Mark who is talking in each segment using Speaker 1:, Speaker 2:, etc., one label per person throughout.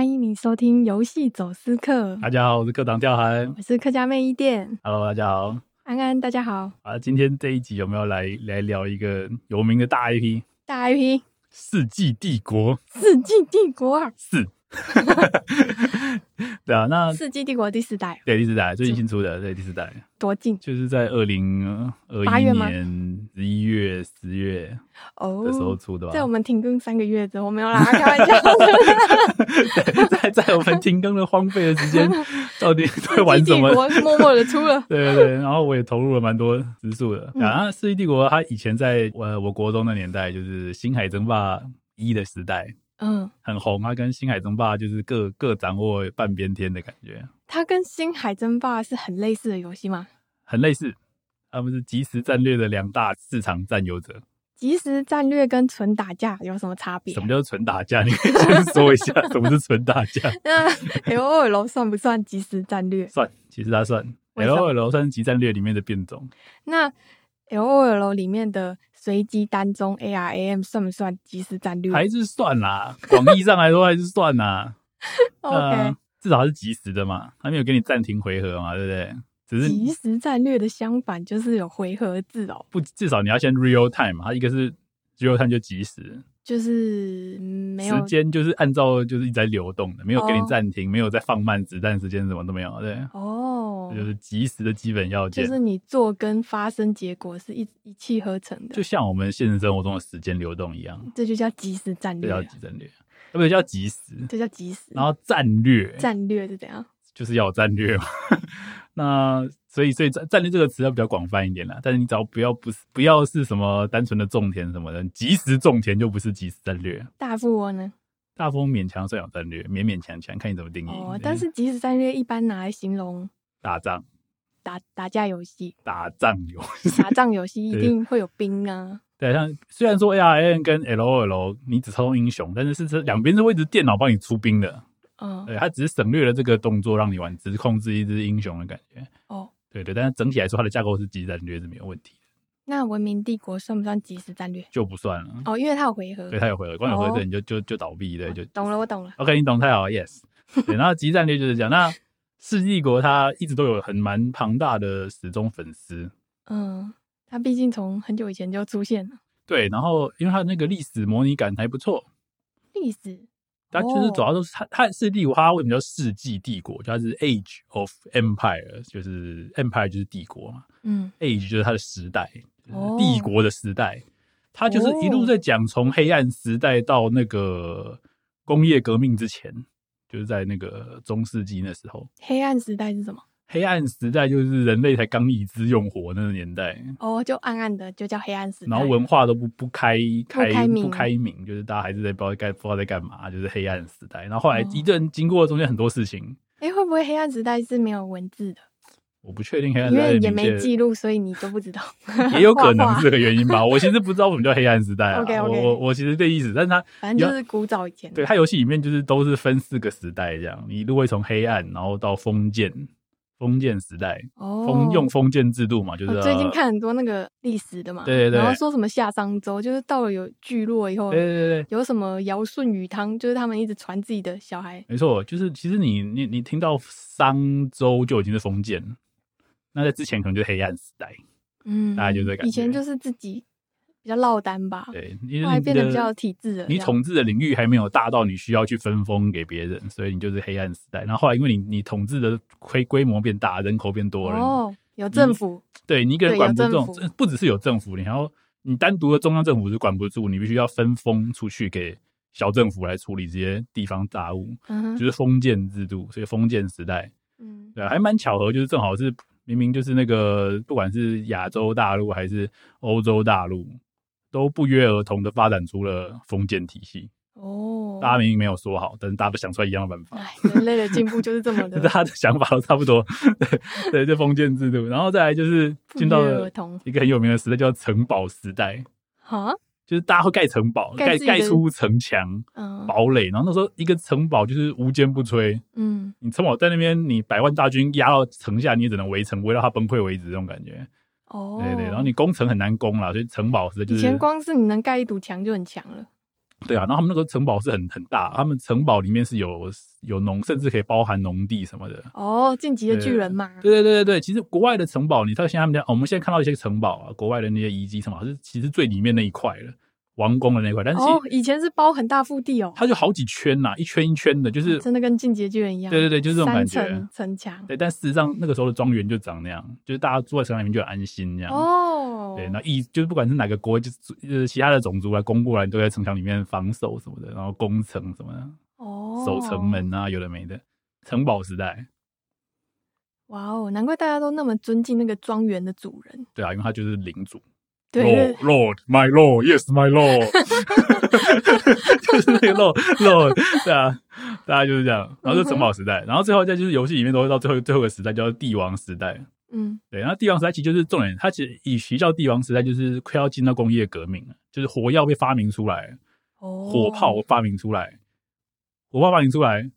Speaker 1: 迎收听《游戏走私客》，
Speaker 2: 大家好，我是课堂调涵。
Speaker 1: 我是客家妹一店
Speaker 2: Hello，大家好。
Speaker 1: 安安，大家好，
Speaker 2: 啊，今天这一集有没有来来聊一个有名的大 IP《
Speaker 1: 大 IP《
Speaker 2: 世纪帝国
Speaker 1: 世纪帝国二
Speaker 2: 四》？对啊，》，那
Speaker 1: 《世纪帝国》第四代，
Speaker 2: 对第四代最近新出的，对第四代
Speaker 1: 多近
Speaker 2: 就是在二零二
Speaker 1: 八
Speaker 2: 一
Speaker 1: 月吗
Speaker 2: 年十一月、十月
Speaker 1: 哦
Speaker 2: 的时候出的吧？
Speaker 1: 在我们停更三个月之后，我没有 啦，开玩笑的。
Speaker 2: 在在我们停更的荒废的 时间，到底在玩什么，
Speaker 1: 世纪帝？国默默的出了
Speaker 2: 对对对，然后我也投入了蛮多时数的。
Speaker 1: 嗯
Speaker 2: 然后《世纪帝国》它以前在呃我我国中的年代，就是《星海争霸一》的时代
Speaker 1: 嗯，
Speaker 2: 很红，它跟《星海争霸》就是各各掌握半边天的感觉，
Speaker 1: 它跟《星海争霸》是很类似的游戏吗？
Speaker 2: 很类似。他们是即时战略的两大市场占有者。
Speaker 1: 即时战略跟纯打架有什么差别
Speaker 2: 什？么叫做纯打架？你可以先说 一下什么是纯打架？
Speaker 1: 那 L O L 算不算即时战略？
Speaker 2: 算，其实它算
Speaker 1: 为什么
Speaker 2: L O L 算是即战略里面的变种。
Speaker 1: 那 L O L 里面的随机单中 A R A M 算不算即时战略
Speaker 2: 还是算啦，广义上来说还是算啦。
Speaker 1: ？OK，
Speaker 2: 那至少它是及时的嘛，它没有给你暂停回合嘛，对不对？只是
Speaker 1: 即时战略的相反就是有回合制哦，
Speaker 2: 不至少你要先 real time 嘛，它一个是 real time 就及时，
Speaker 1: 就是嗯没有
Speaker 2: 时间就是按照就是一直在流动的，没有给你
Speaker 1: 哦
Speaker 2: 暂停，没有在放慢子弹时间，什么都没有，对，
Speaker 1: 哦
Speaker 2: 这，就是及时的基本要
Speaker 1: 就
Speaker 2: 件。
Speaker 1: 是你做跟发生结果是一一气呵成的
Speaker 2: 就，像我们现实生活中的时间流动一样，
Speaker 1: 这就叫即时战
Speaker 2: 这
Speaker 1: 略啊
Speaker 2: 叫，即战略，呃，不是叫及时，
Speaker 1: 这叫即时。
Speaker 2: 然后战略，
Speaker 1: 战略是怎样？
Speaker 2: 就是要有战略嘛。 那所以，所以战战略这个词要比较广泛一点啦。但是你只要不要不是不要是什么单纯的种田什么的，及时种田就不是及时战略。
Speaker 1: 大富翁呢？
Speaker 2: 大风勉强算有战略，勉勉强强看你怎么定义。
Speaker 1: 哦
Speaker 2: 对，
Speaker 1: 但是即时战略一般拿来形容
Speaker 2: 打仗
Speaker 1: 打打架游戏、
Speaker 2: 打仗有
Speaker 1: 打仗游戏一
Speaker 2: 对
Speaker 1: 定会有兵啊，
Speaker 2: 对，像虽然说 A R N 跟 L O L 你只操纵英雄，但是是这两边是会一直电脑帮你出兵的。
Speaker 1: 嗯，
Speaker 2: 对，它只是省略了这个动作让你玩，只是控制一只英雄的感觉。
Speaker 1: 哦，
Speaker 2: 对对，但是整体来说，它的架构是及时战略是没有问题的，
Speaker 1: 那文明帝国算不算即时战略？
Speaker 2: 就不算了。
Speaker 1: 哦，因为它有回合。
Speaker 2: 对，他有回合，光有回合
Speaker 1: 哦
Speaker 2: 你就就就倒闭，对，就
Speaker 1: 懂了，我懂了。
Speaker 2: OK，你懂太好了，Yes。对，然后极战略就是这样。那世纪国它一直都有很蛮庞大的始终粉丝，
Speaker 1: 嗯，它毕竟从很久以前就出现了，
Speaker 2: 对，然后因为它那个历史模拟感还不错，
Speaker 1: 历史
Speaker 2: 它就是
Speaker 1: 哦
Speaker 2: 主要都是它它世纪帝国它为什么叫世纪帝国？就它是 Age of Empire，就是 Empire 就是帝国嘛
Speaker 1: 嗯，
Speaker 2: ，Age 就是它的时代，就是
Speaker 1: 哦
Speaker 2: 帝国的时代。它就是一路在讲从黑暗时代到那个工业革命之前，就是在那个中世纪那时候。
Speaker 1: 黑暗时代是什么？
Speaker 2: 黑暗时代就是人类才刚以之用火那个年代，
Speaker 1: 哦，就暗暗的，就叫黑暗时代。
Speaker 2: 然后文化都不不开开
Speaker 1: 开明
Speaker 2: 不开明，就是大家还是在不知道该不知道在干嘛，就是黑暗时代。然后
Speaker 1: 哦
Speaker 2: 后来一阵经过中间很多事情，
Speaker 1: 哎，会不会黑暗时代是没有文字的？
Speaker 2: 我不确定黑暗时
Speaker 1: 因
Speaker 2: 代
Speaker 1: 为
Speaker 2: 的
Speaker 1: 也
Speaker 2: 名
Speaker 1: 没
Speaker 2: 界
Speaker 1: 记录，所以你都不知道
Speaker 2: 。也有可能
Speaker 1: 画画
Speaker 2: 是这个原因吧。我其实不知道什么叫黑暗时代 啊，
Speaker 1: OK，OK
Speaker 2: 我我我其实对意思，但是它
Speaker 1: 反正就是古早以前。
Speaker 2: 对它游戏里面就是都是分四个时代这样，你一路会从黑暗然后到封建封建时代，
Speaker 1: 哦，
Speaker 2: 封用封建制度嘛，就是
Speaker 1: 我最近
Speaker 2: 呃
Speaker 1: 看很多那个历史的嘛，
Speaker 2: 对对对
Speaker 1: 然后说什么夏商周，就是到了有聚落以后，
Speaker 2: 对对对对。
Speaker 1: 有什么尧舜禹汤，就是他们一直传自己的小孩，
Speaker 2: 没错，就是其实你你你听到商周就已经是封建了，那在之前可能就是黑暗时代，
Speaker 1: 嗯，
Speaker 2: 大概就这感觉
Speaker 1: 以前就是自己比较落单吧，
Speaker 2: 对，因
Speaker 1: 哦后
Speaker 2: 为
Speaker 1: 来
Speaker 2: 你
Speaker 1: 变得比
Speaker 2: 的
Speaker 1: 较有体制了。这
Speaker 2: 你
Speaker 1: 样
Speaker 2: 统治的领域还没有大到你需要去分封给别人，所以你就是黑暗时代。然后后来因为你你统治的规规模变大，人口变多了，
Speaker 1: 哦，有政府，
Speaker 2: 对你一个人
Speaker 1: 对
Speaker 2: 管
Speaker 1: 有
Speaker 2: 不
Speaker 1: 政
Speaker 2: 住
Speaker 1: 府，
Speaker 2: 这不只是有政府，你还要你单独的中央政府是管不住，你必须要分封出去给小政府来处理这些地方杂务，
Speaker 1: 嗯哼，
Speaker 2: 就是封建制度，所以封建时代。
Speaker 1: 嗯，
Speaker 2: 对啊，还蛮巧合，就是正好是明明就是那个不管是亚洲大陆还是欧洲大陆，都不约而同的发展出了封建体系。
Speaker 1: 哦，
Speaker 2: 大家明明没有说好，但是大家都想出来一样的办法，
Speaker 1: 哎，人类的进步就是这么
Speaker 2: 大
Speaker 1: 的
Speaker 2: 家的想法都差不多。 对对，就封建制度，然后再来就是
Speaker 1: 不
Speaker 2: 进
Speaker 1: 约
Speaker 2: 到了
Speaker 1: 而同
Speaker 2: 一个很有名的时代，叫城堡时代。
Speaker 1: 哈，
Speaker 2: 就是大家会盖城堡，
Speaker 1: 盖
Speaker 2: 盖
Speaker 1: 自己
Speaker 2: 盖
Speaker 1: 的
Speaker 2: 出城墙、
Speaker 1: 嗯
Speaker 2: 堡垒，然后那时候一个城堡就是无坚不摧，
Speaker 1: 嗯，
Speaker 2: 你城堡在那边，你百万大军压到城下，你也只能围城，围到它崩溃为止，这种感觉。
Speaker 1: 哦，
Speaker 2: 对对，然后你攻城很难攻啦，所以城堡是就
Speaker 1: 以
Speaker 2: 是
Speaker 1: 前光是你能盖一堵墙就很强了，
Speaker 2: 对啊，然后他们那个城堡是很很大，他们城堡里面是有有农，甚至可以包含农地什么的。
Speaker 1: 哦，晋级的巨人嘛，
Speaker 2: 对对对对对，其实国外的城堡，你到现在他们家、哦我们现在看到一些城堡啊，国外的那些遗迹城堡是其实最里面那一块了，王宫的那一块，但是其实
Speaker 1: 哦，以前是包很大腹地哦，
Speaker 2: 它就好几圈呐、一圈一圈的，就是
Speaker 1: 啊真的跟晋级的巨人一样，
Speaker 2: 对对对，就是这种感
Speaker 1: 三
Speaker 2: 觉
Speaker 1: 层。城墙
Speaker 2: 对，但事实上那个时候的庄园就长那样，就是大家住在城里面就很安心这样。
Speaker 1: 哦，
Speaker 2: 对，那异就是不管是哪个国，就是就是其他的种族来啊攻过来，你都在城墙里面防守什么的，然后攻城什么的，
Speaker 1: 哦，
Speaker 2: 守城，门啊，有的没的。城堡时代，
Speaker 1: 哇哦，难怪大家都那么尊敬那个庄园的主人，
Speaker 2: 对啊，因为它就是领主
Speaker 1: 对，因
Speaker 2: 哦
Speaker 1: 为
Speaker 2: ，Lord，Lord，My Lord，Yes，My Lord，就是那个 Lord，Lord，对啊，大家就是这样。然后
Speaker 1: 嗯
Speaker 2: 就城堡时代，然后最后再就是游戏里面都会到最后最后一个时代叫做帝王时代。
Speaker 1: 嗯，
Speaker 2: 对，然后帝王时代其实就是重点，它其实以其叫帝王时代，就是快要进到工业革命了，就是火药被发明出来了，
Speaker 1: 哦，
Speaker 2: 火炮发明出来，火炮发明出来，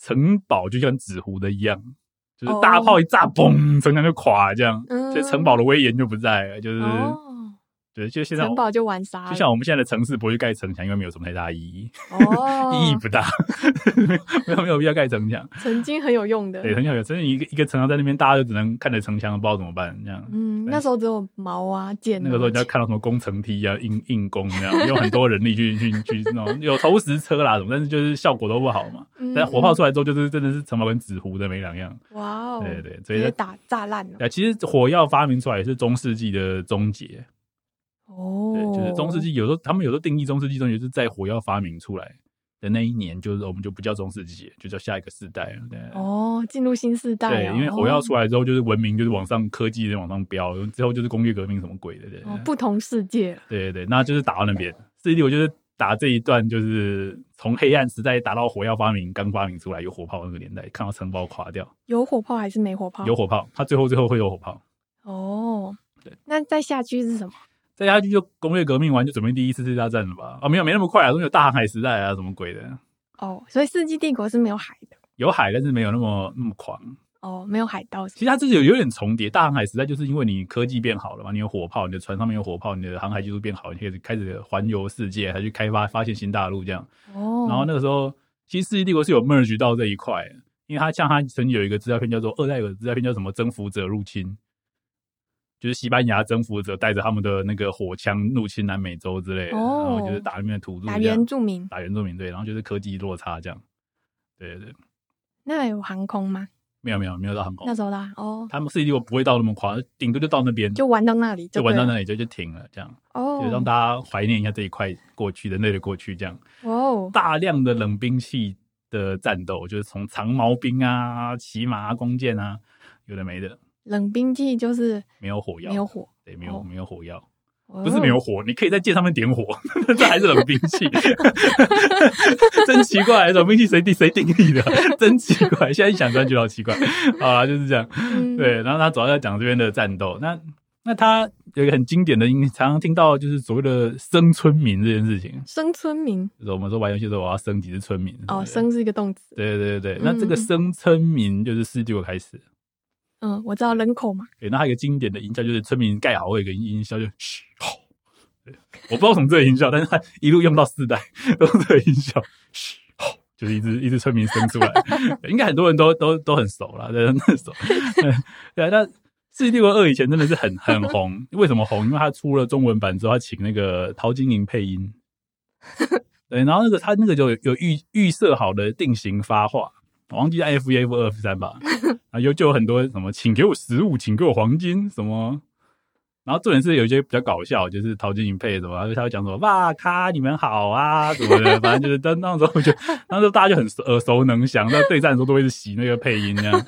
Speaker 2: 城堡就像纸糊的一样，就是
Speaker 1: 哦
Speaker 2: 大炮一炸，嘣，城墙就垮了这样，
Speaker 1: 嗯
Speaker 2: 所以城堡的威严就不在了，就是、
Speaker 1: 哦，
Speaker 2: 对，就现在
Speaker 1: 城堡就玩啥？
Speaker 2: 就像我们现在的城市不会去盖城墙，因为没有什么太大意义，，
Speaker 1: 哦
Speaker 2: 意义不大， 没有没有必要盖城墙。
Speaker 1: 曾经很有用的，
Speaker 2: 对，很小有，真的一个一个城墙在那边，大家就只能看着城墙，不知道怎么办这样。
Speaker 1: 嗯，
Speaker 2: 对
Speaker 1: 那时候只有毛啊、剑啊，
Speaker 2: 那个时候你要看到什么工程梯啊、硬硬工那样，用很多人力去 去去那种，有投石车啦什么，但是就是效果都不好嘛。
Speaker 1: 嗯，
Speaker 2: 但火炮出来之后，就是真的是城堡跟纸糊的没两样。
Speaker 1: 嗯，哇哦，
Speaker 2: 对对，所
Speaker 1: 直
Speaker 2: 以
Speaker 1: 接
Speaker 2: 它
Speaker 1: 打炸烂了，
Speaker 2: 对，其实火药发明出来也是中世纪的终结。
Speaker 1: 哦，
Speaker 2: 对，就是中世纪有时候他们有时候定义中世纪终结是在火药发明出来的那一年，就是我们就不叫中世纪，就叫下一个世代了。对。
Speaker 1: 哦，进入新时代
Speaker 2: 对
Speaker 1: 了，，哦
Speaker 2: 因为火药出
Speaker 1: 来，
Speaker 2: 来之后，就是文明就是往上，科技就往上飙，之后就是工业革命什么鬼的，对
Speaker 1: 哦，不同世界了，
Speaker 2: 对对对，那就是打到那边。四弟，我就是打这一段，就是从黑暗时代打到火药发明刚发明出来有火炮那个年代，看到城堡垮掉，
Speaker 1: 有火炮还是没火炮？
Speaker 2: 有火炮，它最后最后会有火炮。
Speaker 1: 哦
Speaker 2: 对，
Speaker 1: 那再下去是什么？
Speaker 2: 再下去就工业革命完就准备第一次世界大战了吧？啊，没有没那么快啊，中间有大航海时代啊，什么鬼的？
Speaker 1: 哦，所以世纪帝国是没有海的，
Speaker 2: 有海，但是没有那么那么狂。
Speaker 1: 哦，没有海盗是
Speaker 2: 其实它这是有有点重叠。大航海时代就是因为你科技变好了嘛，你有火炮，你的船上面有火炮，你的航海技术变好，你可以开始环游世界，还去开发发现新大陆这样。
Speaker 1: 哦，
Speaker 2: 然后那个时候，其实《世纪帝国》是有 merge 到这一块的，因为它像它曾经有一个资料片叫做二代有资料片叫什么“征服者入侵”，就是西班牙征服者带着他们的那个火枪入侵南美洲之类的，
Speaker 1: 哦
Speaker 2: 然后就是打那边的土著这
Speaker 1: 打
Speaker 2: 样，
Speaker 1: 原住民，
Speaker 2: 打原住民对，然后就是科技落差这样。对对对，
Speaker 1: 那有航空吗？
Speaker 2: 没有没有没有到航空
Speaker 1: 那，时候啦，哦，
Speaker 2: 他们《世纪帝国》不会到那么夸，顶多就到那边，
Speaker 1: 就玩到那里
Speaker 2: 就
Speaker 1: 对
Speaker 2: 玩到
Speaker 1: 了
Speaker 2: 那里就就停了，这样
Speaker 1: 哦，
Speaker 2: 就让大家怀念一下这一块过去人类的过去这样。
Speaker 1: 哦，
Speaker 2: 大量的冷兵器的战斗，就是从长矛兵啊、骑马、啊、弓箭啊，有的没的，
Speaker 1: 冷兵器就是
Speaker 2: 没有火药，
Speaker 1: 没有，火，
Speaker 2: 对，没有、
Speaker 1: 哦
Speaker 2: 没有火药，
Speaker 1: 哦
Speaker 2: 不是没有火，你可以在箭上 面点火，这还是冷兵器， 真奇怪，冷兵器谁定谁定义的，真奇怪，现在一想突然觉得好奇怪，好啦，就是这样，
Speaker 1: 嗯
Speaker 2: 对，然后他主要在讲这边的战斗，那。那他有一个很经典的，你常常听到就是所谓的生村民这件事情，
Speaker 1: 生村民
Speaker 2: 就是我们说玩游戏的时候我要生几只村民什么
Speaker 1: 哦，
Speaker 2: 的
Speaker 1: 生是一个动词，
Speaker 2: 对对对，对那这
Speaker 1: 嗯
Speaker 2: 个生村民就是世纪开始。
Speaker 1: 嗯，我知道人口嘛，
Speaker 2: 对，那还有一个经典的音效就是村民盖好会有一个音效就嘘吼，对我不知道从这个音效，但是他一路用到四代都是这个音效，嘘吼，就是一只一只村民生出来，对应该很多人都都都很熟啦，对，很熟。对 对啊，那《世纪帝国二》以前真的是很很红，为什么红？因为他出了中文版之后，他请那个陶晶莹配音。对，然后那个他那个就有有预预设好的定型发话，我忘记 F 一 F 二 F 三吧，啊，有就有很多什么，请给我食物，请给我黄金什么。然后重点是有一些比较搞笑，就是陶晶莹配什么，他会讲什么“哇咔，你们好啊”什么的，反正就是但那时候我觉得，那时候大家就很耳熟能详，在对战的时候都会是洗那个配音这样，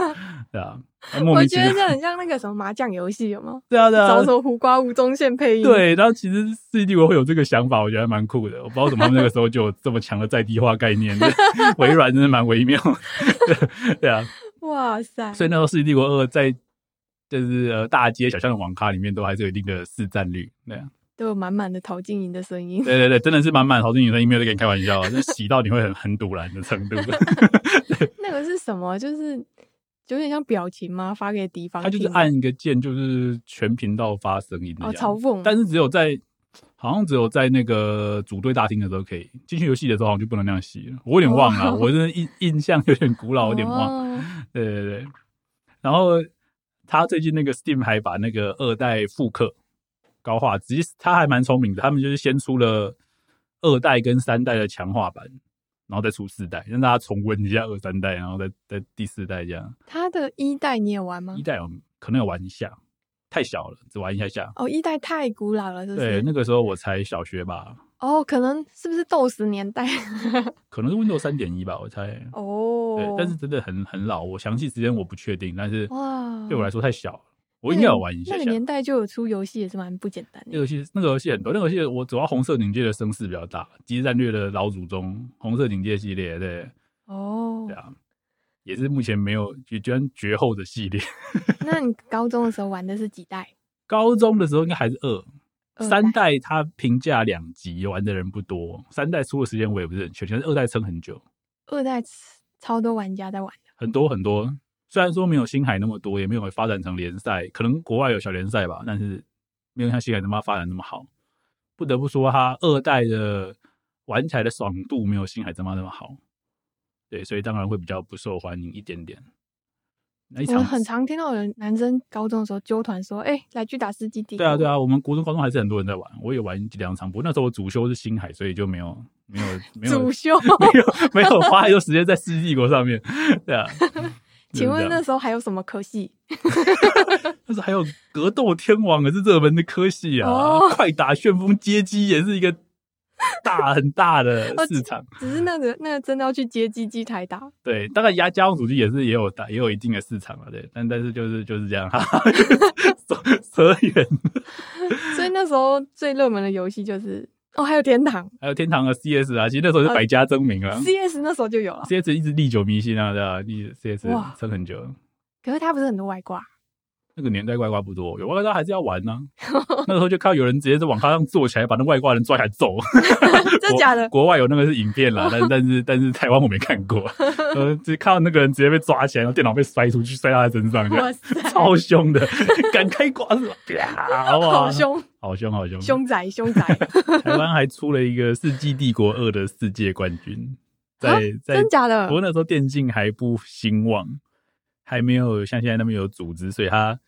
Speaker 2: 对啊，莫
Speaker 1: 我
Speaker 2: 名其
Speaker 1: 觉得
Speaker 2: 妙，
Speaker 1: 这很像那个什么麻将游戏，有吗？
Speaker 2: 对啊对
Speaker 1: 找
Speaker 2: 啊
Speaker 1: 什，么胡瓜吴宗宪配音，，
Speaker 2: 对。然后其实《世纪帝国》会有这个想法，我觉得还蛮酷的。我不知道怎么他们那个时候就有这么强的在地化概念， 微软真的蛮微妙的，对啊。
Speaker 1: 哇塞，
Speaker 2: 所以那时候《世纪帝国二》在就是呃大街小巷的网咖里面都还是有一定的市占率，对啊，
Speaker 1: 都有满满的陶晶莹的声音，
Speaker 2: 对对对，真的是满满陶晶莹的音没有在跟你开玩笑，那洗到你会很很堵然的程 度。
Speaker 1: 那个是什么？就是有点像表情吗？发给敌方
Speaker 2: 他
Speaker 1: 听，
Speaker 2: 啊就是按一个键，就是全频道发声音的
Speaker 1: 哦
Speaker 2: 这样
Speaker 1: 嘲讽，
Speaker 2: 但是只有在好像只有在那个组队大厅的时候可以进去游戏的时候，好像就不能那样洗了。我有点忘了，我真的印印象有点古老，有点忘。
Speaker 1: 哦
Speaker 2: 对对对。然后他最近那个 Steam 还把那个二代复刻高画质，其实他还蛮聪明的，他们就是先出了二代跟三代的强化版，然后再出四代，让大家重温一下二三代，然后再再第四代这样。
Speaker 1: 它的一代你也玩吗
Speaker 2: 一？代有可能有玩一下，太小了，只玩一下下。
Speaker 1: 哦，一代太古老了，是不
Speaker 2: 对，
Speaker 1: 是？
Speaker 2: 那个时候我才小学吧，
Speaker 1: 哦，可能是不是斗士年代？
Speaker 2: 可能是 Windows 三点一吧，我猜。
Speaker 1: 哦，
Speaker 2: 对，但是真的很很老，我详细时间我不确定，但是
Speaker 1: 哇
Speaker 2: 对我来说太小了，
Speaker 1: 那
Speaker 2: 我应
Speaker 1: 个
Speaker 2: 该有玩一下
Speaker 1: 那
Speaker 2: 下
Speaker 1: 个。年代就有出游戏，也是蛮不简单的。
Speaker 2: 那个游戏那个游戏很多，那个游戏我主要红色警戒的声势比较大，即时战略的老祖宗，红色警戒系列，对
Speaker 1: 哦
Speaker 2: 对，啊，也是目前没有居居然绝后的系列。
Speaker 1: 那你高中的时候玩的是几代？
Speaker 2: 高中的时候应该还是二。
Speaker 1: 二
Speaker 2: 三代它评价两极，玩的人不多。三代出的时间我也不是很确定，但是二代撑很久，
Speaker 1: 二代超多玩家在玩的。
Speaker 2: 很多很多。虽然说没有星海那么多，也没有发展成联赛，可能国外有小联赛吧，但是没有像星海他妈发展那么好。不得不说，它二代的玩起来的爽度没有星海他妈那么好，对，所以当然会比较不受欢迎一点点。那一
Speaker 1: 我
Speaker 2: 场
Speaker 1: 很常听到有人男生高中的时候纠团说：“哎、来去打世纪帝
Speaker 2: 对啊对
Speaker 1: 啊，
Speaker 2: 啊，我们国中高中还是很多人在玩，我也玩几两场，不过那时候我主修是星海，所以就没有没有没有啊
Speaker 1: 主修。
Speaker 2: 没有没有花很多时间在《世纪帝国》上面， 对啊。就是
Speaker 1: 请
Speaker 2: 这
Speaker 1: 问
Speaker 2: 样
Speaker 1: 那时候还有什么科系？
Speaker 2: 但是还有格斗天王也是热门的科系啊，
Speaker 1: 哦
Speaker 2: 快打旋风街机也是一个大很大的
Speaker 1: 哦
Speaker 2: 市 场。
Speaker 1: 只是那个那个真的要去接机机台打，
Speaker 2: 对，当然压家用主机也是也有大也有一定的市场啊，对。但但是就是就是这样， 哈哈，扯扯远。
Speaker 1: 所以那时候最热门的游戏就是哦，还有天堂
Speaker 2: 还有天堂啊、CS 啊，其实那时
Speaker 1: 哦
Speaker 2: 候是百家争鸣啊。
Speaker 1: CS，那时候就有了。
Speaker 2: CS 一直历久弥新啊，对吧、历 CS
Speaker 1: 哇
Speaker 2: 撑很久了，
Speaker 1: 可是它不是很多外 挂，
Speaker 2: 那个年代外挂不多，有外挂大家还是要 玩呢、那时候就看到有人直接在网咖上坐起来，把那外挂人抓起来揍。
Speaker 1: 真假的？哦
Speaker 2: 国国外有那个是影片啦，但但是但是台湾我没看 过，呃，只看到那个人直接被抓起来，然后电脑被摔出去，摔到他身上，这样
Speaker 1: 哇塞，
Speaker 2: 超凶的， 敢开挂是吧？啪哇，
Speaker 1: 好，凶
Speaker 2: 好凶，好凶！
Speaker 1: 凶宅凶宅，
Speaker 2: 台湾还出了一个《世纪帝国二》的世界冠军，
Speaker 1: 啊
Speaker 2: 在在
Speaker 1: 真假的
Speaker 2: 不？过那时候电竞还不兴旺，还没有像现在那么有组织，所以他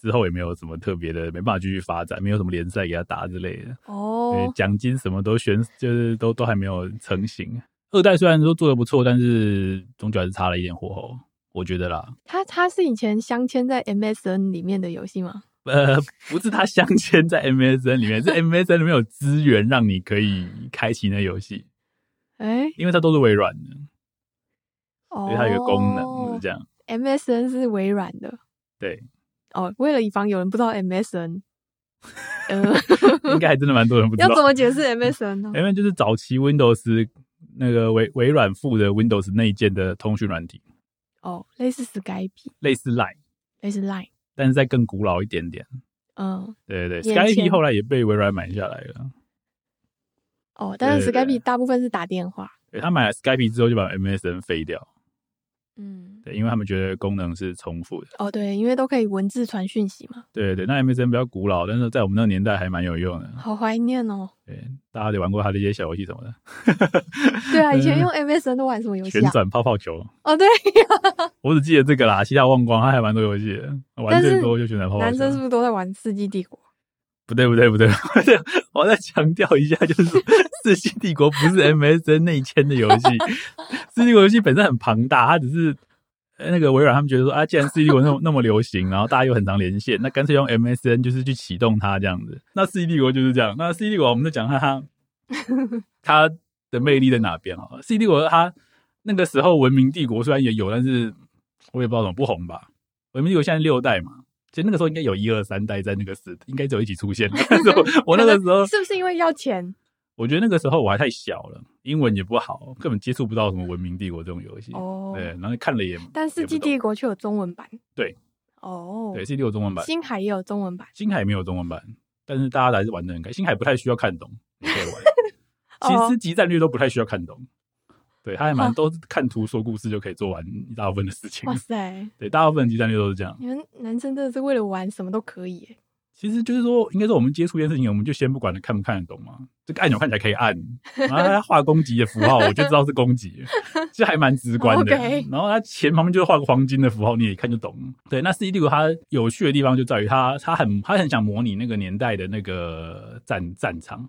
Speaker 2: 之后也没有什么特别的，没办法继续发展，没有什么联赛给他打之类的。对，
Speaker 1: 哦，
Speaker 2: 奖金什么都选，就是都都还没有成型。二代虽然说做的不错，但是终究还是差了一点火候，我觉得啦。
Speaker 1: 它它是以前镶嵌在 MSN 里面的游戏吗？
Speaker 2: 呃，不是他镶嵌在 MSN 里面，是 MSN 里面有资源让你可以开启那游戏，
Speaker 1: 哎、
Speaker 2: 因为它都是微软的，
Speaker 1: 哦，
Speaker 2: 所以它有一个功能是这样。
Speaker 1: MSN 是微软的
Speaker 2: 对，
Speaker 1: 哦。为了以防有人不知道 MSN，呃，
Speaker 2: 应该还真的蛮多人不知
Speaker 1: 要
Speaker 2: 道哎
Speaker 1: 怎。么解释 MSN 呢？
Speaker 2: 因为就是早期 Windows 那个微微软附的 Windows 内建的通讯软体，
Speaker 1: 哦，类似 Skype，
Speaker 2: 类似 Line，
Speaker 1: 类似 Line，
Speaker 2: 但是再更古老一点点。
Speaker 1: 嗯，
Speaker 2: 对对对
Speaker 1: 眼前
Speaker 2: ，Skype 后来也被微软买下来了。
Speaker 1: 哦，但是
Speaker 2: 对对对
Speaker 1: Skype 大部分是打电话，
Speaker 2: 对他买了 Skype 之后就把 MSN 废掉，
Speaker 1: 嗯，
Speaker 2: 对，因为他们觉得功能是重复的。
Speaker 1: 哦，对，因为都可以文字传讯息嘛，
Speaker 2: 对对，那 MSN 比较古老，但是在我们那个年代还蛮有用的。
Speaker 1: 好怀念哦。
Speaker 2: 对，大家得玩过它的一些小游戏什么的，
Speaker 1: 对啊，以 前用 MSN 都玩什么游戏
Speaker 2: 旋
Speaker 1: 啊？
Speaker 2: 转泡泡球，
Speaker 1: 哦，对，
Speaker 2: 我只记得这个啦，其他忘光。它还蛮多游戏的，玩
Speaker 1: 但是
Speaker 2: 最多就旋转泡泡
Speaker 1: 男
Speaker 2: 球。
Speaker 1: 生是不是都在玩《世纪帝国》？
Speaker 2: 不对不对不对，我再我再强调一下，就是 说《世纪帝国》不是 MSN 内嵌的游戏，《世纪帝国》游戏本身很庞大，它只是呃那个微软他们觉得说啊，既然《世纪帝国那》么那么流行，然后大家又很常连线，那干脆用 MSN 就是去启动它这样子。那《世纪帝国》就是这样。那《世纪帝国》我们就讲它它它的魅力在哪边啊？《世纪帝国》它那个时候文明帝国虽然也有，但是我也不知道怎么不红吧。文明帝国现在六代嘛，其实那个时候应该有一二三代在那个时，应该只有一起出现。 但是我我那个时候，
Speaker 1: 是不是因为要钱？
Speaker 2: 我觉得那个时候我还太小了，英文也不好，根本接触不到什么文明帝国这种游戏。
Speaker 1: 哦，
Speaker 2: 对，然后看了也，
Speaker 1: 但《世纪帝国》却有中文版。
Speaker 2: 对，
Speaker 1: 哦，
Speaker 2: 对，C 六有中文版，
Speaker 1: 星海也有中文版。
Speaker 2: 星海没有中文版，但是大家还是玩的很开心。星海不太需要看懂，你可以 玩。
Speaker 1: 哦
Speaker 2: 其实集战略都不太需要看懂，对，它还蛮
Speaker 1: 哦
Speaker 2: 都是看图说故事就可以做完一大部分的事情
Speaker 1: 哇。塞，
Speaker 2: 对，大部分集战略都是这样。
Speaker 1: 你们男生真的是为了玩什么都可以耶，
Speaker 2: 其实就是说，应该说我们接触一件事情，我们就先不管它看不看得懂嘛。这个按钮看起来可以按，然后它画攻击的符号，我就知道是攻击，这还蛮直观 的。
Speaker 1: OK
Speaker 2: 然后它钱旁边就是画个黄金的符号，你也一看就懂。对，那 C D 五它有趣的地方就在于它，它很它很想模拟那个年代的那个战战场。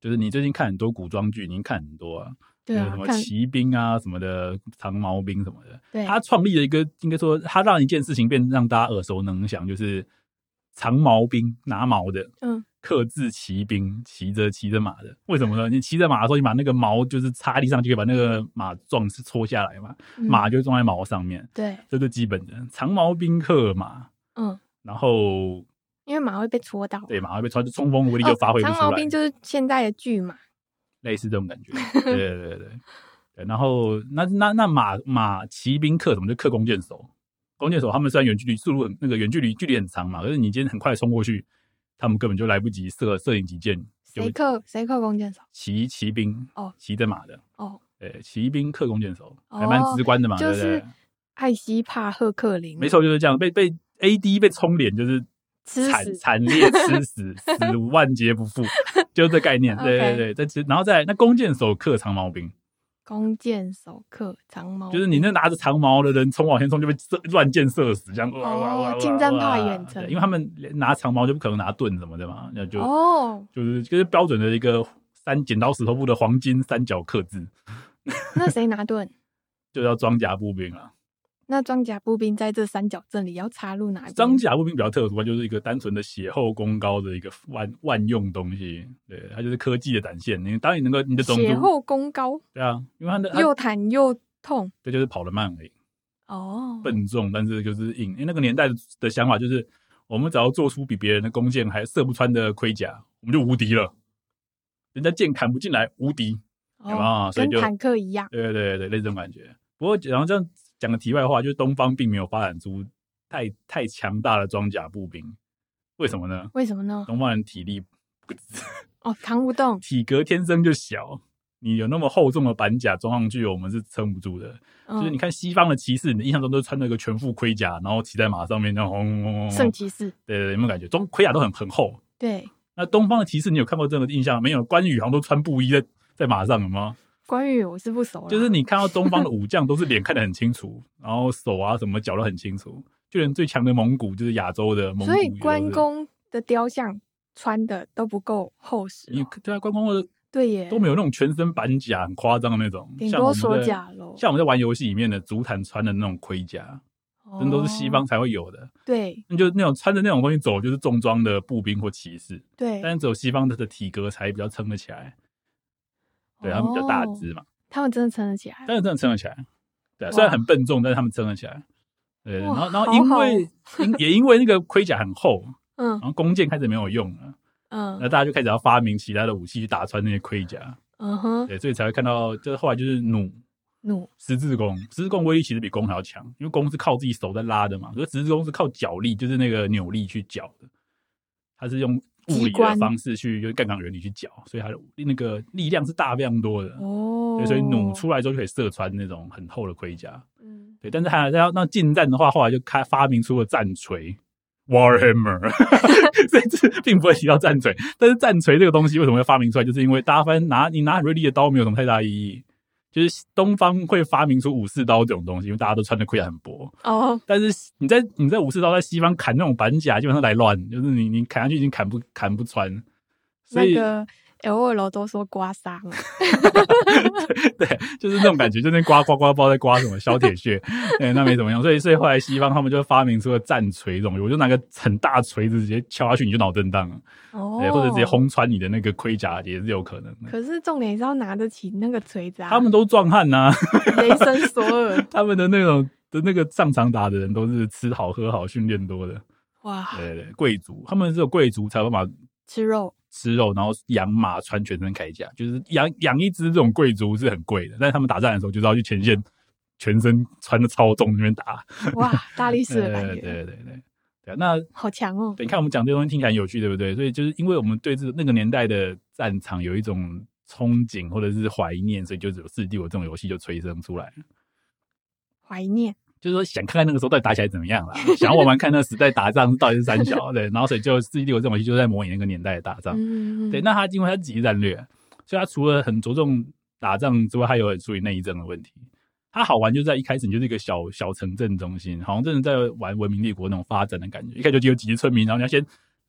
Speaker 2: 就是你最近看很多古装剧，您看很多啊，
Speaker 1: 对
Speaker 2: 有
Speaker 1: 啊
Speaker 2: 什，么
Speaker 1: 看
Speaker 2: 骑兵啊什么的，长毛兵什么的。
Speaker 1: 对
Speaker 2: 他创立了一个，应该说他让一件事情变让大家耳熟能详，就是长毛兵拿毛的，
Speaker 1: 嗯，
Speaker 2: 克制骑兵，骑着骑着马的。为什么呢？你骑着马的时候，你把那个毛就是插地上，就可以把那个马撞是戳下来嘛，
Speaker 1: 嗯
Speaker 2: 马就撞在毛上面，
Speaker 1: 对，
Speaker 2: 这是基本的。长毛兵克马，
Speaker 1: 嗯，
Speaker 2: 然后
Speaker 1: 因为马会被戳到，
Speaker 2: 对马会被穿，就冲锋无力就发挥不出
Speaker 1: 长
Speaker 2: 来。
Speaker 1: 哦毛兵就是现在的巨马，
Speaker 2: 类似这 种感觉。对对对对对。然后那那那马马骑兵克什么？就克弓箭手。弓箭手他们虽然远距离速度很那个远距离距离很长嘛，可是你今天很快冲过去，他们根本就来不及射射影几箭，就
Speaker 1: 谁克谁克弓箭手？
Speaker 2: 骑骑兵
Speaker 1: 哦
Speaker 2: 骑着马的
Speaker 1: 哦，
Speaker 2: 对，骑兵克弓箭手
Speaker 1: 哦
Speaker 2: 还蛮直观的嘛，
Speaker 1: 就
Speaker 2: 对不
Speaker 1: 是
Speaker 2: 对？
Speaker 1: 艾希帕赫克林，
Speaker 2: 没，错，就是这样，被被 AD 被冲脸就是。
Speaker 1: 吃
Speaker 2: 惨
Speaker 1: 死
Speaker 2: 惨烈 吃死，死无万劫不复，就是这概念。对对
Speaker 1: OK
Speaker 2: 对，这其实然后再来那弓箭手克长毛兵，
Speaker 1: 弓箭手克长毛，
Speaker 2: 就是你那拿着长矛的人冲往前冲就被射乱箭射死，这样哇哇哇哇哇
Speaker 1: 哦近战怕远程
Speaker 2: 对因为他们连拿长矛就不可能拿盾什么的嘛，那就、
Speaker 1: 哦，
Speaker 2: 就是就是标准的一个三剪刀石头布的黄金三角克制，
Speaker 1: 那谁拿盾？
Speaker 2: 就叫装甲步兵啊。
Speaker 1: 那装甲步兵在这三角阵里要插入哪一边？
Speaker 2: 装甲步兵比较特殊，它就是一个单纯的血厚功高的一个万万用东西，对，它就是科技的展现。你当你能够你的种
Speaker 1: 血
Speaker 2: 族，
Speaker 1: 后弓高，
Speaker 2: 对啊，因为它 的它
Speaker 1: 又弹又痛
Speaker 2: 对就是跑得慢而已。
Speaker 1: 哦，
Speaker 2: 笨重，但是就是硬。因为那个年代的想法就是，我们只要做出比别人的弓箭还射不穿的盔甲，我们就无敌了。人家箭砍不进来，无敌。有没有
Speaker 1: 哦
Speaker 2: 所以
Speaker 1: 跟
Speaker 2: 就
Speaker 1: 坦克一样，
Speaker 2: 对对对对，类似这种感觉。不过，然后这样讲个题外话，就是东方并没有发展出太太强大的装甲步兵，为什么呢？
Speaker 1: 为什么呢？
Speaker 2: 东方人体力不
Speaker 1: 哦，扛不动
Speaker 2: 体格天生就小，你有那么厚重的板甲装上去，我们是撑不住的。
Speaker 1: 嗯
Speaker 2: 就是你看西方的骑士，你印象中都是穿着一个全副盔甲，然后骑在马上面，然后轰轰轰轰
Speaker 1: 嗯圣
Speaker 2: 轰。
Speaker 1: 骑士，
Speaker 2: 对对对，有没有感觉？中盔甲都很很厚。
Speaker 1: 对，
Speaker 2: 那东方的骑士，你有看过这个印象没有？关羽好像都穿布衣在在马上，有吗？
Speaker 1: 关羽我是不熟啦，
Speaker 2: 就是你看到东方的武将都是脸看得很清楚，然后手啊什么脚都很清楚。就连最强的蒙古，就是亚洲的蒙古，
Speaker 1: 所以关，公的雕像穿的都不够厚实
Speaker 2: 你
Speaker 1: 哦，
Speaker 2: 对啊，关公的
Speaker 1: 对耶
Speaker 2: 都，没有那种全身板甲很夸张的那种，
Speaker 1: 顶
Speaker 2: 像我
Speaker 1: 多
Speaker 2: 们
Speaker 1: 锁
Speaker 2: 在
Speaker 1: 甲喽，
Speaker 2: 像我们在玩游戏里面的足坛穿的那种盔甲，那都是西方
Speaker 1: 哦，
Speaker 2: 才会有的。
Speaker 1: 对
Speaker 2: 那就那种穿着那种东西走，就是重装的步兵或骑士，
Speaker 1: 对，
Speaker 2: 但是只有西方的体格才比较撑得起来，对他们比较大
Speaker 1: 哦，
Speaker 2: 只嘛，
Speaker 1: 他们真的撑得起来，
Speaker 2: 但是真的撑得起来，对啊，
Speaker 1: 哇
Speaker 2: 虽然很笨重，但是他们撑得起来，对，然
Speaker 1: 哇
Speaker 2: 后然后
Speaker 1: 好
Speaker 2: 因
Speaker 1: 好哦
Speaker 2: 为因 也因为那个盔甲很厚，
Speaker 1: 嗯
Speaker 2: 然后弓箭开始没有用了，
Speaker 1: 嗯
Speaker 2: 哦那大家就开始要发明其他的武器去打穿那些盔甲，
Speaker 1: 嗯哼，
Speaker 2: 对，所以嗯才会看到，就是后来就是弩。
Speaker 1: 弩
Speaker 2: 十字弓，十字弓威力其实比弓还要强，因为弓是靠自己手在拉的嘛，可是十字弓是靠脚力，就是那个扭力去绞的，它是用物理
Speaker 1: 机
Speaker 2: 的
Speaker 1: 关
Speaker 2: 方式去用杠杆原理去绞，所以它的那个力量是大非常多的。
Speaker 1: 哦
Speaker 2: 对，，所以弩出来之后就可以射穿那种很厚的盔甲。
Speaker 1: 嗯。
Speaker 2: 对，但是还要那近战的话，后来就开发明出了战锤 （Warhammer），所以 这并不会提到战锤。但是战锤这个东西为什么会发明出来，就是因为大家发现拿你拿很锐利的刀没有什么太大意义。就是东方会发明出武士刀这种东西，因为大家都穿的盔甲很薄。
Speaker 1: 哦，
Speaker 2: 但是你在你在武士刀在西方砍那种板甲，基本上来乱，就是你你砍下去已经砍不砍不穿。所
Speaker 1: 那
Speaker 2: 以、
Speaker 1: 个 L 二楼都说刮痧嘛，
Speaker 2: 对，就是那种感觉，就那刮刮刮，不知道在刮什么小铁屑，对，那没怎么用。所以，所以后来西方他们就发明出了战锤这种，我就拿个很大锤子直接敲下去，你就脑震荡了，哎
Speaker 1: 哦
Speaker 2: 对，或者直接。轰穿你的那个盔甲也是有可能的。
Speaker 1: 可是重点是要拿得起那个锤子啊！
Speaker 2: 他们啊都壮汉呐、
Speaker 1: 雷神索尔，
Speaker 2: 他们的那种的那个上场打的人都是吃好喝好、训练多的，
Speaker 1: 哇，
Speaker 2: 对对对，贵族，他们只有贵族才有办法
Speaker 1: 吃肉
Speaker 2: 吃肉，然后养马穿全身铠甲，就是养养一只这种贵族是很贵的，但是他们打仗的时候就是要去前线，全身穿的超重那边打。
Speaker 1: 哇，大力士的来
Speaker 2: 呃 对
Speaker 1: 源，
Speaker 2: 对对对对啊，那
Speaker 1: 好强哦！
Speaker 2: 你看我们讲这些东西听起来很有趣，对不对？所以就是因为我们对这那个年代的战场有一种憧憬或者是怀念，所以就有四 D 我这种游戏就催生出来了。
Speaker 1: 怀念
Speaker 2: 就是说想看看那个时候到底打起来怎么样啦， 想要玩玩看那个时代打仗到底是三小啊对，然后所以就《世纪帝国》这种游戏就在模拟那个年代的打仗。
Speaker 1: 嗯，
Speaker 2: 啊对，那他因为他是极地战略，所以他除了很着重打仗之外，他有很注意内政的问题。他好玩就在一开始你就是一个小小城镇中心，好像真的在玩文明帝国那种发展的感觉。一开始就有几级村民，然后你要先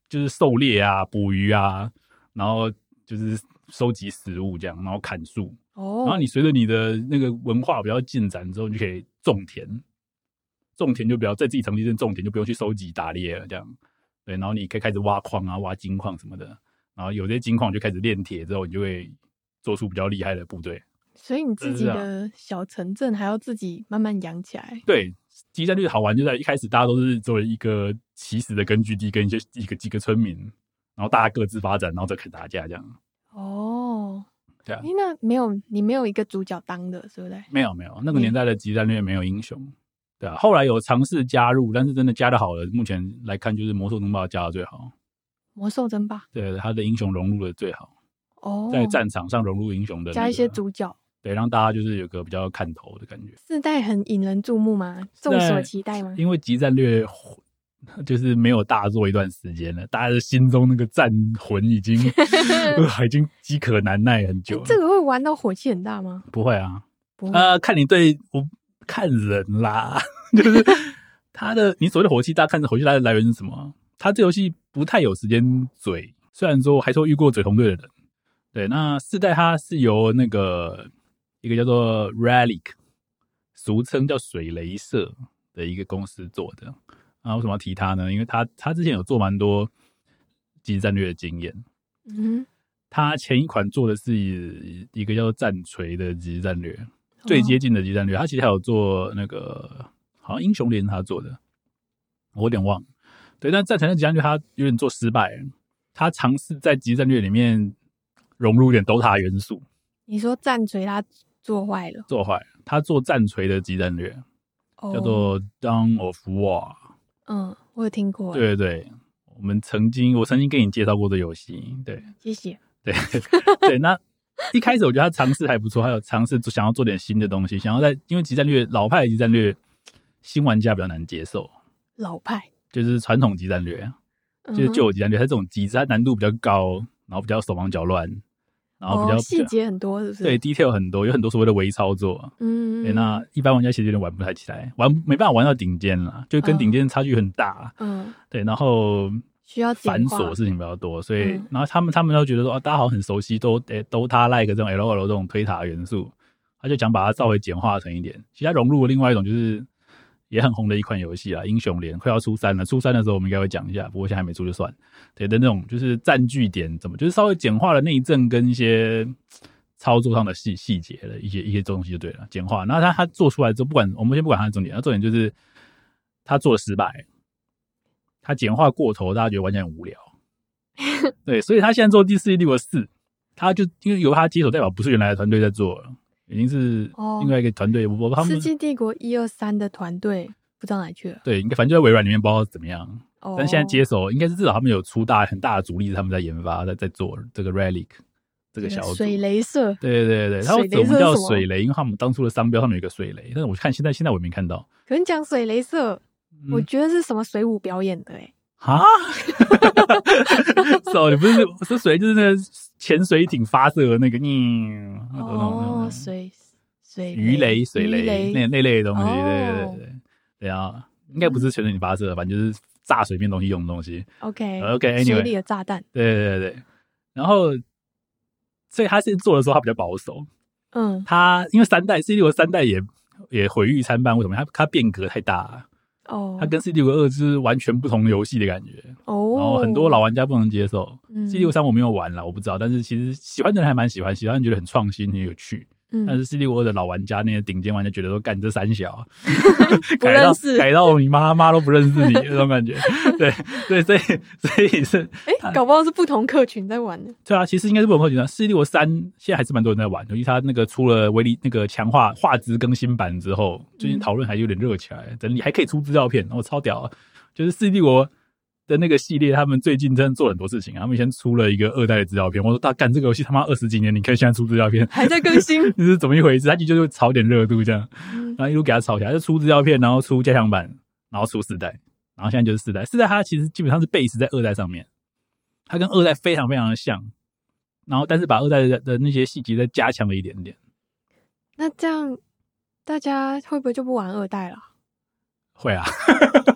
Speaker 2: 就是狩猎啊、捕鱼啊，然后就是收集食物这样，然后砍树。
Speaker 1: 哦，
Speaker 2: 然后你随着你的那个文化比较进展之后，你就可以种田，种田就不要在自己城市镇种田，就不用去收集打猎了，这样对。然后你可以开始挖矿啊，挖金矿什么的，然后有这些金矿就开始炼铁，之后你就会做出比较厉害的部队。
Speaker 1: 所以你自己
Speaker 2: 真的
Speaker 1: 的小城镇还要自己慢慢养起来，
Speaker 2: 对，集战略好玩就在一开始大家都是作为一个起始的根据地跟一些一个几个村民，然后大家各自发展，然后再开始打架这样。
Speaker 1: 哦，
Speaker 2: 对啊
Speaker 1: 诶那没有你没有一个主角当的，是不是？
Speaker 2: 没有没有，
Speaker 1: 嗯
Speaker 2: 那个年代的集战略没有英雄，对啊。后来有尝试加入，但是真的加的好了，目前来看就是魔兽争霸加的最好，
Speaker 1: 魔兽争霸
Speaker 2: 对他的英雄融入的最好，
Speaker 1: 哦，
Speaker 2: 在战场上融入英雄的那个、
Speaker 1: 加一些主角，
Speaker 2: 对，让大家就是有个比较看头的感觉。
Speaker 1: 四代很引人注目吗？众所期待吗？
Speaker 2: 因为集战略就是没有大做一段时间了，大家的心中那个战魂 已经呃已经饥渴难耐很久
Speaker 1: 诶
Speaker 2: 了。
Speaker 1: 这个会玩到火气很大吗？
Speaker 2: 不会啊，
Speaker 1: 不会，
Speaker 2: 呃，看你对我看人啦， 就是他的你所谓的火气大，看着火气大的来源是什么？他这游戏不太有时间嘴，虽然说我还说遇过嘴红队的人，对，那四代它是由那个一个叫做 Relic，俗称叫水雷社的一个公司做的。啊，为什么要提他呢？因为他他之前有做蛮多即时战略的经验，
Speaker 1: 嗯
Speaker 2: 他前一款做的是一个叫做战锤的即时战略，
Speaker 1: 哦
Speaker 2: 最接近的即战略，他其实还有做那个好像英雄联他做的，我有点忘了。对，但战神的即战略他有点做失败了，他尝试在即战略里面融入一点 DOTA 元素，
Speaker 1: 你说战锤他做坏了，
Speaker 2: 做坏了。他做战锤的即战略
Speaker 1: 哦
Speaker 2: 叫做 Dawn of War，
Speaker 1: 嗯，我有听过，，
Speaker 2: 对对对，我们曾经我曾经跟你介绍过的游戏，对
Speaker 1: 谢谢，
Speaker 2: 对对，那。一开始我觉得他尝试还不错，还有尝试想要做点新的东西，想要在因为即战略老派的即战略，新玩家比较难接受，
Speaker 1: 老派，
Speaker 2: 就是传统集战略，啊
Speaker 1: 嗯
Speaker 2: 就是
Speaker 1: 哼
Speaker 2: 旧有集战略，它这种集它难度比较高，然后比较手忙脚乱，然后比较、
Speaker 1: 哦细节很多，是不是？
Speaker 2: 对 detail 很多，有很多所谓的微操作。啊
Speaker 1: 嗯，
Speaker 2: 对，
Speaker 1: 嗯，
Speaker 2: 那一般玩家其实有点玩不太起来，玩没办法玩到顶尖啦，就跟
Speaker 1: 嗯
Speaker 2: 顶尖差距很大。啊
Speaker 1: 嗯，
Speaker 2: 对，然后
Speaker 1: 需要简
Speaker 2: 繁
Speaker 1: 化
Speaker 2: 琐事情比较多，所以、
Speaker 1: 嗯
Speaker 2: 然后他们他们都觉得说，啊，大家好像很熟悉，都诶都他 like 这种 L O L 这种推塔元素，他就想把它稍微简化成一点。其实他融入了另外一种就是也很红的一款游戏啊，英雄联快要出三了，出三的时候我们应该会讲一下，不过现在还没出就算。对的那种就是占据点怎么，就是稍微简化了内政跟一些嘖操作上的细细节的一些一些东西就对了，简化。然后他他做出来之后，不管我们先不管他的重点，他重点就是他做的失败。他简化过头，大家觉得玩起来很 无聊。对，所以他现在做第四季帝国四，他就因为由他接手，代表不是原来的团队在做了，已经是
Speaker 1: 哦
Speaker 2: 另外一个团队。我我他
Speaker 1: 世
Speaker 2: 们
Speaker 1: 纪帝国一二三的团队不知道哪去了。
Speaker 2: 对，应该反正就在微软里面，不知道怎么样。
Speaker 1: 哦，
Speaker 2: 但现在接手，应该是至少他们有出大很大的主力，是他们在研发，在在做这个 Relic 这个小组。
Speaker 1: 水雷社，
Speaker 2: 对对对，他
Speaker 1: 水雷
Speaker 2: 们怎么
Speaker 1: 是
Speaker 2: 叫
Speaker 1: 什么
Speaker 2: 水雷？因为他们当初的商标上面有一个水雷，但是我看现在现在我也没看到。
Speaker 1: 可能讲水雷社，
Speaker 2: 嗯
Speaker 1: 我觉得是什么水舞表演的哎、
Speaker 2: 啊 ，sorry，不是是水，就是那个潜水艇发射的那个，嗯，那种那种那
Speaker 1: 哦
Speaker 2: 种，
Speaker 1: 水水
Speaker 2: 鱼雷、水
Speaker 1: 鱼
Speaker 2: 雷那那类的东西，
Speaker 1: 哦
Speaker 2: 对对对对，对啊，应该不是全身体发射的，反正就是炸水面东西用的东西。
Speaker 1: ，OK
Speaker 2: 呃 OK，anyway
Speaker 1: 水里的炸弹，
Speaker 2: 对对对对，然后，所以他是做的时候他比较保守，
Speaker 1: 嗯，
Speaker 2: 他因为三代 C 六三代也也毁誉参半，为什么？他他变革太大了，
Speaker 1: 哦，
Speaker 2: 他跟 C 六二就是完全不同游戏的感觉，
Speaker 1: 哦，
Speaker 2: 然后很多老玩家不能接受。
Speaker 1: 嗯
Speaker 2: C 六三我没有玩了，我不知道，但是其实喜欢的人还蛮喜欢，喜欢觉得很创新、很有趣。但
Speaker 1: 嗯，
Speaker 2: 是 C 六二的老玩家那些顶尖玩家觉得说，干这三小，啊
Speaker 1: 不
Speaker 2: 改到
Speaker 1: 认识
Speaker 2: 改到你妈妈都不认识你那 种感觉，对对，所以所以是
Speaker 1: 哎、搞不好是不同客群在玩的，
Speaker 2: 对啊，其实应该是不能会觉得 C 六三现在还是蛮多人在玩，尤其它那个出了威力那个强化画质更新版之哦后，最近讨论还有点热起来，整理还可以出资料片，我、超屌啊！就是 C 帝国的那个系列，他们最近真的做了很多事情啊。他们先出了一个二代的资料片，我说大干这个游戏他妈二十几年，你可以现在出资料片，，
Speaker 1: 还在更新
Speaker 2: 这是怎么一回事？他就就是炒点热度这样，
Speaker 1: 嗯
Speaker 2: 然后一路给他炒起来，就出资料片，然后出加强版，然后出四代，然后现在就是四代。四代它其实基本上是 base 在二代上面，它跟二代非常非常的像，然后但是把二代的的那些细节再加强了一点点。
Speaker 1: 那这样大家会不会就不玩二代了？
Speaker 2: 会啊，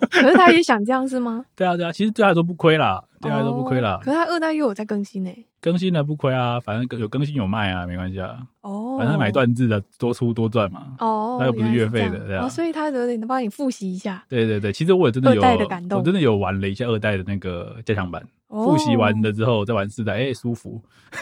Speaker 1: 可是他也想这样是吗？
Speaker 2: 对啊，对啊，其实对他来说不亏啦，对他来说不亏啦
Speaker 1: 哦，可是他二代又有在更新呢、
Speaker 2: 更新了不亏啊，反正有更新有卖啊，没关系啊，
Speaker 1: 哦，
Speaker 2: 反正买断制的多出多赚嘛。
Speaker 1: 哦，
Speaker 2: 那又不是
Speaker 1: 原来
Speaker 2: 月费
Speaker 1: 这样
Speaker 2: 的对啊
Speaker 1: 哦，所以他有点帮你复习一下，
Speaker 2: 对对对，其实我真的有，
Speaker 1: 二代的感动
Speaker 2: 我真的有玩了一下二代的那个加强版，
Speaker 1: 哦
Speaker 2: 复习完，了之后再玩四代，哎、舒服。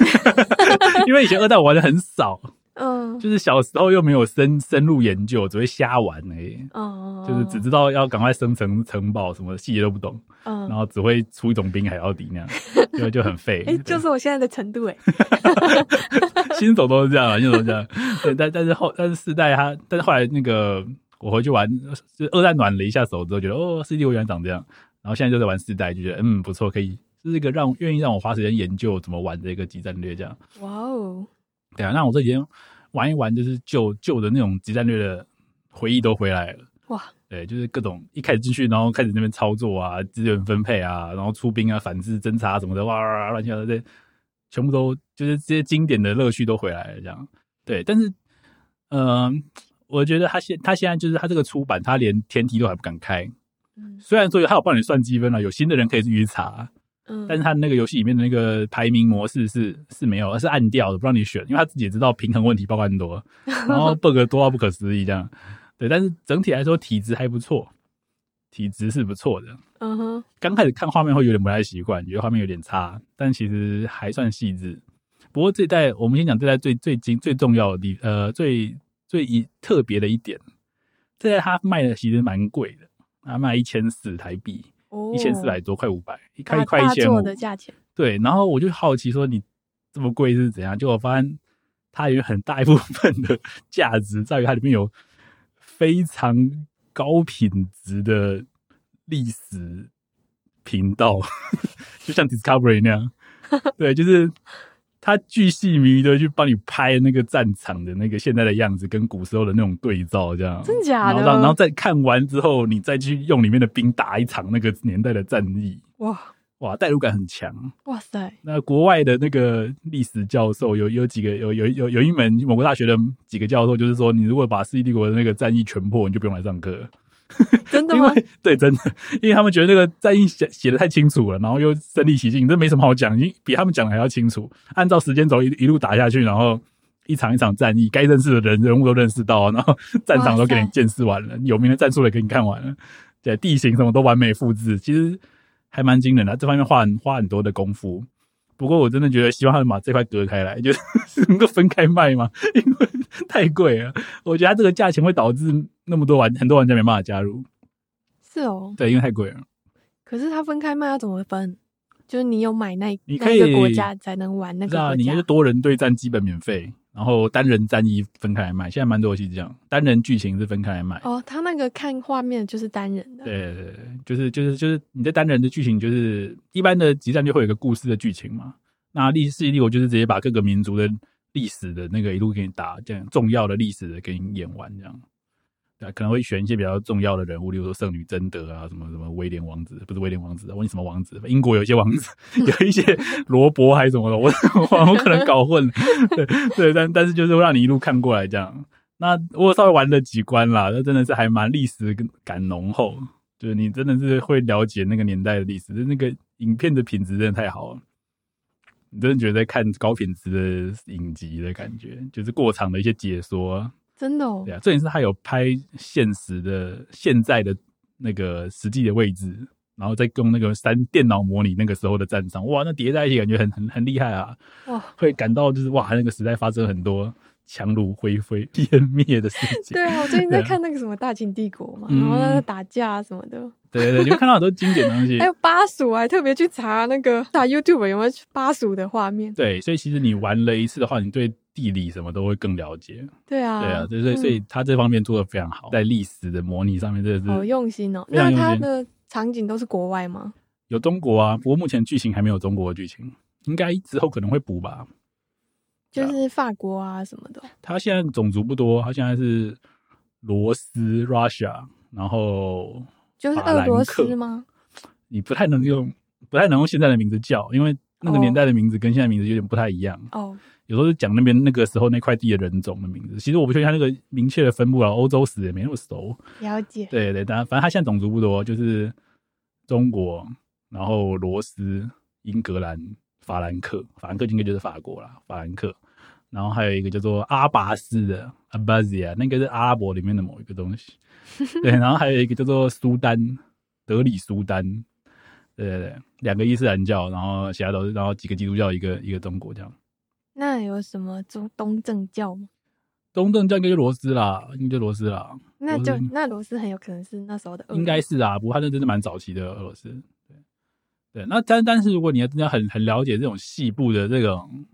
Speaker 2: 因为以前二代我玩的很少，
Speaker 1: 嗯，
Speaker 2: 就是小时候又没有深深入研究，只会瞎玩而已，
Speaker 1: 嗯，
Speaker 2: 就是只知道要赶快生成城堡，什么细节都不懂，
Speaker 1: 嗯，
Speaker 2: 然
Speaker 1: 嗯，
Speaker 2: 后只会出一种兵海奥迪那样，就就 很废。
Speaker 1: 哎、就是我现在的程 度哎、
Speaker 2: 新手都是这样啊，新手都是这样。对，但但是后但是四代它，但是后来那个我回去玩，就是二代暖了一下手之后，觉得哦，世纪我原来长这样。然后现在就在玩四代，就觉得嗯不错，可以这是一个让愿意让我花时间研究怎么玩的一个集战略这样。
Speaker 1: 哇哦，
Speaker 2: 对啊，那我这几天玩一玩，就是旧旧的那种集战略的回忆都回来了。
Speaker 1: 哇，
Speaker 2: 对，就是各种一开始进去，然后开始那边操作啊、资源分配啊，然后出兵啊、反制、侦察什么的，哇哇哇乱七八糟，这全部都就是这些经典的乐趣都回来了。这样，对，但是，嗯、我觉得他现他现在就是他这个出版，他连天梯都还不敢开。
Speaker 1: 嗯
Speaker 2: 虽然说有他有帮你算积分了，有新的人可以去查，
Speaker 1: 嗯，
Speaker 2: 但是他那个游戏里面的那个排名模式是是没有，而是按掉的，不让你选，因为他自己也知道平衡问题包括很多，然后 bug 多到不可思议这样。对，但是整体来说体质还不错，体质是不错的。
Speaker 1: 嗯哼，
Speaker 2: 刚开始看画面会有点不太习惯，觉得画面有点差，但其实还算细致。不过这代我们先讲这代最最精最重要的地，呃，最最一特别的一点，这代它卖的其实蛮贵的，它卖一千四台币，
Speaker 1: 哦，
Speaker 2: 一千四百多，快五百，一
Speaker 1: 大
Speaker 2: 开快一
Speaker 1: 大
Speaker 2: 千哦
Speaker 1: 作
Speaker 2: 五
Speaker 1: 的价钱，
Speaker 2: 对，然后我就好奇说你这么贵是怎样？结果发现它有很大一部分的价值在于它里面有非常高品质的历史频道， 就像 Discovery 那样。对，就是它巨细靡遗的去帮你拍那个战场的那个现在的样子跟古时候的那种对照，这样
Speaker 1: 真的假的
Speaker 2: 然后让然后再看完之后，你再去用里面的兵打一场那个年代的战役，
Speaker 1: 哇
Speaker 2: 哇，代入感很强。
Speaker 1: 哇 塞，
Speaker 2: 那国外的那个历史教授有有几个有有有有一门某个大学的几个教授，就是说你如果把世纪帝国的那个战役全破，你就不用来上课了，
Speaker 1: 真的
Speaker 2: 因
Speaker 1: 吗？
Speaker 2: 为 对真的，因为他们觉得那个战役写写的太清楚了，然后又身临其境，这没什么好讲，已经比他们讲的还要清楚。按照时间轴一一路打下去，然后一场一场战役，该认识的人人物都认识到，然后战场都给
Speaker 1: 哇
Speaker 2: 你
Speaker 1: 塞
Speaker 2: 见识完了，有名的战术也给你看完了，对地形什么都完美复制，其实还蛮惊人的。这方面花很花很多的功夫。不过我真的觉得，希望他们把这块隔开来，就是 能够分开卖嘛，因为太贵了。我觉得它这个价钱会导致那么多玩很多玩家没办法加入，
Speaker 1: 是哦，
Speaker 2: 对，因为太贵了。
Speaker 1: 可是它分开卖要怎么分？就是你有买那
Speaker 2: 你
Speaker 1: 那
Speaker 2: 可以
Speaker 1: 一个国家才能玩那
Speaker 2: 不
Speaker 1: 个
Speaker 2: 知道
Speaker 1: 国
Speaker 2: 你应该是
Speaker 1: 家，
Speaker 2: 多人对战基本免费，然后单人战役分开来卖。现在蛮多游戏这样，单人剧情是分开来卖。
Speaker 1: 哦，他那个看画面就是单人的，
Speaker 2: 对对对，就是就是就是你在单人的剧情，就是一般的集战就会有一个故事的剧情嘛。那历史历我就是直接把各个民族的历史的那个一路给你打，这样重要的历史的给你演完这样。对啊，可能会选一些比较重要的人物，例如说圣女贞德啊，什么什么威廉王子，不是威廉王子，我啊问你什么王子？英国有一些王子， 有一些罗伯还是什么的，我我我可能搞混了。对对，但但是就是会让你一路看过来这样。那我稍微玩了几关啦，那真的是还蛮历史感浓厚，就是你真的是会了解那个年代的历史，就是那个影片的品质真的太好了。你真的觉得在看高品质的影集的感觉，就是过场的一些解说啊，
Speaker 1: 真的哦
Speaker 2: 对，啊，重点是他有拍现实的现在的那个实际的位置，然后再用那个三电脑模拟那个时候的战场，哇，那叠在一起感觉很很很厉害啊，
Speaker 1: 哇，
Speaker 2: 会感到就是哇，那个时代发生很多强弩灰飞 烟灭的事情。
Speaker 1: 对啊，我最近在
Speaker 2: 对啊
Speaker 1: 看那个什么《大秦帝国》嘛，然
Speaker 2: 嗯
Speaker 1: 后在打架什么的，
Speaker 2: 对对对，你会看到很多经典的东西
Speaker 1: 还。有巴蜀，我还特别去查那个打 YouTube 有没有巴蜀的画面。
Speaker 2: 对，所以其实你玩了一次的话，你对地理什么都会更了解。
Speaker 1: 对啊，
Speaker 2: 对啊，对所以所以他这方面做的非常好，在历史的模拟上面真的
Speaker 1: 嗯好
Speaker 2: 是
Speaker 1: 用心哦。
Speaker 2: 非
Speaker 1: 那
Speaker 2: 常用心
Speaker 1: 它的场景都是国外吗？
Speaker 2: 有中国啊，不过目前剧情还没有中国的剧情，应该之后可能会补吧。
Speaker 1: 就是法国啊什么的，
Speaker 2: 他现在种族不多，他现在是罗斯 （Russia），然后
Speaker 1: 就是
Speaker 2: 法兰
Speaker 1: 俄罗
Speaker 2: 克
Speaker 1: 斯吗？
Speaker 2: 你不太能用，不太能用现在的名字叫，因为那个年代的名字跟现在名字有点不太一样。
Speaker 1: 哦，
Speaker 2: 有时候是讲那边那个时候那块地的人种的名字，其实我不确定他那个明确的分布啊了，欧洲史也没那么熟。
Speaker 1: 了解。
Speaker 2: 对对，当然，反正他现在种族不多，就是中国，然后罗斯、英格兰、法兰克，法兰克应该就是法国啦，法兰克，然后还有一个叫做阿拔斯的 Abazia，那个是阿拉伯里面的某一个东西。对，然后还有一个叫做苏丹，德里苏丹。对对对，两个伊斯兰教，然后其他都是，然后几个基督教，一个一个中国这样。
Speaker 1: 那有什么中东正教吗？
Speaker 2: 东正教应该就罗斯啦，应该就罗斯啦，
Speaker 1: 那
Speaker 2: 罗
Speaker 1: 就
Speaker 2: 斯
Speaker 1: 那罗斯很有可能是那时候的俄罗斯，
Speaker 2: 嗯
Speaker 1: 嗯
Speaker 2: 应该是啊，不过他那真的蛮早期的俄罗斯。对，对。那但但是如果你要真的很很了解这种细部的这种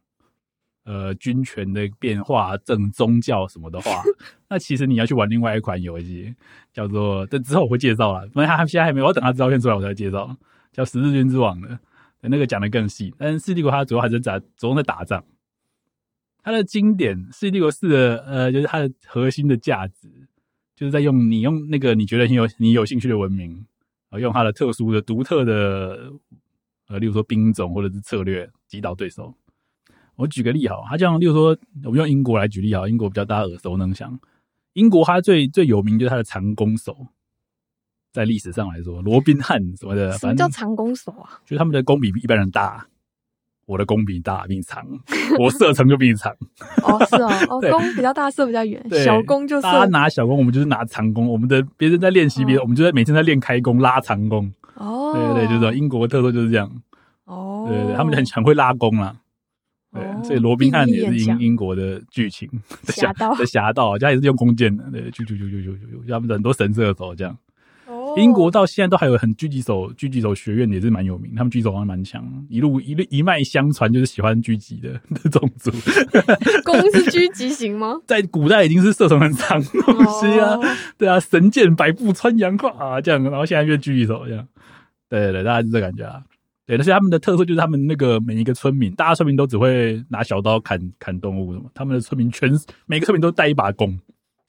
Speaker 2: 呃军权的变化、啊政宗教什么的话，那其实你要去玩另外一款游戏，叫做这之后我会介绍了，因为他现在还没有，我要等他照片出来我才会介绍，叫《十字军之王》的，对那个讲的更细。但是《世纪帝国》它主要还是在着重在打仗。它的经典《世纪帝国四》的呃，就是它的核心的价值，就是在用你用那个你觉得很有你有兴趣的文明，呃，用它的特殊的、独特的，呃，例如说兵种或者是策略击倒对手。我举个例好，它像例如说，我们用英国来举例好，英国比较大家耳熟能详。英国它最最有名就是它的长弓手，在历史上来说，罗宾汉什么的，
Speaker 1: 什么
Speaker 2: 反
Speaker 1: 叫
Speaker 2: 正
Speaker 1: 长弓手啊？
Speaker 2: 就是他们的弓比比一般人大，我的弓比你大，比你长，我射程就比你长。
Speaker 1: 哦，是 哦，哦，
Speaker 2: 对
Speaker 1: 弓比较大，射比较远，
Speaker 2: 对
Speaker 1: 小弓就是
Speaker 2: 大家拿小弓，我们就是拿长弓。我们的别人在练习别的，
Speaker 1: 嗯
Speaker 2: 我们就在每天在练开弓、拉长弓。
Speaker 1: 哦，
Speaker 2: 对对，就是这样英国的特色就是这样。
Speaker 1: 哦，
Speaker 2: 对对，他们很很会拉弓啦。对，
Speaker 1: 哦
Speaker 2: 所以罗宾汉也
Speaker 1: 臂力
Speaker 2: 是
Speaker 1: 很强
Speaker 2: 英英国的剧情的
Speaker 1: 侠盗
Speaker 2: 的侠盗，他也是用弓箭的。对，就就就就就就，他们的很多神射手这样。
Speaker 1: 哦
Speaker 2: 英国到现在都还有很狙击手，狙击手学院也是蛮有名，他们狙击手好像蛮强，一路一路一脉相传，就是喜欢狙击的的种族，？
Speaker 1: 弓是狙击型吗
Speaker 2: 在古代已经是射程很长的东西啊。
Speaker 1: 哦
Speaker 2: 对啊，神箭百步穿杨跨啊，这样，然后现在越狙一手这样，对对对，大概是这感觉啊。对，但是他们的特色就是他们那个每一个村民，大家村民都只会拿小刀砍砍动物什么，他们的村民全每个村民都带一把弓，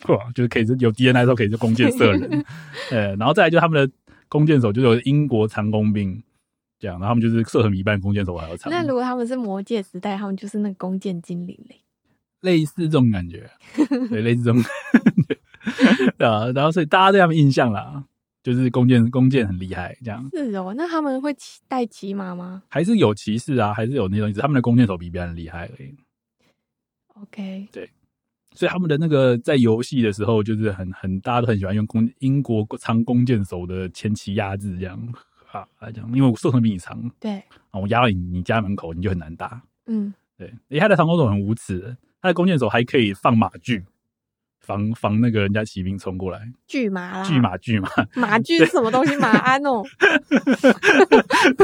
Speaker 2: 哇，就是可以是有敌人来的时候可以就弓箭射人，呃，然后再来就是他们的弓箭手就是有英国长弓兵这样，然后他们就是射程比一般弓箭手还要长，
Speaker 1: 那如果他们是魔界时代，他们就是那个弓箭精灵嘞。
Speaker 2: 类似这种感觉，对，类似这种感觉， 对啊，然后所以大家对他们印象啦，就是弓箭弓箭很厉害，这样
Speaker 1: 是哦，那他们会骑带骑马吗
Speaker 2: 还是有歧视啊，还是有那种，只是他们的弓箭手比别人厉害而已，
Speaker 1: ？OK，
Speaker 2: 所以他们的那个在游戏的时候，就是很很大家都很喜欢用弓英国长弓箭手的前期压制这样 啊，这样，因为我射程比你长
Speaker 1: 对，
Speaker 2: 啊，我压到你你家门口，你就很难打，
Speaker 1: 嗯，
Speaker 2: 对，诶，他的长弓手很无耻的，他的弓箭手还可以放马具，防防那个人家骑兵冲过来，
Speaker 1: 巨马啦，
Speaker 2: 巨，马巨马。
Speaker 1: 马具是什么东西？马鞍哦，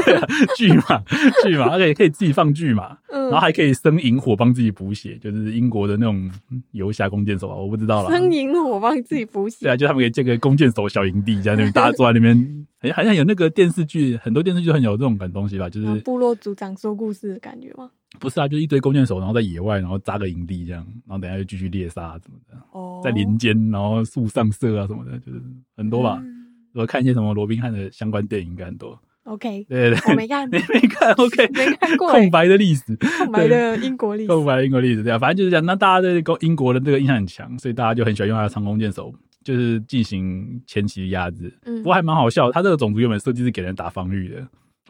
Speaker 2: 对啊， 巨马，巨马，而且可以自己放巨马，
Speaker 1: 嗯
Speaker 2: 然后，还可以生萤火帮自己补血，就是英国的那种嗯游侠弓箭手啊，我不知道啦。
Speaker 1: 生萤火哦帮自己补血
Speaker 2: 对啊，就他们可以建个弓箭手小营地，在那边大家坐在那边，哎好像好像有那个电视剧，很多电视剧都很有这种感东西吧，就
Speaker 1: 然后
Speaker 2: 是
Speaker 1: 部落族长说故事的感觉吗？
Speaker 2: 不是啊，就一堆弓箭手，然后在野外，然后扎个营地这样，然后等一下就继续猎杀啊什么的，
Speaker 1: 哦，
Speaker 2: 在林间，然后树上射啊什么的，就是很多吧。
Speaker 1: 嗯
Speaker 2: 我看一些什么罗宾汉的相关电影，应该很多。
Speaker 1: ？OK，
Speaker 2: 对对
Speaker 1: 我
Speaker 2: 对，
Speaker 1: 没看，
Speaker 2: 你没看？OK，
Speaker 1: 没看过欸
Speaker 2: 空白的历史。
Speaker 1: 空白的英国历史。
Speaker 2: 购买英国例子对啊，反正就是这样。那大家对英英国的这个印象很强，所以大家就很喜欢用他的长弓箭手，就是进行前期压制。
Speaker 1: 嗯
Speaker 2: 不过还蛮好笑，他这个种族原本设计是给人打防御的，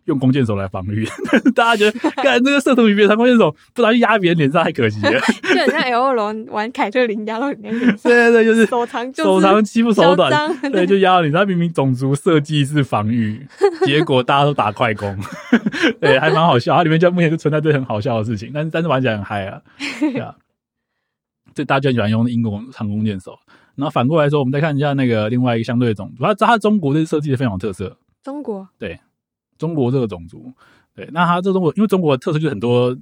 Speaker 2: 用弓箭手来防御。但是大家觉得，干这个射程比别人长弓箭手，不然去压别人脸上太可惜了。
Speaker 1: 就很像 L 龙玩凯特琳压到你那个手
Speaker 2: 对对对，就是
Speaker 1: 手长就是
Speaker 2: 手长欺负手短
Speaker 1: 嚣 张，
Speaker 2: 对，就压到你。他明明种族设计是防御，结果大家都打快攻， 对，还蛮好笑。它里面就目前就存在这很好笑的事情，但是但是玩起来很嗨啊，对啊。所以大家就很喜欢用英国长弓箭手。然后反过来说，我们再看一下那个另外一个相对的种族，它它中国这设计的非常有特色，
Speaker 1: 中国
Speaker 2: 中国这个种族，对，那它这中国因为中国的特色就是很多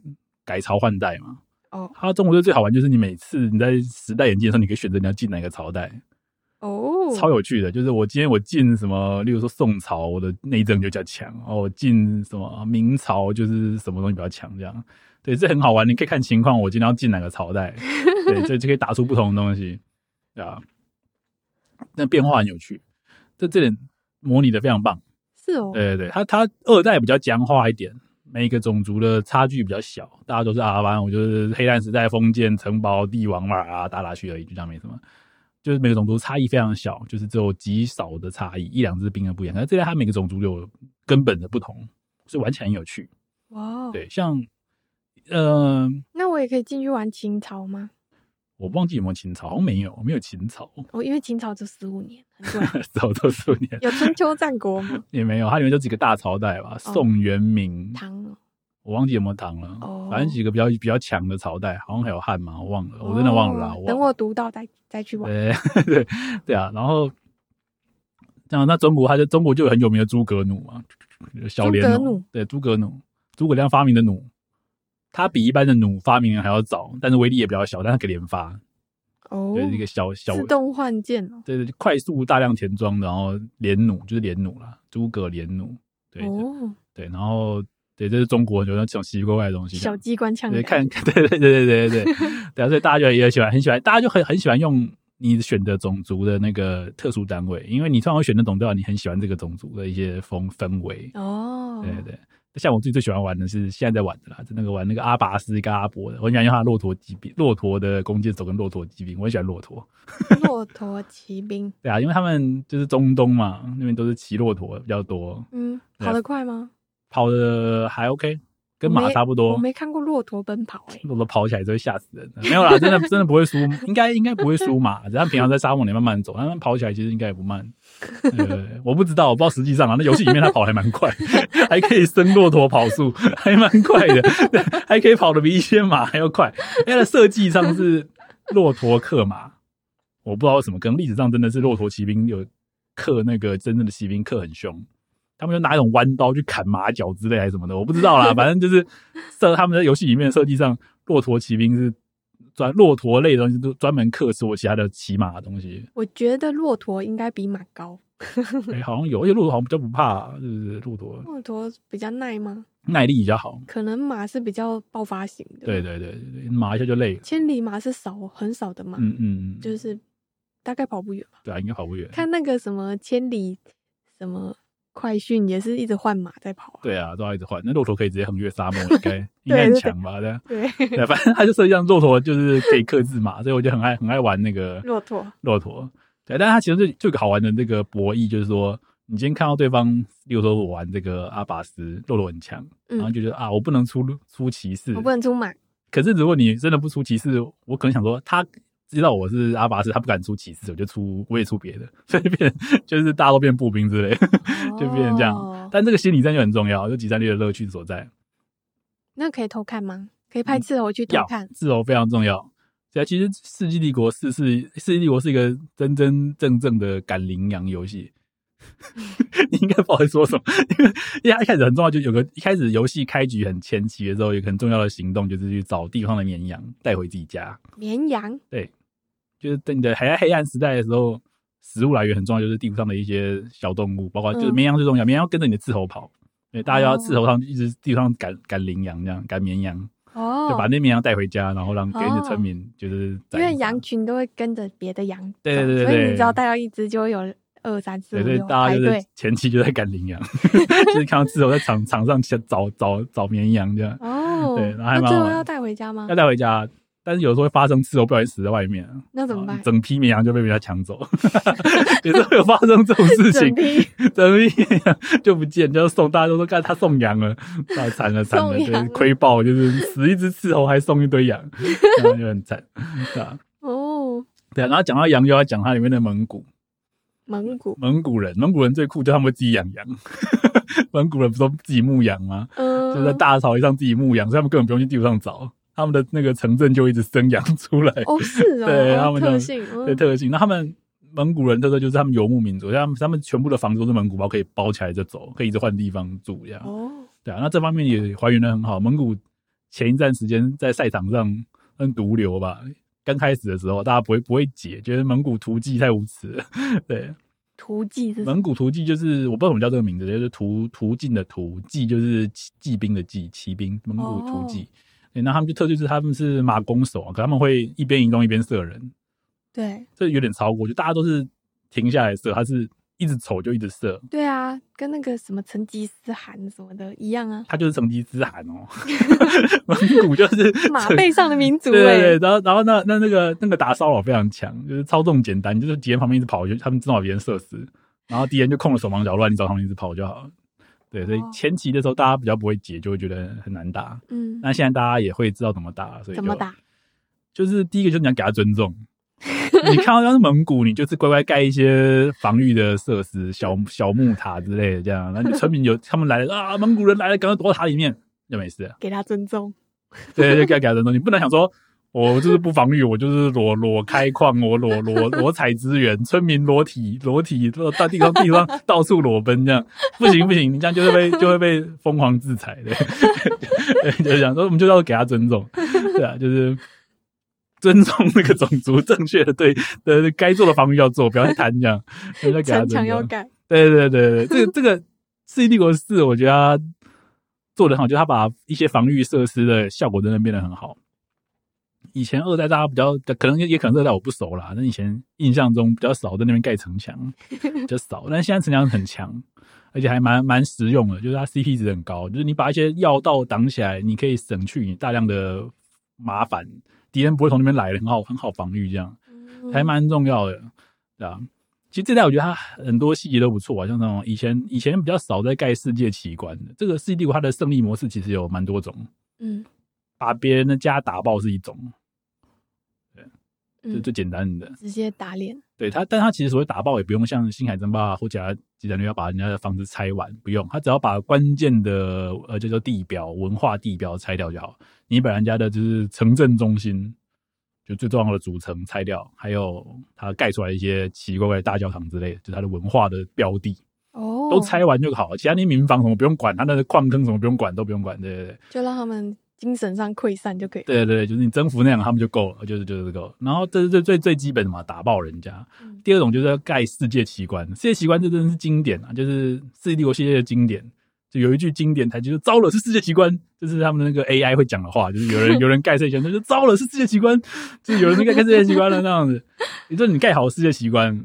Speaker 2: 改朝换代嘛，
Speaker 1: 哦
Speaker 2: 它中国最最好玩就是你每次你在时代演进的时候，你可以选择你要进哪个朝代。
Speaker 1: 哦，
Speaker 2: 超有趣的。就是我今天我进什么，例如说宋朝，我的内政就比较强；哦，我进什么明朝，就是什么东西比较强，这样。对，这很好玩，你可以看情况，我今天要进哪个朝代，对，这就可以打出不同的东西，对啊。那变化很有趣，这这点模拟的非常棒。
Speaker 1: 是哦，
Speaker 2: 对对对，他他二代比较僵化一点，每个种族的差距比较小，大家都是阿班，我就是黑暗时代封建城堡帝王嘛啊，打打去而已，就这样没什么。就是每个种族差异非常小，就是只有极少的差异，一两只兵的不一样。但这代它每个种族有根本的不同，所以玩起来很有趣。
Speaker 1: 哇哦，
Speaker 2: 对，像呃，
Speaker 1: 那我也可以进去玩秦朝吗？
Speaker 2: 我忘记有没有秦朝，好像没有，没有秦朝，
Speaker 1: 我、哦因为秦朝只有十五年，很短。
Speaker 2: 早都十五年
Speaker 1: 有春秋战国 吗？
Speaker 2: 也没有，它里面就几个大朝代吧，宋、元、明、
Speaker 1: 哦唐哦，
Speaker 2: 我忘记有没有唐了，
Speaker 1: 哦
Speaker 2: 反正几个比较比较强的朝代，好像还有汉嘛，我忘了，我真的忘了啦。
Speaker 1: 哦
Speaker 2: 我
Speaker 1: 等我读到再再去玩。
Speaker 2: 对 对对啊，然后这样，那中国它就中国就有很有名的诸葛弩嘛，小连
Speaker 1: 诸葛弩
Speaker 2: 对诸葛弩，诸葛亮发明的弩，它比一般的弩发明人还要早，但是威力也比较小，但它可以连发，
Speaker 1: 哦，
Speaker 2: 就是一个小小
Speaker 1: 自动换件哦。
Speaker 2: 对对，就快速大量填装，然后连弩就是连弩啦，诸葛连弩，对、
Speaker 1: 哦，
Speaker 2: 对，然后对，这是中国有那种奇奇怪怪的东西，
Speaker 1: 小机关枪的
Speaker 2: 对，
Speaker 1: 感
Speaker 2: 看，
Speaker 1: 觉，
Speaker 2: 对对对对对对对，对啊，所以大家就也喜欢，很喜欢，大家就很很喜欢用你选的种族的那个特殊单位，因为你通常会选那种代表你很喜欢这个种族的一些风氛围。
Speaker 1: 哦，
Speaker 2: 对对对，像我自己最喜欢玩的是现在在玩的啦，就那个玩那个阿拔斯跟阿伯的，我很喜欢用他的骆驼骑兵，骆驼的弓箭手跟骆驼骑兵，我很喜欢骆驼。
Speaker 1: 骆驼骑兵，
Speaker 2: 对啊，因为他们就是中东嘛，那边都是骑骆驼比较多，
Speaker 1: 嗯，
Speaker 2: 对
Speaker 1: 跑得快吗？
Speaker 2: 跑的还 OK，跟
Speaker 1: 我
Speaker 2: 马
Speaker 1: 没
Speaker 2: 差不
Speaker 1: 我
Speaker 2: 多。
Speaker 1: 没看过骆驼奔跑欸诶。
Speaker 2: 骆驼跑起来就会吓死人的。没有啦，真的真的不会输，应该应该不会输马。只要平常在沙漠里慢慢走，他们跑起来其实应该也不慢。呃，我不知道，我不知道实际上啊，那游戏里面他跑还蛮快，还可以升骆驼跑速，还蛮快的，对还可以跑得比一些马还要快。因为它的设计上是骆驼克马，我不知道为什么，可能历史上真的是骆驼骑兵有克那个真正的骑兵克很凶，他们就拿一种弯刀去砍马脚之类还是什么的，我不知道 啦。反正就是设他们在游戏里面的设计上，骆驼骑兵是专骆驼类的东西都专门克所有其他的骑马的
Speaker 1: 。
Speaker 2: 东西
Speaker 1: 我觉得骆驼应该比马高，
Speaker 2: 哎、好像有，而且骆驼好像比较不怕，是不是？骆驼
Speaker 1: 骆驼比较耐吗？
Speaker 2: 耐力比较好。
Speaker 1: 可能马是比较爆发型的。
Speaker 2: 对，对对对对，马一下就累了。
Speaker 1: 千里马是少很少的马，
Speaker 2: 嗯嗯，嗯，
Speaker 1: 就是大概跑不远吧。
Speaker 2: 对啊，应该跑不远。
Speaker 1: 看那个什么千里什么快讯，也是一直换马在跑啊。
Speaker 2: 对啊，都要一直换。那骆驼可以直接横越沙漠，应该应该很强 吧？对啊，
Speaker 1: 对，
Speaker 2: 对，反正它就设计让骆驼就是可以克制马，所以我就很爱很爱玩那个
Speaker 1: 骆驼
Speaker 2: 骆驼。对，但是它其实最最好玩的这个博弈就是说，你今天看到对方，例如说我玩这个阿拔斯，骆驼很强，
Speaker 1: 嗯
Speaker 2: 然后就觉得啊，我不能出出骑士
Speaker 1: 我，不能出马，
Speaker 2: 可是如果你真的不出骑士，我可能想说他。知道我是阿拔斯，他不敢出骑士，我就出，我也出别的，所以变就是大家都变步兵之类的， 就变成这样
Speaker 1: 哦
Speaker 2: 但这个心理战就很重要，就集战力的乐趣所在。
Speaker 1: 那可以偷看吗？可以派斥候去偷
Speaker 2: 嗯要
Speaker 1: 看？
Speaker 2: 自由非常重要。对啊，其实《世纪帝国四》是《世纪帝国》是一个真真正正的赶羚羊游戏。 你应该不好意思说什么，因为因为它一开始很重要，就有个一开始游戏开局很前期的时候，有个很重要的行动就是去找地方的绵羊带回自己家。
Speaker 1: 绵羊
Speaker 2: 就是在你的还在黑暗时代的时候，食物来源很重要，就是地图上的一些小动物，包括就是
Speaker 1: 嗯
Speaker 2: 绵羊最重要，绵羊要跟着你的斥候跑，对，大家要
Speaker 1: 哦
Speaker 2: 斥候上一直地图上赶赶羚羊这样赶绵羊。
Speaker 1: 哦，
Speaker 2: 就把那绵羊带回家，然后让给你的
Speaker 1: 哦
Speaker 2: 村民就是宰
Speaker 1: 因
Speaker 2: 杀
Speaker 1: 为羊群都会跟着别的羊走，
Speaker 2: 对对对
Speaker 1: 所以你
Speaker 2: 对
Speaker 1: 只要带到一只，就会有二三四
Speaker 2: 对
Speaker 1: 五
Speaker 2: 所以
Speaker 1: 六
Speaker 2: 大
Speaker 1: 排
Speaker 2: 家就是
Speaker 1: 队
Speaker 2: 前期就在 赶羚羊， 就是看到自由在场场上想找找找绵羊这样，
Speaker 1: 哦。
Speaker 2: 对然后还
Speaker 1: 那
Speaker 2: 蛮
Speaker 1: 最
Speaker 2: 好
Speaker 1: 后
Speaker 2: 玩
Speaker 1: 要带回家吗
Speaker 2: 要？带回家。但是有时候会发生自由不小心死在外面，
Speaker 1: 那怎么
Speaker 2: 然
Speaker 1: 办
Speaker 2: 后？整批绵羊就被人家抢 走，也是会有发生这种事情
Speaker 1: 整， 批
Speaker 2: 整批绵羊就不见，就送，大家都说干他送羊了，啊惨了惨了，
Speaker 1: 送
Speaker 2: 就
Speaker 1: 羊了
Speaker 2: 是亏爆，就是死一只刺头还送一堆羊， 然后就很惨， 对啊，
Speaker 1: 哦，
Speaker 2: 对啊，然后讲到羊就要讲它里面的蒙古，
Speaker 1: 蒙古，
Speaker 2: 蒙古人，蒙古人最酷，就他们会自己养羊。 蒙古人不是都自己牧羊吗？
Speaker 1: 嗯，
Speaker 2: 就在大草原上自己牧羊，所以他们根本不用去地图上找，他们的那个城镇就一直生羊出来。
Speaker 1: 哦是哦，
Speaker 2: 对
Speaker 1: 哦
Speaker 2: 他们这
Speaker 1: 特
Speaker 2: 样
Speaker 1: 性，
Speaker 2: 对
Speaker 1: 嗯
Speaker 2: 特性，那他们蒙古人特色就是他们游牧民族，他们他们全部的房子都是蒙古包，可以包起来就走，可以一直换地方住这样。
Speaker 1: 哦，
Speaker 2: 对啊，那这方面也还原的很好。蒙古前一段时间在赛场上很毒瘤吧，刚开始的时候，大家不会不会解，觉得蒙古图记太无耻 了。对，
Speaker 1: 图记是什么
Speaker 2: 蒙古图记就是我不知道怎么叫这个名字，就是途途径的途，骑就是骑骑兵的骑，骑兵蒙古图记。
Speaker 1: 哦
Speaker 2: 对，那他们就特就是他们是马弓手啊，可他们会一边移动一边射人，
Speaker 1: 对
Speaker 2: 这有点超过，就大家都是停下来射，他是一直瞅就一直射，
Speaker 1: 对啊，跟那个什么成吉思汗什么的一样 啊，
Speaker 2: 他就是成吉思汗 哦，蒙古就是
Speaker 1: 马背上的民族
Speaker 2: 对
Speaker 1: 哎、
Speaker 2: 对对，然后然后那那那个那个打骚扰非常强，就是操纵简单，就是敌人旁边一直跑，就他们正好把别人射死，然后敌人就空了手忙脚乱，你找他们一直跑就好了。对，所以
Speaker 1: 哦
Speaker 2: 前期的时候大家比较不会解，就会觉得很难打。
Speaker 1: 嗯，
Speaker 2: 那现在大家也会知道怎么打，所以就
Speaker 1: 怎么打？
Speaker 2: 就是第一个就是你要给他尊重。你看到要是蒙古，你就是乖乖盖一些防御的设施，小小木塔之类的，这样。然后你村民有他们来了啊，蒙古人来了，赶快躲到塔里面，就没事了。
Speaker 1: 给他尊重，
Speaker 2: 对，就该改的东西，不能想说我就是不防御，我就是裸裸开矿，我裸裸裸采资源，村民裸体裸体到地方地方到处裸奔这样，不行不行，你这样就会被就会被疯狂制裁的。 对，就是想说我们就要给他尊重，对啊，就是。尊重那个种族，正确的对呃该做的防御要做，不要去贪这样，就要给他
Speaker 1: 城
Speaker 2: 尊重。
Speaker 1: 墙要盖，
Speaker 2: 对对对对，这个这个《世纪帝国四》，我觉得它做的很好，就它把一些防御设施的效果真的变得很好。以前二代大家比较，可能也可能二代我不熟啦，但以前印象中比较少在那边盖城墙，比较少。但现在城墙很强，而且还蛮蛮实用的，就是它 CP 值很高，就是你把一些要道挡起来，你可以省去你大量的麻烦，敌人不会从那边来，很好很好防御这样。
Speaker 1: 嗯
Speaker 2: 还蛮重要的，对啊。其实这代我觉得它很多细节都不错啊，像那种以前以前比较少在盖世界奇观的，这个世纪帝国它的胜利模式其实有蛮多种，
Speaker 1: 嗯
Speaker 2: 把别人的家打爆是一种，就
Speaker 1: 嗯
Speaker 2: 最，简单的。
Speaker 1: 直接打脸，
Speaker 2: 对它，但它其实所谓打爆也不用像星海争霸啊或者集战略要把人家的房子拆完，不用，它只要把关键的呃叫做地标、文化地标拆掉就好。你把人家的就是城镇中心，就最重要的主城拆掉，还有它盖出来一些奇奇怪怪的大教堂之类的，就是它的文化的标的，
Speaker 1: 哦，
Speaker 2: 都拆完就好了。其他那些民房什么不用管，它那个矿坑什么不用管，都不用管。对对对。
Speaker 1: 就让他们精神上溃散就可以。
Speaker 2: 对对对，就是你征服那样，他们就够了，就是就是够了。然后这是最最最基本的嘛，打爆人家。
Speaker 1: 嗯
Speaker 2: 第二种就是要盖世界奇观，世界奇观这真的是经典啊，就是《世界帝国》系列的经典。就有一句经典台词，就是“糟了，是世界奇观”，就是他们的那个 AI 会讲的话，就是有 人有人盖世界奇观，就是“糟了，是世界奇观”，就是有人在盖世界奇观了那样子。你说你盖好世界奇观，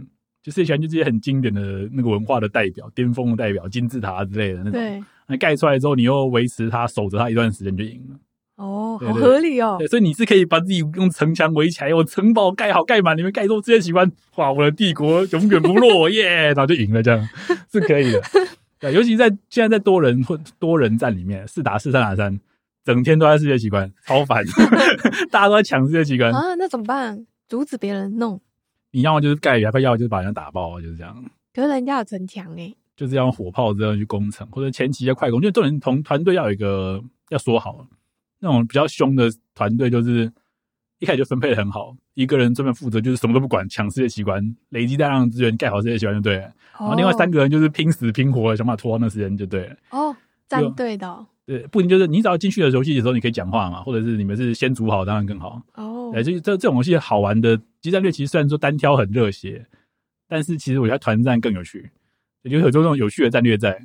Speaker 2: 就世界奇观就是一些很经典的那个文化的代表、巅峰的代表、金字塔之类的那种。
Speaker 1: 对，
Speaker 2: 那盖出来之后，你又维持它、守着它一段时间，你就赢了。
Speaker 1: 哦，
Speaker 2: 对
Speaker 1: 好
Speaker 2: 对
Speaker 1: 合理哦
Speaker 2: 对，，所以你是可以把自己用城墙围起来，用城堡盖好盖满，你们盖住这些奇观，哇，我的帝国永远不落耶，然后就赢了，这样是可以的。对，尤其在现在在多人或多人战里面，四打四、三打三，整天都在世界奇观，超烦，大家都在抢世界奇观。
Speaker 1: 啊，那怎么办？阻止别人弄，
Speaker 2: 你要么就是盖，要不要就是把人家打爆，就是这样。
Speaker 1: 可是人家有城墙哎，
Speaker 2: 就是要用火炮这样去攻城，或者前期要快攻。就重点同团队要有一个要说好，那种比较凶的团队就是一开始就分配的很好，一个人专门负责就是什么都不管，抢世界奇观，累积大量资源盖好世界奇观就对了。然
Speaker 1: 哦
Speaker 2: 后，啊另外三个人就是拼死拼活想办法拖到那时间就对了。
Speaker 1: 哦，
Speaker 2: 就
Speaker 1: 站队的哦
Speaker 2: 对，不仅就是你只要进去的游戏的时候，你可以讲话嘛，或者是你们是先组好，当然更好。
Speaker 1: 哦
Speaker 2: 哎，，这这这种游戏好玩的即战略，其实虽然说单挑很热血，但是其实我觉得团战更有趣，也就是有这种有趣的战略在，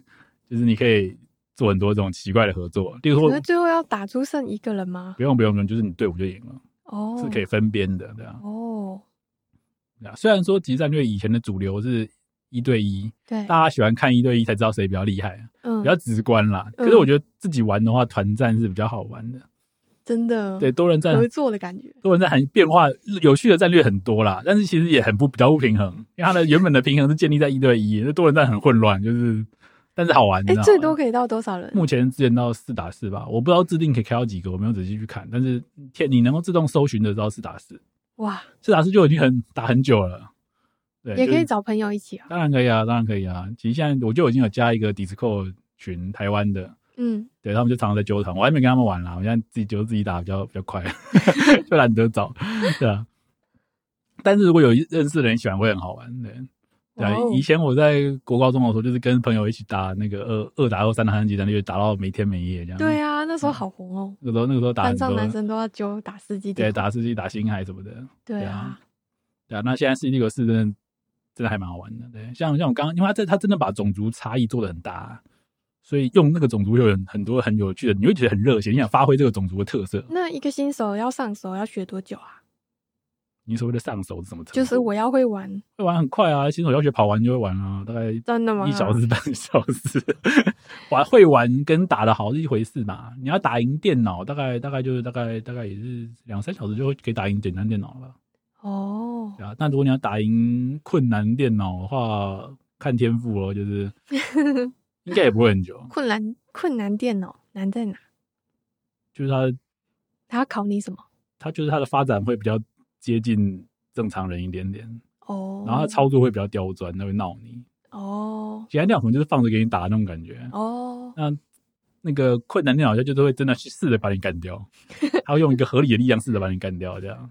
Speaker 2: 就是你可以做很多这种奇怪的合作，例如
Speaker 1: 可
Speaker 2: 说
Speaker 1: 是最后要打出剩一个人吗？
Speaker 2: 不用不用不用，就是你队伍就赢了，
Speaker 1: 哦，
Speaker 2: 是可以分边的，对啊。
Speaker 1: 哦，
Speaker 2: 对啊虽然说即战略以前的主流是一对一，
Speaker 1: 对，
Speaker 2: 大家喜欢看一对一才知道谁比较厉害，
Speaker 1: 嗯
Speaker 2: 比，较直观啦。可是我觉得自己玩的话，团战是比较好玩的，
Speaker 1: 真的
Speaker 2: 对，多人战
Speaker 1: 嗯合作的感觉，
Speaker 2: 多人在很变化有趣的战略很多啦，但是其实也很不比较不平衡，因为它的原本的平衡是建立在一对一，那多人战很混乱，就是但是好玩。你
Speaker 1: 哎
Speaker 2: 知道，吗嗯
Speaker 1: 最多可以到多少人？
Speaker 2: 目前支援到四打四吧，我不知道制定可以开到几个，我没有仔细去看，但是天你能够自动搜寻的到四打四，
Speaker 1: 哇，
Speaker 2: 四打四就已经很打很久了，对，
Speaker 1: 也可
Speaker 2: 就是
Speaker 1: 以找朋友一起啊，
Speaker 2: 当然可以啊，当然可以啊，其实现在我就已经有加一个 Discord 群台湾的，
Speaker 1: 嗯，
Speaker 2: 对他们就常常在纠团，我还没跟他们玩啦，我现在自己就自己打比较比较快， 就 懒得找，对啊。但是如果有认识的人喜欢，会很好玩，对。对啊
Speaker 1: 哇哦，
Speaker 2: 以前我在国高中的时候，就是跟朋友一起打那个二二打二、三打三级战略，打到没天没夜这样。
Speaker 1: 对，啊，那时候好红哦，
Speaker 2: 那个时候那个时候嗯打很
Speaker 1: 班上男
Speaker 2: 多，
Speaker 1: 生都要揪打司机
Speaker 2: 对，打世纪、打星海什么的。
Speaker 1: 对
Speaker 2: 对
Speaker 1: 啊
Speaker 2: 啊，对啊，那现在《世纪帝国四》真的真的还蛮好玩的。对，像像我刚刚，因为他这他真的把种族差异做的很大，啊所以用那个种族有很很多很有趣的，你会觉得很热血，你想发挥这个种族的特色。
Speaker 1: 那一个新手要上手要学多久啊？
Speaker 2: 你所谓的上手是什么程度？
Speaker 1: 就是我要会玩，
Speaker 2: 会玩很快啊，新手要学跑完就会玩啊，大概
Speaker 1: 真的吗？
Speaker 2: 一小时半小时，玩会玩跟打的好是一回事嘛。你要打赢电脑，大概大概就是大概大概也是两三小时就会可以打赢简单电脑了。
Speaker 1: 哦，
Speaker 2: 对啊，那如果你要打赢困难电脑的话，看天赋咯，就是 应该也不会很久，
Speaker 1: 困难困难电脑难在哪？
Speaker 2: 就是它
Speaker 1: 他要考你什么？
Speaker 2: 它就是它的发展会比较接近正常人一点点，
Speaker 1: 哦，
Speaker 2: 然后它操作会比较刁钻，它会闹你。
Speaker 1: 哦
Speaker 2: 简单电脑可能就是放着给你打的那种感觉，
Speaker 1: 哦
Speaker 2: 那那个困难电脑家就是会真的去试着把你干 掉，他会用一个合理的力量试着把你干掉，这样。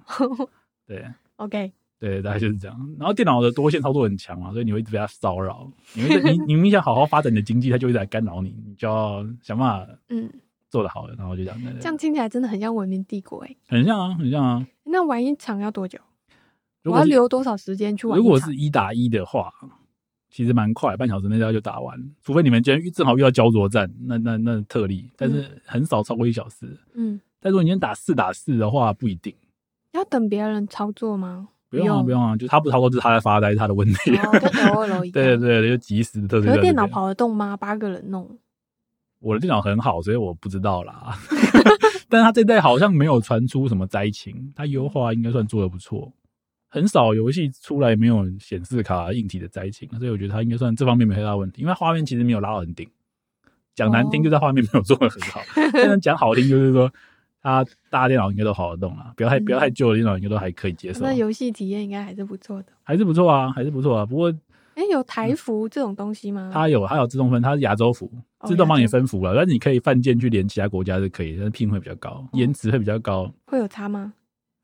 Speaker 2: 对
Speaker 1: ，OK，
Speaker 2: 对，大概就是这样。然后电脑的多线操作很强嘛，所以你会一直被它骚扰。你会你 你你想好好发展你的经济，它就会来干扰你，你就要想办法
Speaker 1: 嗯，
Speaker 2: 做得好，然后就这样。对对
Speaker 1: 这样听起来真的很像《文明帝国》哎。
Speaker 2: 很像啊，很像啊。
Speaker 1: 那玩一场要多久？
Speaker 2: 如
Speaker 1: 我
Speaker 2: 果
Speaker 1: 要
Speaker 2: 是
Speaker 1: 留多少时间去玩一
Speaker 2: 如果
Speaker 1: 场
Speaker 2: 是一打一的话，其实蛮快，半小时内大家就打完。除非你们今天正好遇到焦灼战，那那那特例，但是很少超过一小时。
Speaker 1: 嗯，
Speaker 2: 但如果你今天打四打四的话，不一定。
Speaker 1: 要等别人操作 吗？
Speaker 2: 不用啊，
Speaker 1: 用
Speaker 2: 不用啊，就是他不操作，就是他在发呆，是他的问 题。
Speaker 1: 哦，跟 LOL 一样。
Speaker 2: 对对对，就及时的特质。
Speaker 1: 可是电脑，跑得动吗？八个人弄，
Speaker 2: 我的电脑很好，所以我不知道啦。 但是他这代好像没有传出什么灾情，他优化应该算做的不错。很少游戏出来没有显示卡硬体的灾情，所以我觉得他应该算这方面没太大问题，因为画面其实没有拉到很顶。讲难听
Speaker 1: 哦
Speaker 2: 就在画面没有做的很好，但是讲好听就是说，他大家电脑应该都好得动啊啦，不要太、不要太旧的电脑应该都还可以接受，啊
Speaker 1: 那游戏体验应该还是不错的。
Speaker 2: 还是不错啊，还是不错啊。不过
Speaker 1: 哎，有台服这种东西吗？
Speaker 2: 嗯它有它有自动分，它是亚洲服，
Speaker 1: 哦
Speaker 2: 自动帮你
Speaker 1: 亚洲
Speaker 2: 分服啊了。但是你可以犯贱去连其他国家是可以，但是聘会比较
Speaker 1: 哦
Speaker 2: 高，延迟会比较高。
Speaker 1: 会有差吗？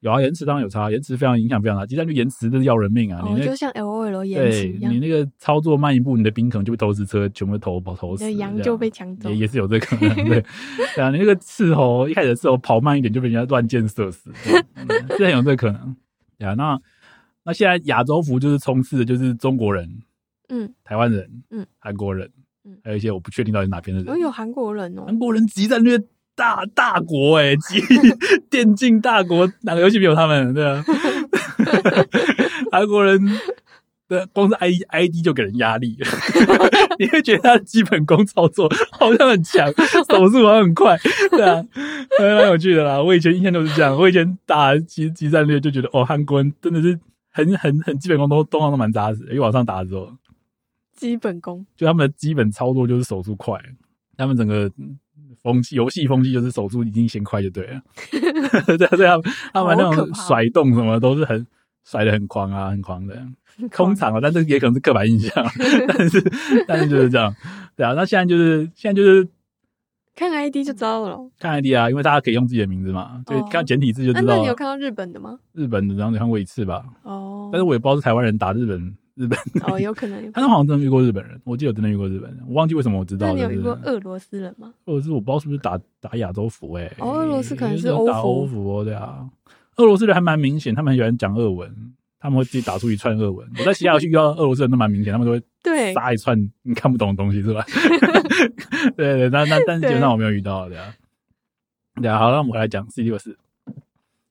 Speaker 2: 有啊，延迟当然有差，延迟非常影响非常大。鸡蛋就延迟这是要人命啊！
Speaker 1: 哦
Speaker 2: 你，那
Speaker 1: 就像 LOL 延迟
Speaker 2: 对
Speaker 1: 一样
Speaker 2: 你，那个操作慢一步，你的宾可能就被投石车全部投投
Speaker 1: 你
Speaker 2: 死
Speaker 1: 的
Speaker 2: 这样，
Speaker 1: 羊就被抢走
Speaker 2: 也。也是有这个可 能。对，对啊，你那个斥候一开始的斥候跑慢一点就被人家乱箭射死，对嗯是很有这个可能。对啊，那那现在亚洲服就是充斥的就是中国人，
Speaker 1: 嗯，
Speaker 2: 台湾人，
Speaker 1: 嗯，
Speaker 2: 韩国人，
Speaker 1: 嗯
Speaker 2: 还有一些我不确定到底是哪边的
Speaker 1: 我
Speaker 2: 人。
Speaker 1: 有韩国人哦，
Speaker 2: 韩国人集战略大大国哎、欸，集电竞大国，哪个游戏没有他们？对啊，韩国人的光是 I I D 就给人压 力，你会觉得他的基本功操作好像很强，手速好像很快，对啊，还蛮有趣的啦。我以前印象都是这样，我以前打集集战略就觉得哦，韩国人真的是很很很基本功都通常都蛮扎实的，因为往上打的时候。
Speaker 1: 基本功。
Speaker 2: 就他们的基本操作就是手速快，他们整个嗯风气游戏风气就是手速一定先快就对 了。对对啊，他们那
Speaker 1: 好可
Speaker 2: 种
Speaker 1: 怕
Speaker 2: 甩动什么都是很甩的很狂啊，很狂的。通常啊，但这也可能是刻板印象， 但是但是就是这样。对啊，那现在就是现在就是
Speaker 1: 看 ID 就知道了咯。
Speaker 2: 看 ID 啊，因为大家可以用自己的名字嘛，对，
Speaker 1: 哦
Speaker 2: 看简体字就
Speaker 1: 啊
Speaker 2: 知
Speaker 1: 那
Speaker 2: 道
Speaker 1: 你有
Speaker 2: 了。
Speaker 1: 看到日本的吗？
Speaker 2: 日本的，然后你看过一次吧，
Speaker 1: 哦，
Speaker 2: 但是我也不知道是台湾人打日本日本，
Speaker 1: 哦，有可能有可
Speaker 2: 他
Speaker 1: 能。
Speaker 2: 好像真的遇过日本人，我记得有真的遇过日本人，我忘记为什么我知
Speaker 1: 那
Speaker 2: 道。
Speaker 1: 你有
Speaker 2: 就
Speaker 1: 遇
Speaker 2: 是
Speaker 1: 过俄罗斯人吗？
Speaker 2: 俄罗斯我不知道是不是打打亚洲服哎、欸，
Speaker 1: 哦俄罗斯可能是
Speaker 2: 有时候打
Speaker 1: 欧服
Speaker 2: 欧服哦，对啊，俄罗斯人还蛮明显，他们很喜欢讲俄文，他们会自己打出一串俄文。我在其 他游戏遇到俄罗斯人都蛮明显，他们都会
Speaker 1: 对，
Speaker 2: 撒一串你看不懂的东西 是吧？对对，那那但是基本上我没有遇到对啊。对啊，好，那我们回来讲 C 六四。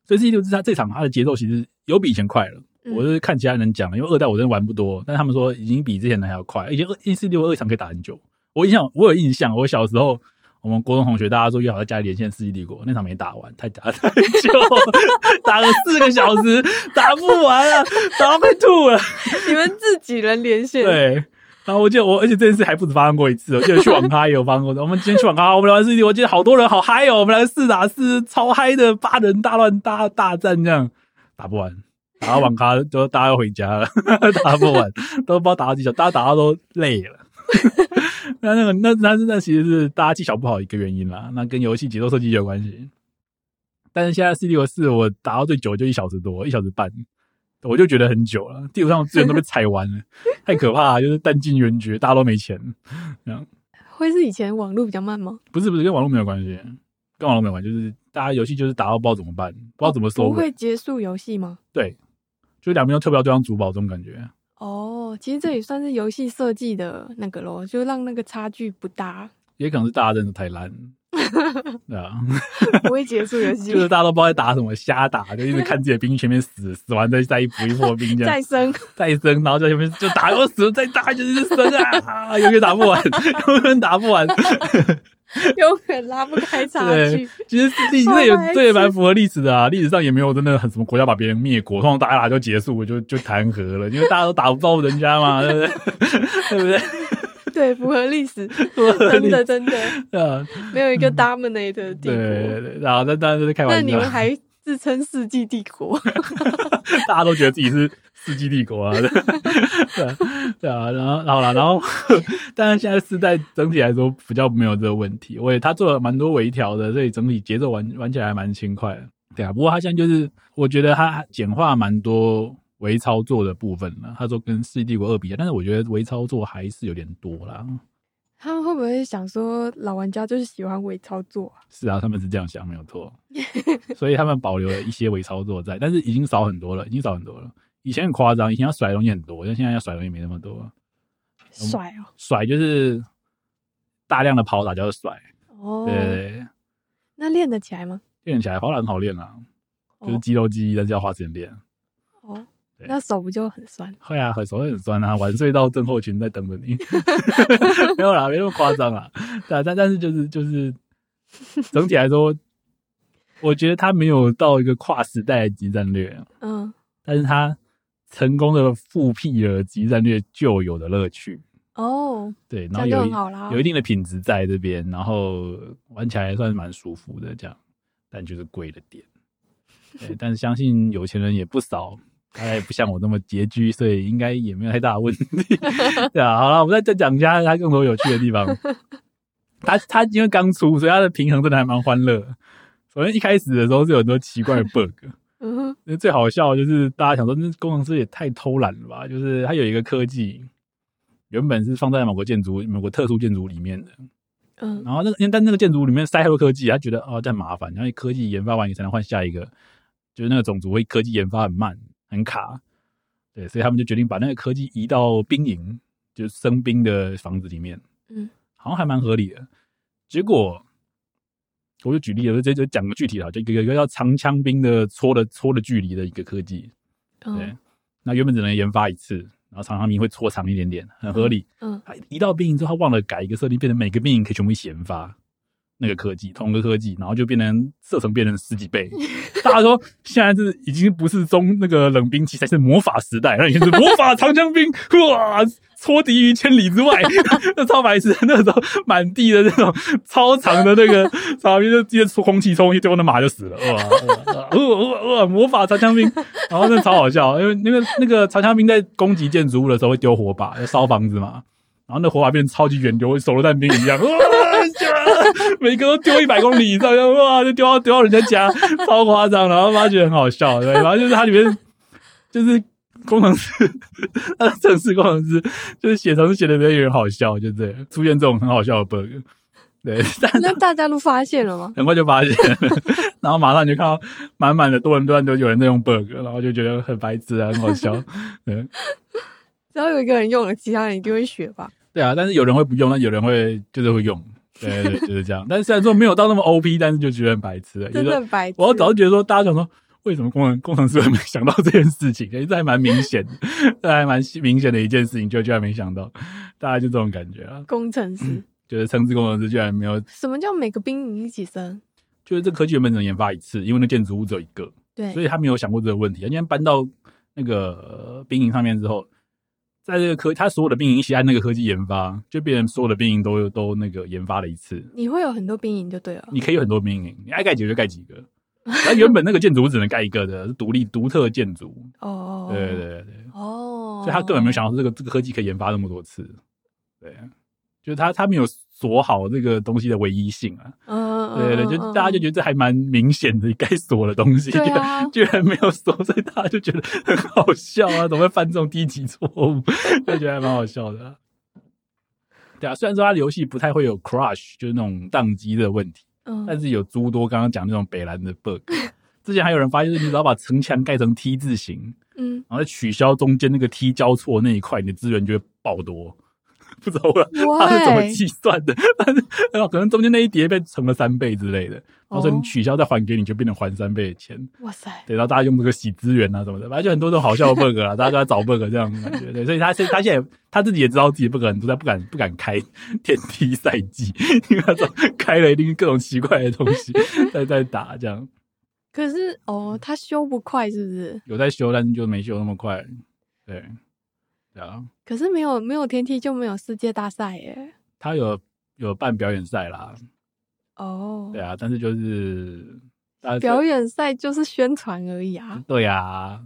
Speaker 2: 所以 C 六四它这场它的节奏其实有比以前快了。
Speaker 1: 嗯
Speaker 2: 我是看其他人讲，因为二代我真的玩不多，但他们说已经比之前的还要快。以前二 C 六二场可以打很久，我印象我有印象，我小时候。我们国中同学大家说约好在家里连线《世纪帝国》，那场没打完，太打太久， 打了四个小时，打不完啊，打到快吐了。
Speaker 1: 你们自己人连线，
Speaker 2: 对。然后我记得我，而且这件事还不止发生过一次，我记得去网咖也有发生过。 我们今天去网咖，我们聊完事情，我记得好多人好嗨哦，我们来个四打四，超嗨的八人大乱大大战这样，打不完。打到网咖都大家要回家了， 打不完，都不知道打到几小，大家打到都累了。 那那个那那那其实是大家技巧不好一个原因啦，那跟游戏节奏设计也有关系。但是现在 C 六四我打到最久就一小时多，一小时半，我就觉得很久了，地图上的资源都被踩完了，太可怕了，就是弹尽援绝，大家都没钱。
Speaker 1: 会是以前网络比较慢吗？
Speaker 2: 不是不是，跟网络没有关系，跟网络没有关系，就是大家游戏就是打到不知道怎么办，不知道怎么收
Speaker 1: 哦不
Speaker 2: 尾，
Speaker 1: 会结束游戏吗？
Speaker 2: 对，就两边都跳不到对方主堡这种感觉。
Speaker 1: 哦，其实这也算是游戏设计的那个咯，就让那个差距不大，
Speaker 2: 也可能是大家真的太烂，对啊，
Speaker 1: 不会结束游戏
Speaker 2: 就，是大家都不知道在打什么，瞎打，就一直看自己的兵前面死， 死完再再一补一波兵这样
Speaker 1: 再，生。
Speaker 2: 再生，然后在前面就打，我死了再打就是生啊， 啊永远打不完，永远打不完。
Speaker 1: 永远拉不开差距
Speaker 2: 对。，其实历
Speaker 1: 好
Speaker 2: 这也
Speaker 1: 白
Speaker 2: 这也
Speaker 1: 痴
Speaker 2: 蛮符合历史的啊，历史上也没有真的很什么国家把别人灭国，通常大家打就结束就就谈和了，因为大家都打不到人家嘛，对 不对？对不对？
Speaker 1: 对，符合历史，
Speaker 2: 符合
Speaker 1: 真
Speaker 2: 历
Speaker 1: 的
Speaker 2: 史
Speaker 1: 真的
Speaker 2: 啊，
Speaker 1: 没有一个 dominate 的帝
Speaker 2: 对对
Speaker 1: 国。
Speaker 2: 对，啊然后但当然是开
Speaker 1: 那
Speaker 2: 玩
Speaker 1: 你
Speaker 2: 笑，
Speaker 1: 们还自称世纪帝 国？
Speaker 2: 大家都觉得自己是世纪帝国啊，对对啊对啊，然后然后啦，然后，但是现在世代整体来说比较没有这个问题，我也他做了蛮多微调的，所以整体节奏玩玩起来还蛮轻快的，对啊。不过他现在就是，我觉得他简化蛮多微操作的部分了，他说跟世纪帝国二比，但是我觉得微操作还是有点多啦。
Speaker 1: 他们会不会想说老玩家就是喜欢伪操作啊、
Speaker 2: 是啊，他们是这样想，没有错。所以他们保留了一些微操作在，但是已经少很多了，已经少很多了。以前很夸张，以前要甩的东西很多，但现在要甩的东西没那么多。嗯
Speaker 1: 帅哦！
Speaker 2: 甩就是大量的跑打叫甩，对对
Speaker 1: 哦，
Speaker 2: 对，
Speaker 1: 那练得起来吗？
Speaker 2: 练起来跑打很好练啊，就是
Speaker 1: 哦
Speaker 2: 肌肉记忆，但是要花时间练。
Speaker 1: 哦，
Speaker 2: 对
Speaker 1: 那手不就很酸？
Speaker 2: 会啊，很手会很酸啊，晚睡到症候群在等着 你。没有啦，没那么夸张啦。但但但是就是就是，整体来说，我觉得他没有到一个跨时代的级战略，啊
Speaker 1: 嗯
Speaker 2: 但是他成功的复辟了集战略旧有的乐趣。
Speaker 1: 哦，
Speaker 2: 对，然
Speaker 1: 这
Speaker 2: 后
Speaker 1: 样就
Speaker 2: 有
Speaker 1: 很
Speaker 2: 一
Speaker 1: 好啊啦
Speaker 2: 有。一定的品质在这边，然后玩起来算是蛮舒服的这样，但就是贵了点。对， 但是相信有钱人也不少，大概不像我那么拮据，所以应该也没有太大的 问题。对啊，好了，我们再再讲一下它更多有趣的地方。它它因为刚出，所以它的平衡真的还蛮欢乐的。首先一开始的时候是有很多奇怪的 bug，
Speaker 1: 嗯哼，
Speaker 2: 那最好笑的就是大家想说，那工程师也太偷懒了吧？就是它有一个科技，原本是放在某个建筑、某个特殊建筑里面的，
Speaker 1: 嗯
Speaker 2: 然后那个但那个建筑里面塞太多科技，他觉得哦，这很麻烦，然后科技研发完你才能换下一个，就是那个种族会科技研发很慢，很卡，对，所以他们就决定把那个科技移到兵营，就是生兵的房子里面，
Speaker 1: 嗯，
Speaker 2: 好像还蛮合理的。结果我就举例了，我就直接讲个具体的，啊就一个一个叫长枪兵的戳的戳的距离的一个科技，对
Speaker 1: 嗯，
Speaker 2: 那原本只能研发一次，然后长枪兵会戳长一点点，很合理。
Speaker 1: 嗯，
Speaker 2: 他一到兵营之后，他忘了改一个设定，变成每个兵营可以全部一起研发那个科技，同一个科技，然后就变成射程变成十几倍。大家说现在是已经不是中那个冷兵器，才是魔法时代，那以前是魔法长枪兵， 哇，戳敌于千里之外， 那超白痴，那时候满地的那种超长的那个长枪兵，就直接戳空气冲进去，最后那马就死了，哇，呃哇哇哇哇，呃魔法长枪兵，然后真的超好笑，因为那个那个长枪兵在攻击建筑物的时候会丢火把，要烧房子嘛。然后那火把变成超级远丢，手榴弹兵一样，哇！每个都丢一百公里以上，然后哇，就丢到丢到人家家，超夸张。然后发觉得很好笑，对，然后就是它里面就是工程师，呃，城市工程师就是写程式写的有点好笑，就这样出现这种很好笑的 bug，对， 但
Speaker 1: 那大家都发现 了吗？
Speaker 2: 很快就发现了，然后马上就看到满满的多伦多都有人在用 bug，然后就觉得很白痴啊，很好笑，对。
Speaker 1: 只要有一个人用了，其他人一定会学吧？
Speaker 2: 对啊，但是有人会不用，但有人会就是会用，对对 对，就是这样。但是虽然说没有到那么 OP，但是就觉得很白痴了。就
Speaker 1: 真
Speaker 2: 是说
Speaker 1: 的白痴。
Speaker 2: 我早就觉得说，大家想说，为什么工程工程师会没想到这件事情？哎，这还蛮明显的， 这还蛮明显的一件事情，就居然没想到，大概就这种感觉啊，
Speaker 1: 工程师，
Speaker 2: 觉得称之工程师居然没有，
Speaker 1: 什么叫每个兵营一起升？
Speaker 2: 就是这科技原本只能研发一次，因为那建筑物只有一个，
Speaker 1: 对，
Speaker 2: 所以他没有想过这个问题。他今天搬到那个呃兵营上面之后，在这个科，他所有的兵营一起按那个科技研发，就变成所有的兵营都都那个研发了一次。
Speaker 1: 你会有很多兵营就对 了。
Speaker 2: 你可以有很多兵营，你爱盖几个就盖几个。那原本那个建筑只能盖一个的，是独立独特建筑。
Speaker 1: 哦哦，哦
Speaker 2: 对对，对对，
Speaker 1: 哦，
Speaker 2: 所以他根本没有想到这个这个科技可以研发那么多次。对，就是他他没有锁好这个东西的唯一性啊。
Speaker 1: 嗯，嗯，
Speaker 2: 对对对，就大家就觉得这还蛮明显的该锁的东西，
Speaker 1: 对 啊
Speaker 2: 居然居然没有锁，所以大家就觉得很好笑啊，怎么会犯这种低级错误？ 就觉得还蛮好笑的啊、对啊，虽然说它的游戏不太会有 crash，就是那种宕机的问题，
Speaker 1: 嗯
Speaker 2: 但是有诸多刚刚讲那种北兰的 bug。之前还有人发现，就是你只要把城墙盖成 T 字形，
Speaker 1: 嗯，
Speaker 2: 然后再取消中间那个 T 交错那一块，你的资源就会爆多。 不知道我 他是怎么
Speaker 1: Why？
Speaker 2: 计算的，但是呃可能中间那一叠被乘了三倍之类的，然后说你取消再还给你，就变成还三倍的钱。
Speaker 1: 哇塞，
Speaker 2: 对，然后大家用这个洗资源啊什么的，反正就很多这种好笑的 bug 啊，大家都在找 bug 这样的感觉。对，所以他现他现在也他自己也知道自己 bug 很多，他不敢不敢开天梯赛季，因为他说开了一定各种奇怪的东西在在打这样。
Speaker 1: 可是哦，它修不快是不是？
Speaker 2: 有在修，但是就没修那么快。对，对啊，
Speaker 1: 可是没有没有天梯就没有世界大赛耶。
Speaker 2: 他有有办表演赛啦，
Speaker 1: 哦，
Speaker 2: 对啊，但是就是大家
Speaker 1: 表演赛就是宣传而已啊。嗯
Speaker 2: 对啊，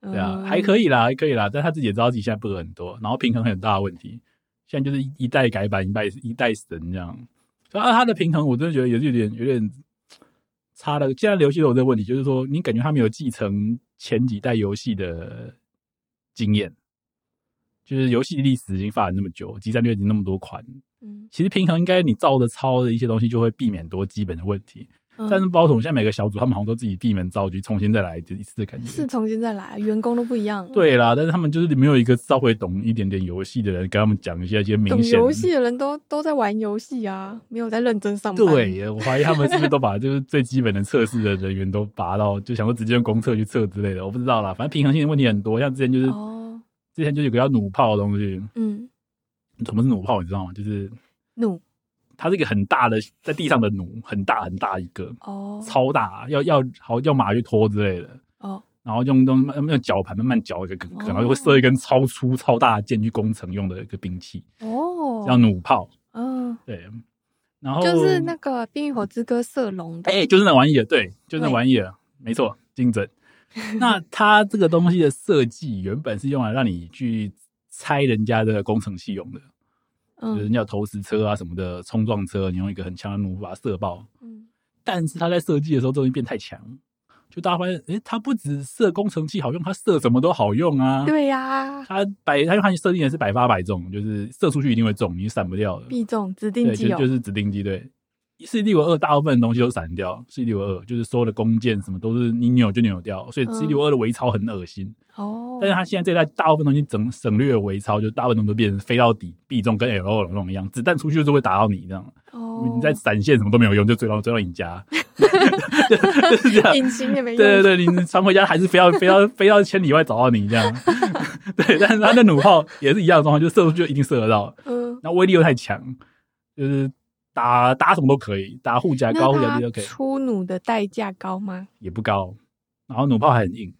Speaker 2: 对啊，还可
Speaker 1: 以。
Speaker 2: 以啦，还可以啦，但他自己也知道自己现在 bug 很多，然后平衡很大的问题。现在就是一一代改版，一代一代神这样。所以啊他的平衡我真的觉得也是有点有点差的。现在游戏都有这个问题，就是说你感觉他没有继承前几代游戏的经验，就是游戏历史已经发展那么久，集战略已经那么多款，
Speaker 1: 嗯，
Speaker 2: 其实平衡应该你照着抄的一些东西就会避免多基本的问题。
Speaker 1: 嗯
Speaker 2: 但是包总现在每个小组他们好像都自己闭门造车，重新再来一次的感觉。
Speaker 1: 嗯是重新再来，啊员工都不一样。，
Speaker 2: 对啦，但是他们就是没有一个稍微懂一点点游戏的人跟他们讲一些一些明
Speaker 1: 懂
Speaker 2: 显的
Speaker 1: 游戏的人都都在玩游戏啊，没有在认真上班。，
Speaker 2: 对，我怀疑他们是不是都把就是最基本的测试的人员都拔到，就想说直接用公测去测之类的，我不知道啦。反正平衡性的问题很多，像之前就是、
Speaker 1: 哦，
Speaker 2: 之前就有个叫弩炮的东西，
Speaker 1: 嗯，
Speaker 2: 什么是弩炮你知道吗？就是
Speaker 1: 怒
Speaker 2: 它是一个很大的在地上的弩，很大很大一个，
Speaker 1: 哦，
Speaker 2: 超大，要要好要马去拖之类的。
Speaker 1: 哦，
Speaker 2: 然后用用用绞盘慢慢绞一个梗，
Speaker 1: 哦
Speaker 2: 然后会射一根超粗超大的箭去攻城用的一个兵器，
Speaker 1: 哦，
Speaker 2: 叫弩炮。
Speaker 1: 嗯，
Speaker 2: 对，然后
Speaker 1: 就是那个《冰与火之歌》射龙的，
Speaker 2: 哎、就是那玩意儿，对，就是那
Speaker 1: 对
Speaker 2: 玩意儿，没错，精准。那它这个东西的设计原本是用来让你去拆人家的工程器用的，就是
Speaker 1: 嗯
Speaker 2: 人家有投石车啊什么的冲撞车，你用一个很强的弩把它射爆。
Speaker 1: 嗯，
Speaker 2: 但是它在设计的时候，终于变太强，就大家发现，哎、它不只射工程器好用，它射什么都好用啊。
Speaker 1: 对呀，
Speaker 2: 它百，它就看设定的是百发百中，就是射出去一定会中，你闪不掉的。
Speaker 1: 必中指定
Speaker 2: 对，
Speaker 1: 技
Speaker 2: 就
Speaker 1: 哦
Speaker 2: 就，是指定机对。世纪帝国二大部分的东西都散掉，世纪帝国二就是所有的弓箭什么都是你扭就扭掉，所以
Speaker 1: 嗯
Speaker 2: 世纪帝国二的微操很恶心。
Speaker 1: 哦，
Speaker 2: 但是它现在这代大部分东西整省略微操，就大部分东西都变成飞到底必中跟 L O 那种一样，子弹出去就是会打到你这样，
Speaker 1: 哦，
Speaker 2: 你在闪现什么都没有用，就追到追到你家，就是这 样。
Speaker 1: 隐形也没用，
Speaker 2: 对对对，你传回家还是非要非要非要千里外找到你 这样。对，但是他的弩炮也是一样的状况，就射出去就一定射得到，
Speaker 1: 嗯，
Speaker 2: 那威力又太强，就是打打什么都可以，打护甲高、护甲
Speaker 1: 那
Speaker 2: 低都
Speaker 1: 它
Speaker 2: 可以，
Speaker 1: 出弩的代价高吗？
Speaker 2: 也不高。然后弩炮还很硬，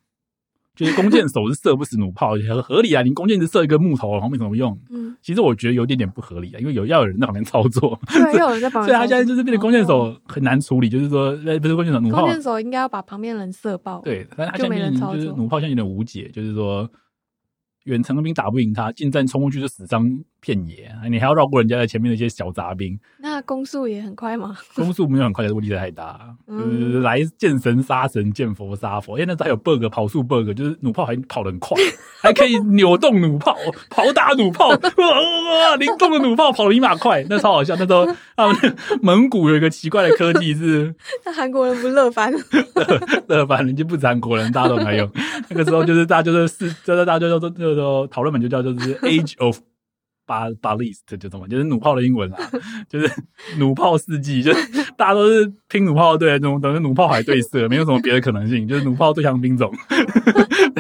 Speaker 2: 就是弓箭手是射不死弩炮，也很合理啊。你弓箭只射一个木头，然后没什么用。
Speaker 1: 嗯，
Speaker 2: 其实我觉得有点点不合理啊，因为有要有人在旁边操作，
Speaker 1: 对，又有人在旁
Speaker 2: 所
Speaker 1: 边，
Speaker 2: 以他现在就是变成弓箭手很难处理，就是说呃不是弓箭手弩炮
Speaker 1: 哦弓，箭手应该要把旁边人射爆。，
Speaker 2: 对，但是他
Speaker 1: 就
Speaker 2: 现在
Speaker 1: 没人
Speaker 2: 就是
Speaker 1: 操
Speaker 2: 就是
Speaker 1: 作
Speaker 2: 弩炮现在有点无解，就是说远程的兵打不赢他，近战冲过去就死伤遍野，啊你还要绕过人家的前面的一些小杂兵，
Speaker 1: 那攻速也很快嘛。
Speaker 2: 攻速没有很快，但是问题太大，就
Speaker 1: 嗯
Speaker 2: 是来见神杀神，见佛杀佛。因为那时候还有 bug 跑速 bug，就是弩炮还跑得很快，还可以扭动弩炮，跑打弩炮，哇哇哇！灵动的弩炮跑得一马快，那超好笑。那时候他们蒙古有一个奇怪的科技是，
Speaker 1: 那韩国人不乐 翻了？
Speaker 2: 呃，反正就不止韩国人，大家都 没用。那个时候就是大家就是是，就是大家就就就就讨论本就叫就是 Age of。巴巴 list 就什么，就是弩炮的英 文啦，就是弩炮世纪，就是大家都是拼弩炮对，等等于弩炮海对射，没有什么别的可能性，就是弩炮对象兵种，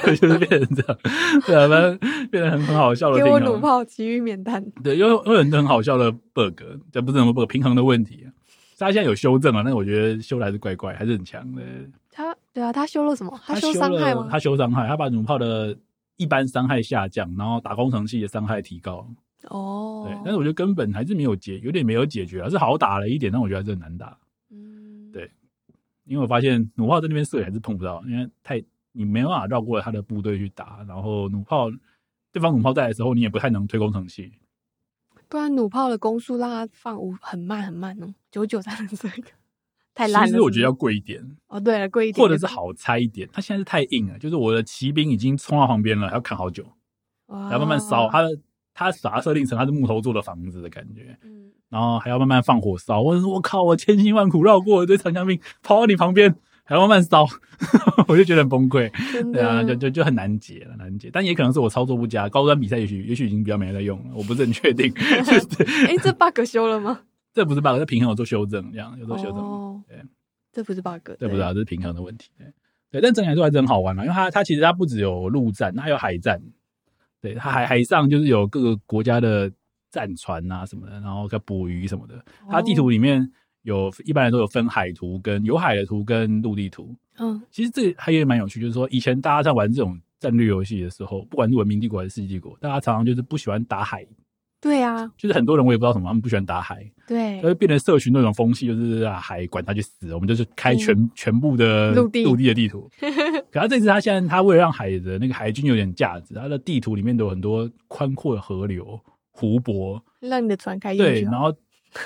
Speaker 2: 对就是变成这样，对啊，反正变得很很好笑的。
Speaker 1: 给我弩炮，其余免单。
Speaker 2: 对，因为因为很多很好笑的 bug，这不是什么 bug，平衡的问题、啊。所以他现在有修正了，但啊是我觉得修的还是怪怪，还是很强的。
Speaker 1: 他对啊，他修了什么？
Speaker 2: 他
Speaker 1: 修
Speaker 2: 修
Speaker 1: 伤害
Speaker 2: 了
Speaker 1: 吗？
Speaker 2: 他修伤害，他把弩炮的一般伤害下降，然后打工程器的伤害提高。
Speaker 1: 哦，
Speaker 2: 对，但是我觉得根本还是没有解，有点没有解决，还啊是好打了一点，但我觉得还是很难打。
Speaker 1: 嗯，
Speaker 2: 对因为我发现弩炮在那边射也还是碰不到，因为太你没办法绕过他的部队去打，然后弩炮对方弩炮在的时候，你也不太能推工程器。
Speaker 1: 不然弩炮的攻速让它放无很慢很慢哦，九九才能射一个，太烂了
Speaker 2: 其
Speaker 1: 是不是。
Speaker 2: 实我觉得要贵一点，
Speaker 1: 哦，对了，贵一点，
Speaker 2: 或者是好猜一点。它现在是太硬了，就是我的骑兵已经冲到旁边了，还要砍好久，
Speaker 1: 哇，
Speaker 2: 还要慢慢烧。它的它把它设定成它是木头做的房子的感觉，
Speaker 1: 嗯，
Speaker 2: 然后还要慢慢放火烧。我我靠，我千辛万苦绕过一堆长枪兵，跑到你旁边，还要慢慢烧， 我就觉得很崩溃。
Speaker 1: 真
Speaker 2: 对
Speaker 1: 的，
Speaker 2: 啊，就就就很难解了，难解。但也可能是我操作不佳，高端比赛也许也许已经比较没人在用了，我不是很确定。 就是
Speaker 1: 哎，这 bug 修了吗？
Speaker 2: 这不是 bug，这平衡有做修正，这样有做修正。
Speaker 1: 哦
Speaker 2: 对，
Speaker 1: 这不是 bug，
Speaker 2: 对不对啊？这是平衡的问题。对，对但整体来说还是很好玩啊嘛，因为它它其实它不只有陆战，它还有海战。对，它海海上就是有各个国家的战船啊什么的，然后在捕鱼什么的。它地
Speaker 1: 哦
Speaker 2: 图里面有一般来说有分海图跟有海的图跟陆地图。
Speaker 1: 嗯
Speaker 2: 其实这还也蛮有趣，就是说以前大家在玩这种战略游戏的时候，不管是文明帝国还是世纪帝国，大家常常就是不喜欢打海，，
Speaker 1: 对啊，
Speaker 2: 就是很多人我也不知道什么，他们不喜欢打海，
Speaker 1: 对
Speaker 2: 就，会变成社群那种风气，就是啊海管他去死，我们就是开全、全部的
Speaker 1: 嗯陆地
Speaker 2: 陆地的 地图。可他这次他现在他为了让海的那个海军有点价值，他的地图里面都有很多宽阔的河流、湖泊，
Speaker 1: 让你的船开进
Speaker 2: 对，
Speaker 1: 去
Speaker 2: 然
Speaker 1: 哦，
Speaker 2: 后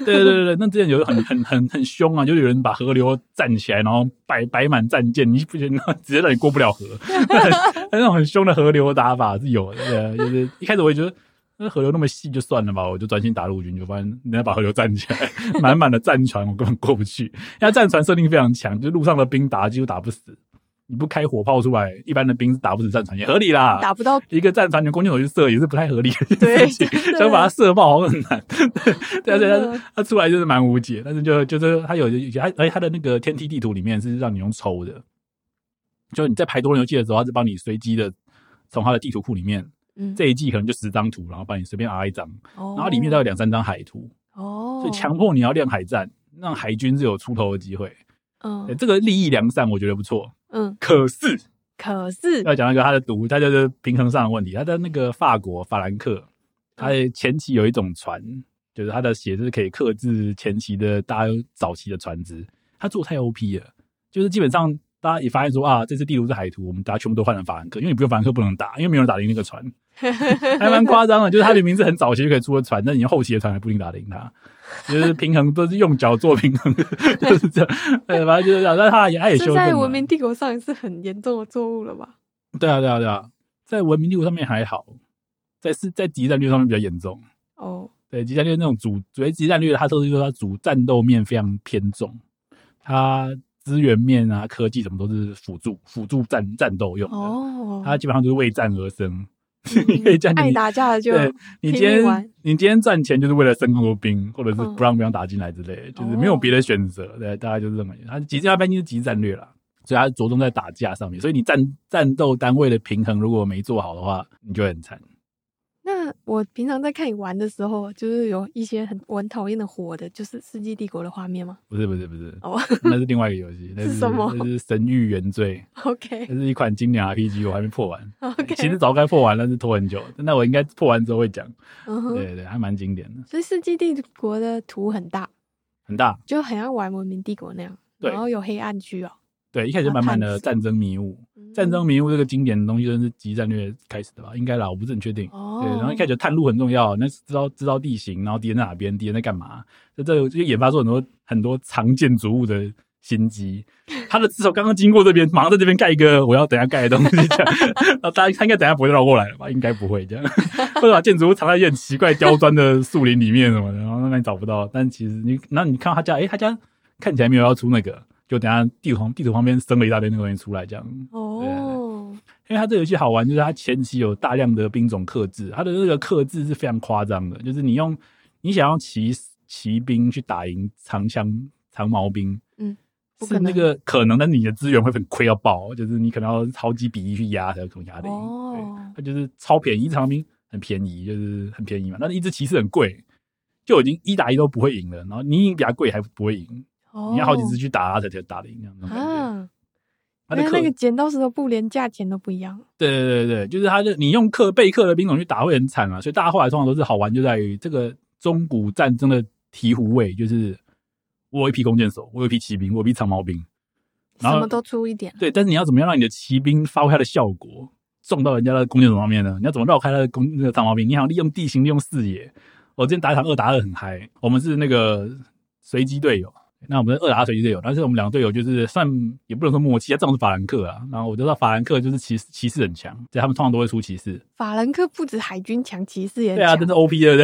Speaker 2: 对对对对，那之前有很很很很凶啊，就是有人把河流站起来，然后摆摆满战舰， 你不觉得那直接让你过不了河？ 那那种很凶的河流打法是有的，对啊就是一开始我也觉得。那河流那么细就算了吧，我就专心打陆军，就发现人家把河流站起来， 满满的战船，我根本过不去。因为战船设定非常强，就是路上的兵打几乎打不死，你不开火炮出来，一般的兵是打不死战船，也合理啦。
Speaker 1: 打不到，
Speaker 2: 一个战船你用弓箭手去射也是不太合理 的
Speaker 1: 对
Speaker 2: 事情，
Speaker 1: 真的
Speaker 2: 想把它射爆好像很难。 对啊，对
Speaker 1: 真
Speaker 2: 啊
Speaker 1: 的，
Speaker 2: 它出来就是蛮无解，但是就就是它有有它，而且它的那个天梯地图里面是让你用抽的，就你在排多人游戏的时候，它是帮你随机的从它的地图库里面
Speaker 1: 嗯，
Speaker 2: 这一季可能就十张图，然后帮你随便拉一张，
Speaker 1: 然
Speaker 2: 然后里面都有两三张海图，
Speaker 1: 哦，
Speaker 2: 所以强迫你要练海战，让海军是有出头的机会。对
Speaker 1: 嗯
Speaker 2: 这个利益良善，我觉得不错。
Speaker 1: 嗯，
Speaker 2: 可是
Speaker 1: 可是
Speaker 2: 要讲一个他的毒，他就是平衡上的问题。他在那个法国法兰克，
Speaker 1: 嗯
Speaker 2: 他的前期有一种船，就是他的血是可以克制前期的大家早期的船只。他做得太 OP 了，就是基本上大家也发现说啊，这次地图是海图，我们大家全部都换成法兰克，因为你不用法兰克不能打，因为没有人打得赢那 个船，还蛮夸张的。就是他明明是很早期就可以出的船，但你后期的船还不一定打得赢他。就是平衡都是用脚做平衡， 就是这样。呃，反正就是这样，但他 也他也修
Speaker 1: 这
Speaker 2: 正
Speaker 1: 在
Speaker 2: 了。
Speaker 1: 文明帝国上也是很严重的错误了吧？
Speaker 2: 对啊，对啊，对啊，在文明帝国上面还好，在是在极战略上面比较严重。
Speaker 1: 哦，
Speaker 2: 对，极战略那种主，主要极战略它都是说它主战斗面非常偏重，它资源面啊、科技什么都是辅助辅助战战斗用的，
Speaker 1: 哦，
Speaker 2: 啊它基本上就是为战而生。
Speaker 1: 嗯
Speaker 2: 你可以这样
Speaker 1: 爱
Speaker 2: 讲，
Speaker 1: 打架的就
Speaker 2: 对你今
Speaker 1: 拼命
Speaker 2: 天
Speaker 1: 玩
Speaker 2: 你今天赚钱就是为了生更多兵，或者是
Speaker 1: 嗯哦
Speaker 2: 不让别人打进来之类的，就是没有别的选择。对，大概就是这么。它极战半就是极战略啦，所以它着重在打架上面。所以你战战斗单位的平衡如果没做好的话，你就会很惨。
Speaker 1: 那我平常在看你玩的时候，就是有一些很我很讨厌的火的，就是《世纪帝国》的画面吗？
Speaker 2: 不是不是不是，
Speaker 1: 哦
Speaker 2: 那是另外一个 游戏，那
Speaker 1: 是什么
Speaker 2: 那是《神域原罪》，
Speaker 1: ，OK
Speaker 2: 那是一款经典 RPG，我还没破完。
Speaker 1: OK，
Speaker 2: 呃其实早该破完，但是拖很久。那我应该破完之后会讲。
Speaker 1: 嗯
Speaker 2: 对
Speaker 1: 哼，
Speaker 2: 对对，还蛮经典的，
Speaker 1: 所以《世纪帝国》的图很大，
Speaker 2: 很大。
Speaker 1: 就很像玩《文明帝国》那样，
Speaker 2: 对
Speaker 1: 然后有黑暗区哦，
Speaker 2: 对，一开始就满满的
Speaker 1: 啊
Speaker 2: 战争迷雾。
Speaker 1: 嗯
Speaker 2: 战争迷雾这个经典的东西，真的是集战略开始的吧？应该啦，我不是很确定。
Speaker 1: 哦，
Speaker 2: 对，然后一开始就探路很重要，那知道知道地形，然后敌人在哪边，敌人在干嘛，就这个就研发出很多很多常建筑物的心机。他的至少刚刚经过这边，马上在这边盖一个我要等一下盖的东西，这样，然后大家他应该等一下不会绕过来了吧？应该不会这样， 或者把建筑物藏在一些很奇怪刁钻的树林里面什么的，然后慢慢找不到。但其实你，然后你看到他家，诶，他家看起来没有要出那个，就等一下地图旁地图旁边生了一大堆那个东西出来，这样。
Speaker 1: 哦，
Speaker 2: 因为它这个游戏好玩，就是它前期有大量的兵种克制，它的这个克制是非常夸张的，就是你用你想要骑骑兵去打赢长枪长毛兵，
Speaker 1: 嗯，不可
Speaker 2: 是那
Speaker 1: 能
Speaker 2: 个可能，但你的资源会很亏要爆，就是你可能要好几比一去压才有可能压得赢。
Speaker 1: 哦
Speaker 2: 对，它就是超便宜，一支长兵很便宜，就是很便宜嘛，但是一只骑士很贵。就已经一打一都不会赢了，然后你已经比他贵还不会赢，
Speaker 1: 哦，
Speaker 2: 你要好几只去打他才才打得赢这样的感觉。
Speaker 1: 啊，
Speaker 2: 它的
Speaker 1: 那
Speaker 2: 克
Speaker 1: 那个剪刀石头布连价钱都不一样，
Speaker 2: 对对对对，就是他的你用克备克的兵种去打会很惨啊，所以大家后来通常都是好玩就在于这个中古战争的醍醐味，就是我有一批弓箭手，我有一批骑兵，我有一批长矛兵，然
Speaker 1: 什
Speaker 2: 后
Speaker 1: 么都出一点，
Speaker 2: 对，但是你要怎么样让你的骑兵发挥它的效果，撞到人家的弓箭手上面呢？你要怎么绕开他的弓那个长矛兵？你好像利用地形，利用视野，我之前打一场二打二很嗨，我们是那个随机队友。那我们是二打二随机队友，但是我们两个队友就是算也不能说默契，他正好是法兰克啊。然后我就知道法兰克就是骑士骑士很强，所以他们通常都会出骑士。
Speaker 1: 法兰克不止海军强，骑士也很
Speaker 2: 对啊，
Speaker 1: 强
Speaker 2: 真是 OP 对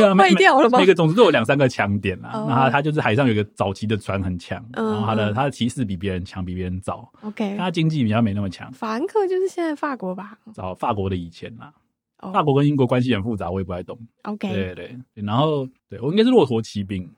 Speaker 2: 对？没有啊
Speaker 1: 坏掉了吗
Speaker 2: 每每个种子都有两三个强点啊啦。
Speaker 1: 哦
Speaker 2: 那他他就是海上有一个早期的船很强，
Speaker 1: 嗯
Speaker 2: 然后他的
Speaker 1: 嗯
Speaker 2: 他的骑士比别人强，比别人早，
Speaker 1: OK，
Speaker 2: 但他经济比较没那么强。
Speaker 1: 法兰克就是现在法国吧？
Speaker 2: 找法国的以前啦，
Speaker 1: 哦
Speaker 2: 法国跟英国关系很复杂，我也不太懂。
Speaker 1: ，OK，
Speaker 2: 对对对，然后对我应该是骆驼骑兵，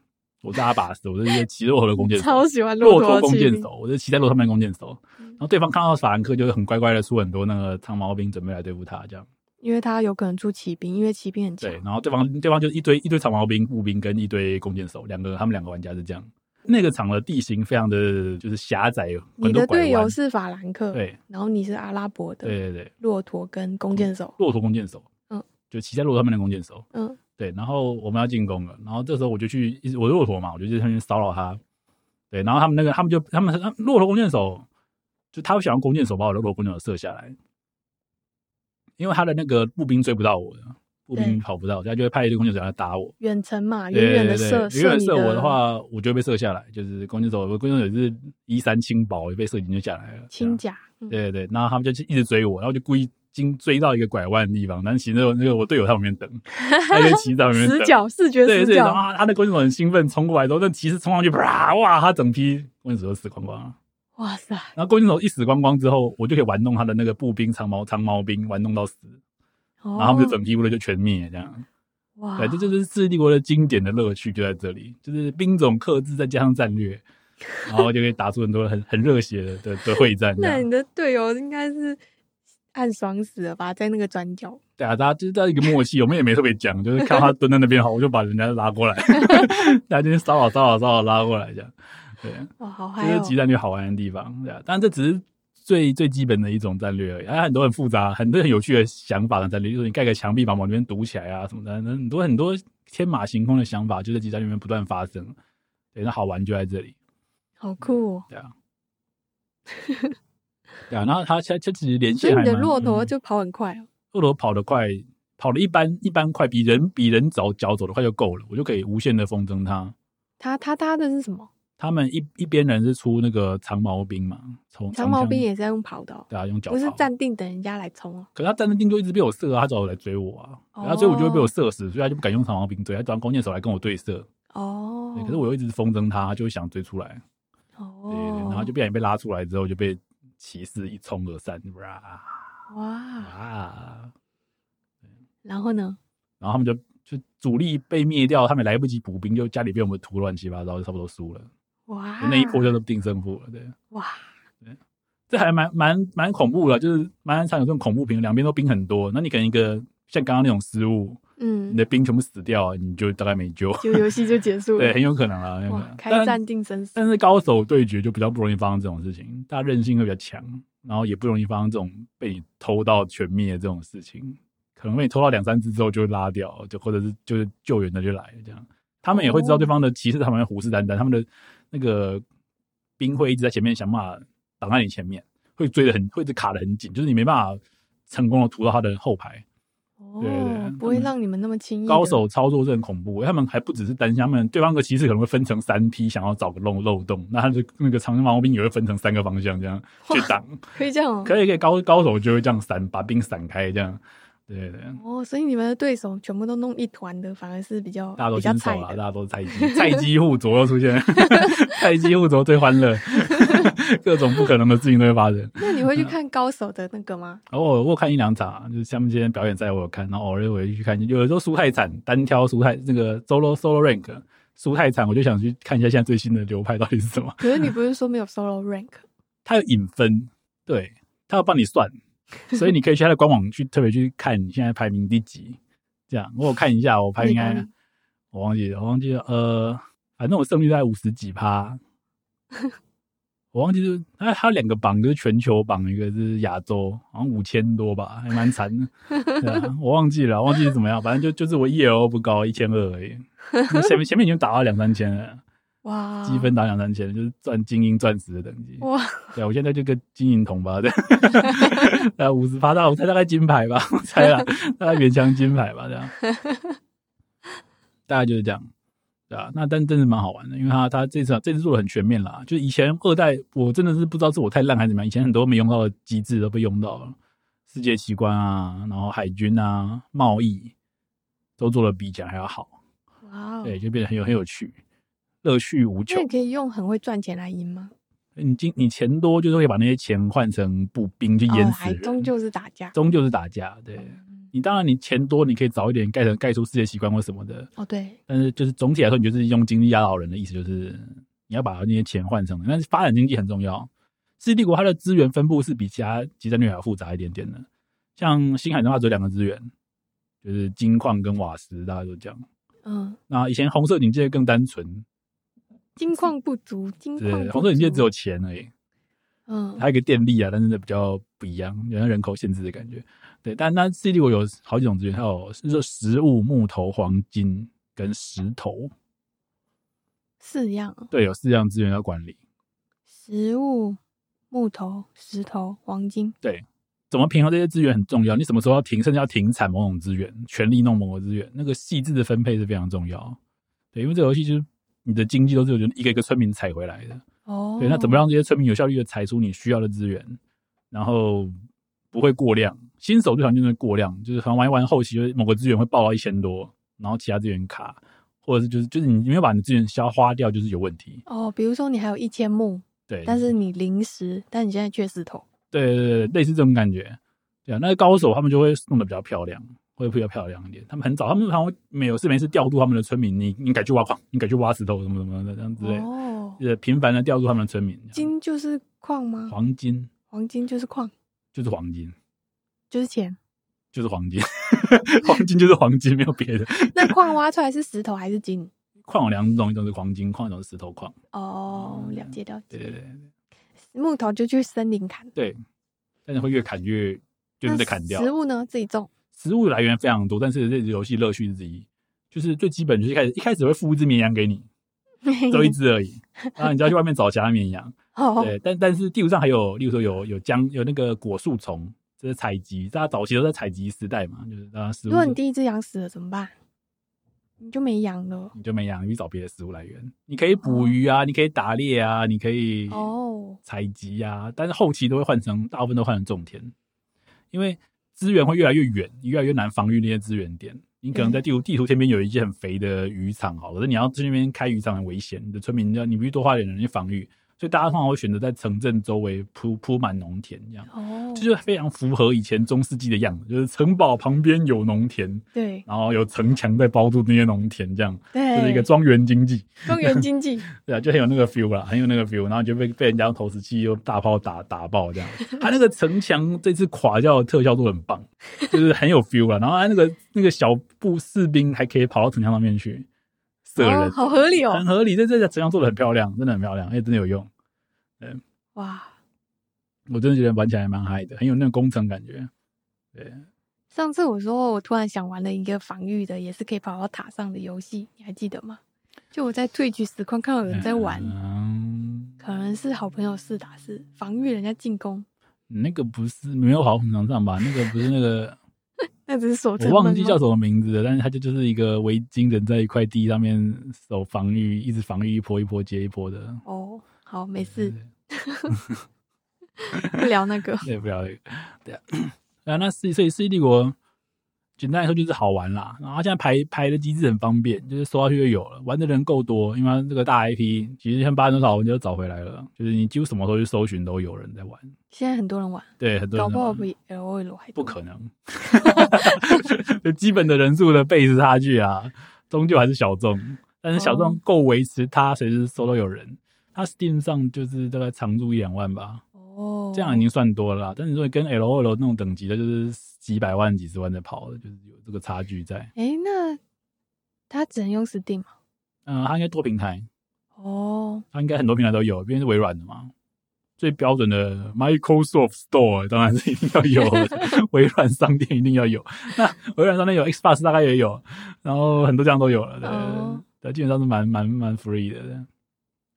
Speaker 2: 我是阿巴斯，我是一个骑骆驼的弓箭手，
Speaker 1: 超喜欢
Speaker 2: 骆
Speaker 1: 驼
Speaker 2: 驼弓
Speaker 1: 骑
Speaker 2: 箭
Speaker 1: 兵嗯
Speaker 2: 手，我是骑在骆驼上面的弓箭手。然后对方看到法兰克，就是很乖乖的出很多那个长毛兵，准备来对付他这样。
Speaker 1: 因为他有可能出骑兵，因为骑兵很强
Speaker 2: 对，。然后对方对方就是一堆一堆长毛兵、步兵跟一堆弓箭手，两个他们两个玩家是这样。那个场的地形非常的就是狭窄，
Speaker 1: 你
Speaker 2: 很多
Speaker 1: 的
Speaker 2: 拐
Speaker 1: 队
Speaker 2: 弯
Speaker 1: 友。是法兰克，
Speaker 2: 对，
Speaker 1: 然后你是阿拉伯的
Speaker 2: 对对对，
Speaker 1: 骆驼跟弓箭手，
Speaker 2: 骆驼弓箭手，
Speaker 1: 嗯，
Speaker 2: 就骑在骆驼上面的弓箭手，
Speaker 1: 嗯，
Speaker 2: 对。然后我们要进攻了，然后这时候我就去，一直我是骆驼嘛，我就去上面骚扰他。对，然后他们那个他们就他们他们骆驼弓箭手，就他会想用弓箭手把我的骆驼弓箭手射下来，因为他的那个步兵追不到我的，步兵
Speaker 1: 对
Speaker 2: 跑不到，他就会派一堆弓箭手来打我。
Speaker 1: 远程嘛，
Speaker 2: 对
Speaker 1: 啊远远的
Speaker 2: 对
Speaker 1: 射
Speaker 2: 对远远
Speaker 1: 你
Speaker 2: 射我的，话，我就会被射下来。就是弓箭手，我弓箭手是一三轻薄，被射进就下来了。
Speaker 1: 轻
Speaker 2: 这样
Speaker 1: 甲，嗯
Speaker 2: 对对对，然后他们就一直追我，然后就故意经追到一个拐弯的地方，但是其实我那个我队友在旁边 等，他就骑在旁边
Speaker 1: 死
Speaker 2: 等。
Speaker 1: 角视觉
Speaker 2: 对
Speaker 1: 死
Speaker 2: 对，然
Speaker 1: 角，
Speaker 2: 后他的弓箭手很兴奋冲过来之后，那骑士冲上去，啪哇，他整批弓箭手都死光光了。
Speaker 1: 哇塞，
Speaker 2: 然后弓箭手一死光光之后，我就可以玩弄他的那个步兵长毛长毛兵，玩弄到死，
Speaker 1: 然
Speaker 2: 然后他们
Speaker 1: 哦
Speaker 2: 就整批部队就全灭这样。
Speaker 1: 哇，
Speaker 2: 对，这就是《世纪帝国》的经典的乐趣就在这里，就是兵种克制再加上战略，然后就可以打出很多很很热血的的的会战这
Speaker 1: 那
Speaker 2: 样。
Speaker 1: 你的队友应该是暗爽死了吧，在那个转角，
Speaker 2: 对啊，大家就是在一个默契，我们也没特别讲，就是看他蹲在那边好，我就把人家拉过来，大家就是骚扰骚扰骚扰拉过来这样。对，
Speaker 1: 哇，好
Speaker 2: 这
Speaker 1: 嗨
Speaker 2: 是
Speaker 1: 哦
Speaker 2: 集，战略好玩的地方，对啊。但这只是最最基本的一种战略而已，还有很多很复杂、很多很有趣的想法的战略，就是你盖个墙壁把某那边堵起来啊什么的，那很多很多天马行空的想法就在集战略里面不断发生。对，那好玩就在这里。
Speaker 1: 好酷哦。
Speaker 2: 对啊，然后它它它其实连
Speaker 1: 所以
Speaker 2: 线还
Speaker 1: 你的
Speaker 2: 蛮
Speaker 1: 骆驼
Speaker 2: 嗯
Speaker 1: 就跑很快哦，
Speaker 2: 骆驼跑得快，跑得一般一般快，比人比人早脚走得快就够了，我就可以无限的风筝它。
Speaker 1: 他他搭的是什么？
Speaker 2: 他们一一边人是出那个长毛兵嘛，从
Speaker 1: 长毛
Speaker 2: 枪
Speaker 1: 兵也是要用跑的哦，
Speaker 2: 对啊，用脚
Speaker 1: 不是
Speaker 2: 跑
Speaker 1: 站定等人家来冲哦。
Speaker 2: 可是他站着定就一直被我射啊，他找我来追我啊，
Speaker 1: 哦
Speaker 2: 然后追我就会被我射死，所以他就不敢用长矛兵追，他转弓箭手来跟我对射。
Speaker 1: 哦
Speaker 2: 对，可是我又一直风筝他，他就会想追出来，对对对，
Speaker 1: 哦，
Speaker 2: 然后就不小心被拉出来之后就被骑士一冲而散，哇
Speaker 1: 哇，
Speaker 2: 哇！
Speaker 1: 然后呢？
Speaker 2: 然后他们就就主力被灭掉，他们也来不及补兵，就家里被我们屠乱七八糟，就差不多输了，
Speaker 1: 哇，
Speaker 2: 那一波就是定胜负了，对。
Speaker 1: 哇，
Speaker 2: 这还蛮蛮蛮恐怖的，就是蛮常有这种恐怖平衡，两边都兵很多，那你可能一个像刚刚那种失误，
Speaker 1: 嗯
Speaker 2: 你，的兵全部死掉，你就大概没救。
Speaker 1: 就游戏就结束了。
Speaker 2: 对，很有可能啊，很有可
Speaker 1: 哇
Speaker 2: 能，。
Speaker 1: 开
Speaker 2: 但
Speaker 1: 战定生死。
Speaker 2: 但是高手对决就比较不容易发生这种事情，大家韧性会比较强，然后也不容易发生这种被你偷到全灭这种事情。可能被你偷到两三只之后就会拉掉，就或者是就是救援的就来了这样。他们也会知道对方的骑士，他们会虎视眈眈，他们的那个兵会一直在前面想办法挡在你前面，会追的很，会一直卡的很紧，就是你没办法成功的突到他的后排。
Speaker 1: 哦
Speaker 2: 对对
Speaker 1: 不会让你们那么轻易。
Speaker 2: 高， 手操作是很恐怖，他们还不只是单向，他们对方的骑士可能会分成三批，想要找个漏漏洞，那他就那个长枪毛兵也会分成三个方向这样去挡，
Speaker 1: 可以这样哦。
Speaker 2: 可以可以高高手就会这样散，把兵散开这样，对对对，
Speaker 1: 哦，所以你们的对手全部都弄一团的，反而是比较
Speaker 2: 大家都
Speaker 1: 比较
Speaker 2: 新手
Speaker 1: 菜
Speaker 2: 啊，大
Speaker 1: 的。
Speaker 2: 家都是菜鸡，菜鸡互啄又出现， 菜鸡互啄最欢乐，各种不可能的事情都会发生。
Speaker 1: 那你会 去看高手的那个吗？
Speaker 2: 然后我我有看一两场，就是他们今天表演赛我有看，然后偶尔我也去看，有的时候输太惨，单挑输太那个 solo solo rank 输太惨，我就想去看一下现在最新的流派到底是什么。
Speaker 1: 可是你不是说没有 solo rank？
Speaker 2: 它有引分，对，它要帮你算，所以你可以去它的官网去特别去看你现在排名第几，这样我有看一下，我排名应
Speaker 1: 你
Speaker 2: 该
Speaker 1: 看
Speaker 2: 我忘记了，我忘记了，呃，反正我胜率大概五十几趴，我忘记是它它有两个榜，就是全球榜，一个是亚洲，好像五千多吧，还蛮惨的，对啊，我忘记了，忘记是怎么样，反正就就是我 E L 不高，一千二而已，我前面前面已经打到两三千了，
Speaker 1: 哇，
Speaker 2: 积分打两三千，就是赚精英钻石的等级，
Speaker 1: 哇，
Speaker 2: 对，啊我现在就个金银铜吧，对， 呃， 五十八大，我猜大概金牌吧，我猜啦，大概勉强金牌吧，这样。啊大概就是这样，对啊。那但真的蛮好玩的，因为他他这次啊这次做的很全面啦，就是以前二代我真的是不知道是我太烂还是怎么样，以前很多没用到的机制都被用到了，世界奇观啊，然后海军啊，贸易都做的比以前还要好，
Speaker 1: 哇哦，
Speaker 2: 对，就变得很有很有趣，乐趣无
Speaker 1: 那
Speaker 2: 穷
Speaker 1: 你。可以用很会赚钱来赢吗？
Speaker 2: 你今你钱多就是会把那些钱换成步兵去淹
Speaker 1: 哦
Speaker 2: 死
Speaker 1: 还
Speaker 2: 人，
Speaker 1: 终究是嗯打架。
Speaker 2: 终究是打架，对。你当然，你钱多，你可以早一点盖成盖出世界奇观或什么的，
Speaker 1: 哦，对，
Speaker 2: 但是就是总体来说，你就是用经济压倒人的意思，就是你要把那些钱换成。但是发展经济很重要。世纪帝国它的资源分布是比其他集战略还要复杂一点点的。像星海的话，只有两个资源，就是金矿跟瓦斯，大家都讲。
Speaker 1: 嗯，
Speaker 2: 那以前红色警戒更单纯，
Speaker 1: 金矿不足，金矿
Speaker 2: 对，
Speaker 1: 不
Speaker 2: 红色警戒
Speaker 1: 足
Speaker 2: 只有钱而已，
Speaker 1: 嗯
Speaker 2: 还有一个电力啊，但是比较不一样，有像人口限制的感觉。对，但那世纪帝国有好几种资源，它有是说食物、木头、黄金跟石头，
Speaker 1: 四样哦
Speaker 2: 对，有四样资源要管理。
Speaker 1: 食物、木头、石头、黄金。
Speaker 2: 怎么平衡这些资源很重要。你什么时候要停，甚至要停产某种资源，全力弄某个资源，那个细致的分配是非常重要。对，因为这个游戏就是你的经济都是由一个一个村民采回来的。
Speaker 1: 哦，
Speaker 2: 对，那怎么让这些村民有效率的采出你需要的资源，然后不会过量？新手最常见的过量，就是可能玩一玩后期就是某个资源会爆到一千多，然后其他资源卡，或者是就是就是你没有把你的资源消花掉，就是有问题。
Speaker 1: 哦，比如说你还有一千木，
Speaker 2: 对，
Speaker 1: 但是你零食，但你现在缺石头。
Speaker 2: 对对对，类似这种感觉。对啊，那高手他们就会弄得比较漂亮，会比较漂亮一点。他们很早，他们好像没有事没事调度他们的村民，你你敢去挖矿，你敢去挖石头什么什么的这样之类的，
Speaker 1: 哦，
Speaker 2: 呃，频繁的调度他们的村民。这样
Speaker 1: 金就是矿吗？
Speaker 2: 黄金
Speaker 1: 黄金就是矿，
Speaker 2: 就是黄金，
Speaker 1: 就是钱。
Speaker 2: 就是黄金， 黄金就是黄金，没有别的。
Speaker 1: 那矿挖出来是石头还是金？
Speaker 2: 矿有两种，一种是黄金矿，一种是石头矿。
Speaker 1: 哦，了解了
Speaker 2: 嗯对对
Speaker 1: 解。
Speaker 2: 对，
Speaker 1: 木头就去森林砍，
Speaker 2: 但是会越砍越就是
Speaker 1: 那
Speaker 2: 被砍掉。
Speaker 1: 食物呢，自己种。
Speaker 2: 食物来源非常多，但是这游戏乐趣之一就是最基本就是一开始一开始会付一只绵羊给你，只有一只而已。然后你就要去外面找其他绵羊。
Speaker 1: 哦，
Speaker 2: 对，但但是地图上还有，例如说有有姜，有那个果树丛，这是采集。大家早期都在采集时代嘛，就是大家食物
Speaker 1: 如果你第一只羊死了怎么办？你就没羊了。
Speaker 2: 你就没养，你去找别的食物来源。你可以捕鱼啊，你可以打猎啊，你可以
Speaker 1: 哦，
Speaker 2: 采集啊，但是后期都会换成大部分都换成种田，因为资源会越来越远，你越来越难防御那些资源点。你可能在地图地图天边有一些很肥的渔场，好了，可是你要去那边开渔场很危险，你的村民要你必须多花点人去防御，所以大家通常会选择在城镇周围铺铺满农田，这样
Speaker 1: 哦，
Speaker 2: 这就是非常符合以前中世纪的样子，就是城堡旁边有农田，
Speaker 1: 对
Speaker 2: 然后有城墙在包住那些农田，这样
Speaker 1: 对，
Speaker 2: 就是一个 庄园经济。
Speaker 1: 公园经济。
Speaker 2: 对啊，就很有那个 feel 啦，很有那个 feel，然后就被被人家用投石机又大炮打打爆 这样。他那个城墙这次垮掉的特效做得很棒，就是很有 feel 啦。然后他那个那个小步士兵还可以跑到城墙上面去射人，
Speaker 1: 哦，好合理哦
Speaker 2: 很！合理。这这城墙做的很漂亮，真的很漂亮，而哎且真的有用。
Speaker 1: 哇，
Speaker 2: 我真的觉得玩起来蛮嗨的，很有那种工程感觉。
Speaker 1: 上次我说我突然想玩了一个防御的，也是可以跑到塔上的游戏，你还记得吗？就我在退局实况看到有人在玩，
Speaker 2: 嗯，
Speaker 1: 可能是好朋友四打四防御人家进攻，
Speaker 2: 那个不是没有好很常上吧？那个不是那个。
Speaker 1: 那只是守城
Speaker 2: 我
Speaker 1: 门
Speaker 2: 忘记
Speaker 1: 吗
Speaker 2: 叫什么名字了，但是他就就是一个围巾人在一块地上面守防御，一直防御一波一波接一波的。。
Speaker 1: 哦，好，没事， 不聊那个
Speaker 2: 对，不了解。对啊，啊，那世所以《世纪帝国》简单来说就是好玩啦。然后它现在排排的机制很方便，就是搜下去就有了，玩的人够多，因为它这个大 IP，其实像八多少我们就找回来了，就是你几乎什么时候去搜寻都有人在玩。
Speaker 1: 现在很多人玩，
Speaker 2: 对，很多人
Speaker 1: 搞
Speaker 2: 在
Speaker 1: 不好
Speaker 2: 玩
Speaker 1: 比 L O L 还
Speaker 2: 不
Speaker 1: 多
Speaker 2: 可能， 就基本的人数的 base 差距啊，终究还是小众。但是小众
Speaker 1: 哦
Speaker 2: 够维持它随时搜都有人，它 Steam 上就是大概常驻一两万吧，
Speaker 1: 哦。
Speaker 2: 这样已经算多了啦。但是如果跟 L O L 那种等级的，就是几百万、几十万在跑的，就是有这个差距在。
Speaker 1: 哎，那他只能用 Steam 吗？
Speaker 2: 嗯、它应该多平台，
Speaker 1: 哦，
Speaker 2: 它应该很多平台都有，毕竟是微软的嘛。最标准的 Microsoft Store 当然是一定要有的，微软商店一定要有。 那微软商店有 Xbox 大概也有，然后很多地方都有了。对，
Speaker 1: 哦
Speaker 2: 对基本上是蛮蛮蛮 free 的。对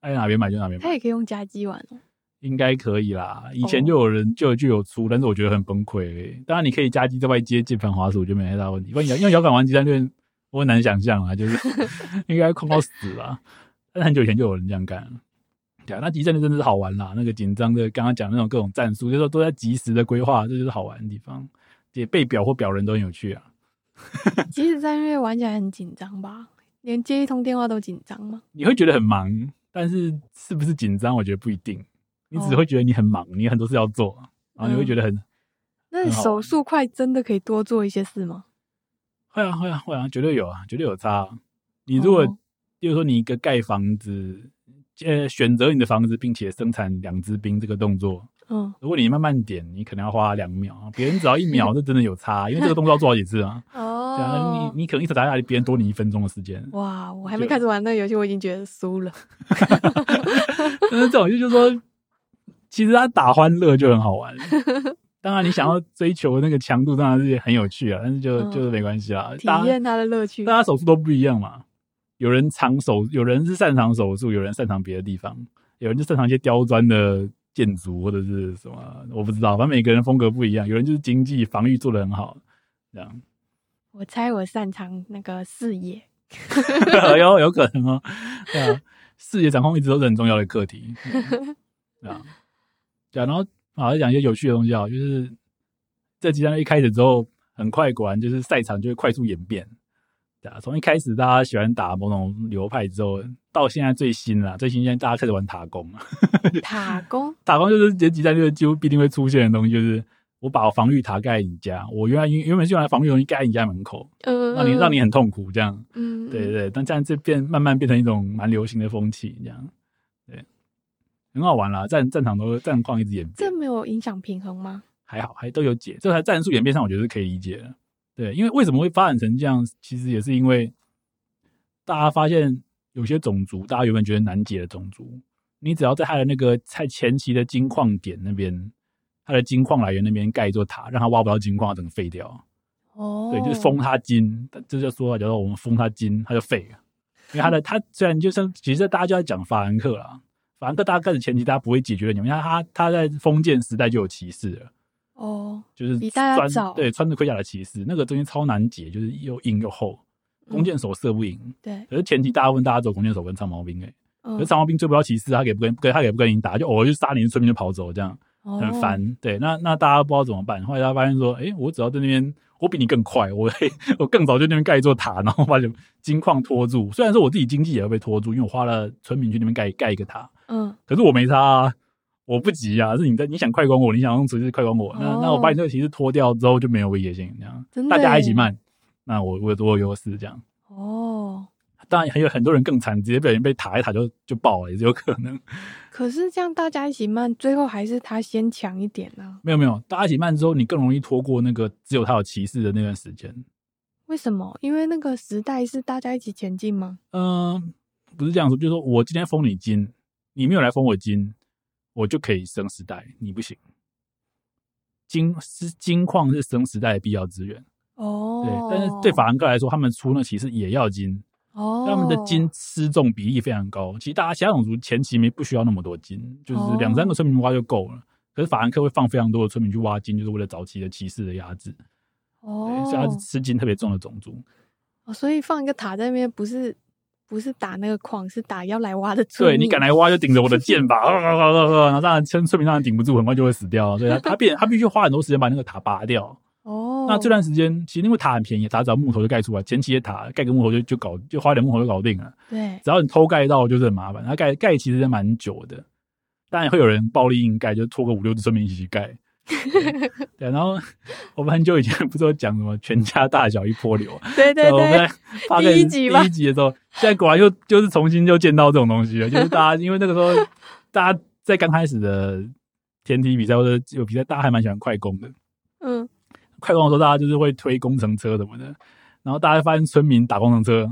Speaker 2: 爱哪边买就哪边
Speaker 1: 他
Speaker 2: 买，
Speaker 1: 也可以用家机玩哦。
Speaker 2: 应该可以啦。以前就有人就就有出，但是我欸觉得很崩溃。当然你可以加机在外接键盘滑鼠，我觉得没太大问题。不然你要用摇杆玩机战略，我很难想象啊，就是应该困到死了。但很久以前就有人这样干了。对啊，那集战就真的是好玩啦。那个紧张的，刚刚讲的那种各种战术，就是说都在及时的规划，这就是好玩的地方。也被表或表人都很有趣啊。
Speaker 1: 即使战略玩起来很紧张吧，连接一通电话都紧张吗？
Speaker 2: 你会觉得很忙，但是是不是紧张，我觉得不一定。你只会觉得你很忙，你有很多事要做，啊然后你会觉得很
Speaker 1: 那
Speaker 2: 很好玩
Speaker 1: 手速快真的可以多做一些事吗？
Speaker 2: 会啊，会啊，会啊，绝对有啊，绝对有差啊、你如果，
Speaker 1: 哦
Speaker 2: 比如说你一个盖房子，呃，选择你的房子，并且生产两支兵这个动作，
Speaker 1: 嗯
Speaker 2: 如果你慢慢点，你可能要花两秒，啊别人只要一 秒，这真的有差，啊因为这个动作要做好几次啊。对啊，
Speaker 1: 哦
Speaker 2: 你你可能一直打下来，别人多你一分钟的时间。
Speaker 1: 哇，我还
Speaker 2: 就
Speaker 1: 没开始玩那个游戏，我已经觉得输了。
Speaker 2: 但是这种就是说，其实他打欢乐就很好 玩。当然，你想要追求那个强度，当然是很有趣啊，但是就
Speaker 1: 嗯
Speaker 2: 就是没关系啦。
Speaker 1: 体
Speaker 2: 大家
Speaker 1: 验它的乐趣
Speaker 2: 大家手术都不一样嘛。有人长手，有人是擅长手术，有人擅长别的地方，有人就擅长一些刁钻的建筑或者是什么，我不知道，反正每个人风格不一样。有人就是经济防御做的很好，这样
Speaker 1: 我猜我擅长那个视 野，
Speaker 2: 有有可能哦。对啊，视野掌控一直都是很重要的课题。嗯对啊，对啊，然后好像讲一些有趣的东西啊，就是这集战一开始之后，很快果然就是赛场就会快速演变。对啊，从一开始大家喜欢打某种流派之后，到现在最新啦，最新现在大家开始玩塔攻了。
Speaker 1: 塔攻
Speaker 2: 塔攻就是这集战略几乎必定会出现的东西，就是我把我防御塔盖在你家，我原来原原本是用来防御的东西盖在你家门口，
Speaker 1: 呃，
Speaker 2: 让你让你很痛苦这样。
Speaker 1: 嗯，
Speaker 2: 对对，但这样这变慢慢变成一种蛮流行的风气，这样对，很好玩啦。战战场都战况一直演变，
Speaker 1: 这没有影响平衡吗？
Speaker 2: 还好，还都有解。这台战术演变上，我觉得是可以理解的。对，因为为什么会发展成这样，其实也是因为大家发现有些种族，大家原本觉得难解的种族，你只要在他的那个在前期的金矿点那边，他的金矿来源那边盖一座塔，让他挖不到金矿，整个废掉。
Speaker 1: 哦，
Speaker 2: 对，就是封他金，这就说法叫做我们封他金，他就废了。因为他的他虽然就像，其实大家就在讲法兰克啦，法兰克大家开始前期大家不会解决的，你们看他他在封建时代就有歧视了。
Speaker 1: 哦，
Speaker 2: 就是
Speaker 1: 比大家
Speaker 2: 穿
Speaker 1: 早
Speaker 2: 对穿着盔甲的骑士，那个东西超难解，就是又硬又厚，
Speaker 1: 嗯
Speaker 2: 弓箭手射不赢。
Speaker 1: 对，
Speaker 2: 可是前提大部分大家走弓箭手跟长毛兵哎、欸，
Speaker 1: 嗯
Speaker 2: 可是长毛兵追不到骑士，他也不跟跟他也不跟你打，就偶尔就杀你，顺便就跑走，这样很
Speaker 1: 哦
Speaker 2: 烦。对，那那大家不知道怎么办，后来大家发现说，哎、我只要在那边，我比你更快，我我更早就那边盖一座塔，然后把你金矿拖住。虽然说我自己经济也会被拖住，因为我花了村民去那边盖盖一个塔，
Speaker 1: 嗯，
Speaker 2: 可是我没差啊，我不急啊，是你在你想快攻我，你想用骑士快攻我，那、
Speaker 1: 哦
Speaker 2: 那我把你这个骑士脱掉之后就没有威胁性，这样
Speaker 1: 真的
Speaker 2: 大家一起
Speaker 1: 耶
Speaker 2: 慢，那我我我有优势这样。
Speaker 1: 哦，
Speaker 2: 当然，还有很多人更惨，直接被人被塔一塔就就爆了，也是有可能。
Speaker 1: 可是这样大家一起慢，最后还是他先强一点啊呢、
Speaker 2: 没有没有，大家一起慢之后，你更容易拖过那个只有他有骑士的那段时间。
Speaker 1: 为什么？因为那个时代是大家一起前进吗？
Speaker 2: 嗯、不是这样说，就是说我今天封你金，你没有来封我金，我就可以升时代，你不行。金是金矿是升时代的必要资源。
Speaker 1: 哦
Speaker 2: 对，，但是对法兰克来说，他们出那骑士也要金，
Speaker 1: 哦，
Speaker 2: 他们的金吃重比例非常高。其实大家其他种族前期没不需要那么多金，就是
Speaker 1: 哦
Speaker 2: 两三个村民挖就够了。可是法兰克会放非常多的村民去挖金，就是为了早期的骑士的压制，对
Speaker 1: 哦，
Speaker 2: 所以他是吃金特别重的种族。
Speaker 1: 哦，所以放一个塔在那边不是不是打那个矿，是打要来挖的村
Speaker 2: 对你
Speaker 1: 民
Speaker 2: 敢来挖就顶着我的剑 吧，啊啊啊啊啊然后当然村村民当然顶不住，很快就会死掉。所以他他变他必须花很多时间把那个塔拔掉。
Speaker 1: 哦，
Speaker 2: 那这段时间其实因为塔很便宜，塔只要木头就盖出来，前期的塔盖个木头就就搞就花点木头就搞定了。
Speaker 1: 对
Speaker 2: 只要你偷盖到就是很麻烦。它盖盖其实也蛮久的，当然会有人暴力硬盖，就拖个五六只村民一起去盖。 对对，然后我们很久以前不是有讲什么全家大小一波流？
Speaker 1: 对对
Speaker 2: 我们
Speaker 1: 对
Speaker 2: 在，发
Speaker 1: 第一集吧
Speaker 2: 第一集的时候，现在果然又就是重新就见到这种东西了，就是大家因为那个时候大家在刚开始的天梯比赛或者有比赛，大家还蛮喜欢快攻的。
Speaker 1: 嗯，
Speaker 2: 快攻的时候，大家就是会推工程车什么的，然后大家发现村民打工程车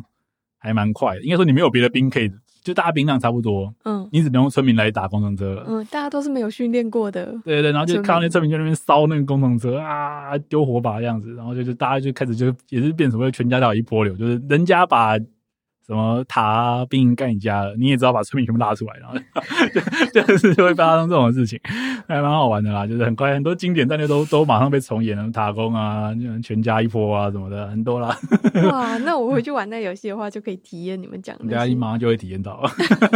Speaker 2: 还蛮快的，应该说你没有别的兵可以，就大家兵量差不多，
Speaker 1: 嗯
Speaker 2: 你只能用村民来打工程车了。
Speaker 1: 嗯，大家都是没有训练过 的，
Speaker 2: 对对，然后就
Speaker 1: 村民
Speaker 2: 看到那村民就在那边烧那个工程车啊，丢火把这样子，然后就就大家就开始就也是变成为全家倒一波流，就是人家把什么塔啊兵营盖你家了，你也知道把村民全部拉出来，然后 就就是会发生这种事情，还蛮好玩的啦。就是很快很多经典战略都都马上被重演了，塔攻啊，全家一波啊什么的，很多啦。
Speaker 1: 哇，那我回去玩那游戏的话，就可以体验你们讲的
Speaker 2: 大
Speaker 1: 那
Speaker 2: 家
Speaker 1: 些。
Speaker 2: 一马上就会体验到，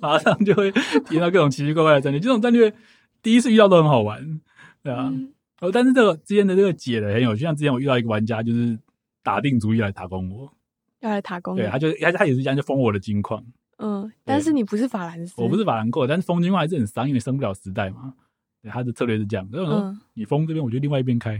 Speaker 2: 马上就会体验到各种奇奇怪怪的战略。这种战略第一次遇到都很好玩，对啊。
Speaker 1: 嗯
Speaker 2: 哦，但是这个之前的这个解的很有趣，像之前我遇到一个玩家，就是打定主意来打工我，
Speaker 1: 要来塔攻
Speaker 2: 对，啊他
Speaker 1: 的，
Speaker 2: 就他他也是这样，就封我的金矿。
Speaker 1: 嗯，但是你不是法兰斯，
Speaker 2: 我不是法兰克，但是封金矿还是很伤，因为升不了时代嘛。对，他的策略是这样，然后我说、
Speaker 1: 嗯
Speaker 2: 你封这边，我就另外一边开。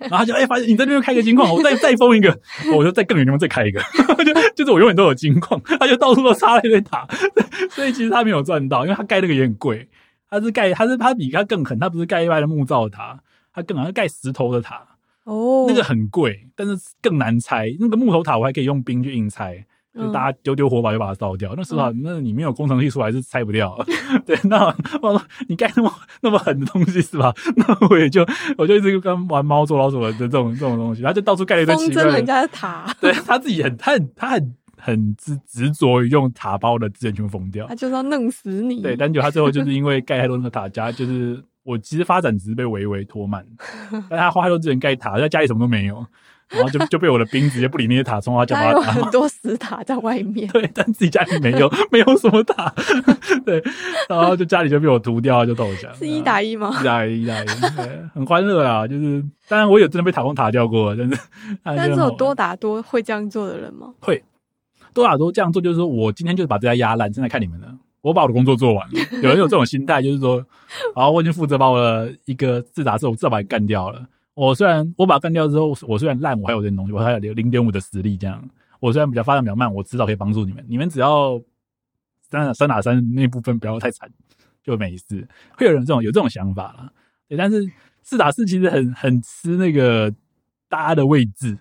Speaker 2: 然后他就哎、发现你在那边开个金矿，我再再封一个，我就在更远地方再开一个，就就是我永远都有金矿，他就到处都插在那边打， 所以其实他没有赚到，因为他盖那个也很贵，他是盖他是他比他更狠，他不是盖一般的木造塔，他更狠，他盖石头的塔，
Speaker 1: 哦，
Speaker 2: 那个很贵，但是更难拆。那个木头塔我还可以用冰去硬拆，就
Speaker 1: 嗯
Speaker 2: 大家丢丢火把就把它烧掉。那石头塔，那你没有工程技术还是拆不 掉。对，那我说你盖那么那么狠的东西是吧？ 那我也就我就一直跟玩猫捉老鼠的这种这种东西，他就到处盖了一堆
Speaker 1: 风
Speaker 2: 奇怪
Speaker 1: 筝人
Speaker 2: 的。
Speaker 1: 家的塔，
Speaker 2: 对他自己很他很他很很执执着于用塔包的资源全部封掉
Speaker 1: 他。就是要弄死你。
Speaker 2: 对，但就他最后就是因为盖太多那个塔加，就是我其实发展只是被微微拖慢， 但他花太多资源盖塔，在家里什么都没有，然后就就被我的兵直接不理那些塔，冲他叫
Speaker 1: 他
Speaker 2: 他
Speaker 1: 有
Speaker 2: 打。，
Speaker 1: 很多石塔在外面
Speaker 2: 对，啊但自己家里没有，没有什么塔， 对，然后就家里就被我屠掉，就投降。
Speaker 1: 是一打一吗？
Speaker 2: 一打一，一打一，对很欢乐啊！就是，当然我有真的被塔攻塔掉过，但是
Speaker 1: 但是
Speaker 2: 很好
Speaker 1: 有
Speaker 2: 玩
Speaker 1: 多打多会这样做的人吗？
Speaker 2: 会多打多这样做，就是说我今天就是把这家压烂，正在看你们了。我把我的工作做完了，有人有这种心态，就是说， 好，我已经负责把我的一个自打字，我至少把你干掉了。我虽然我把它干掉之后，我虽然烂，我还有点东西，我还有零点五的实力，这样。我虽然比较发展比较慢，我迟早可以帮助你们。你们只要三打三打三那部分不要太惨，就没事。会有人这种有这种想法啦，对。但是四打四其实很很吃那个大家的位置，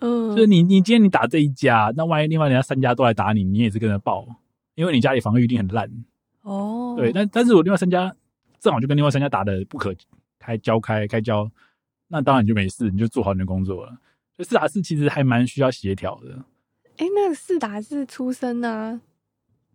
Speaker 1: 嗯
Speaker 2: 就是，你，你今天你打这一家，那万一另外人家三家都来打你，你也是跟着爆，因为你家里防御一定很烂。
Speaker 1: 哦，
Speaker 2: 对，但但是我另外三家正好就跟另外三家打的不可开交开开交，那当然你就没事，你就做好你的工作了。所以四打四其实还蛮需要协调的，
Speaker 1: 哎，那个四打四出生啊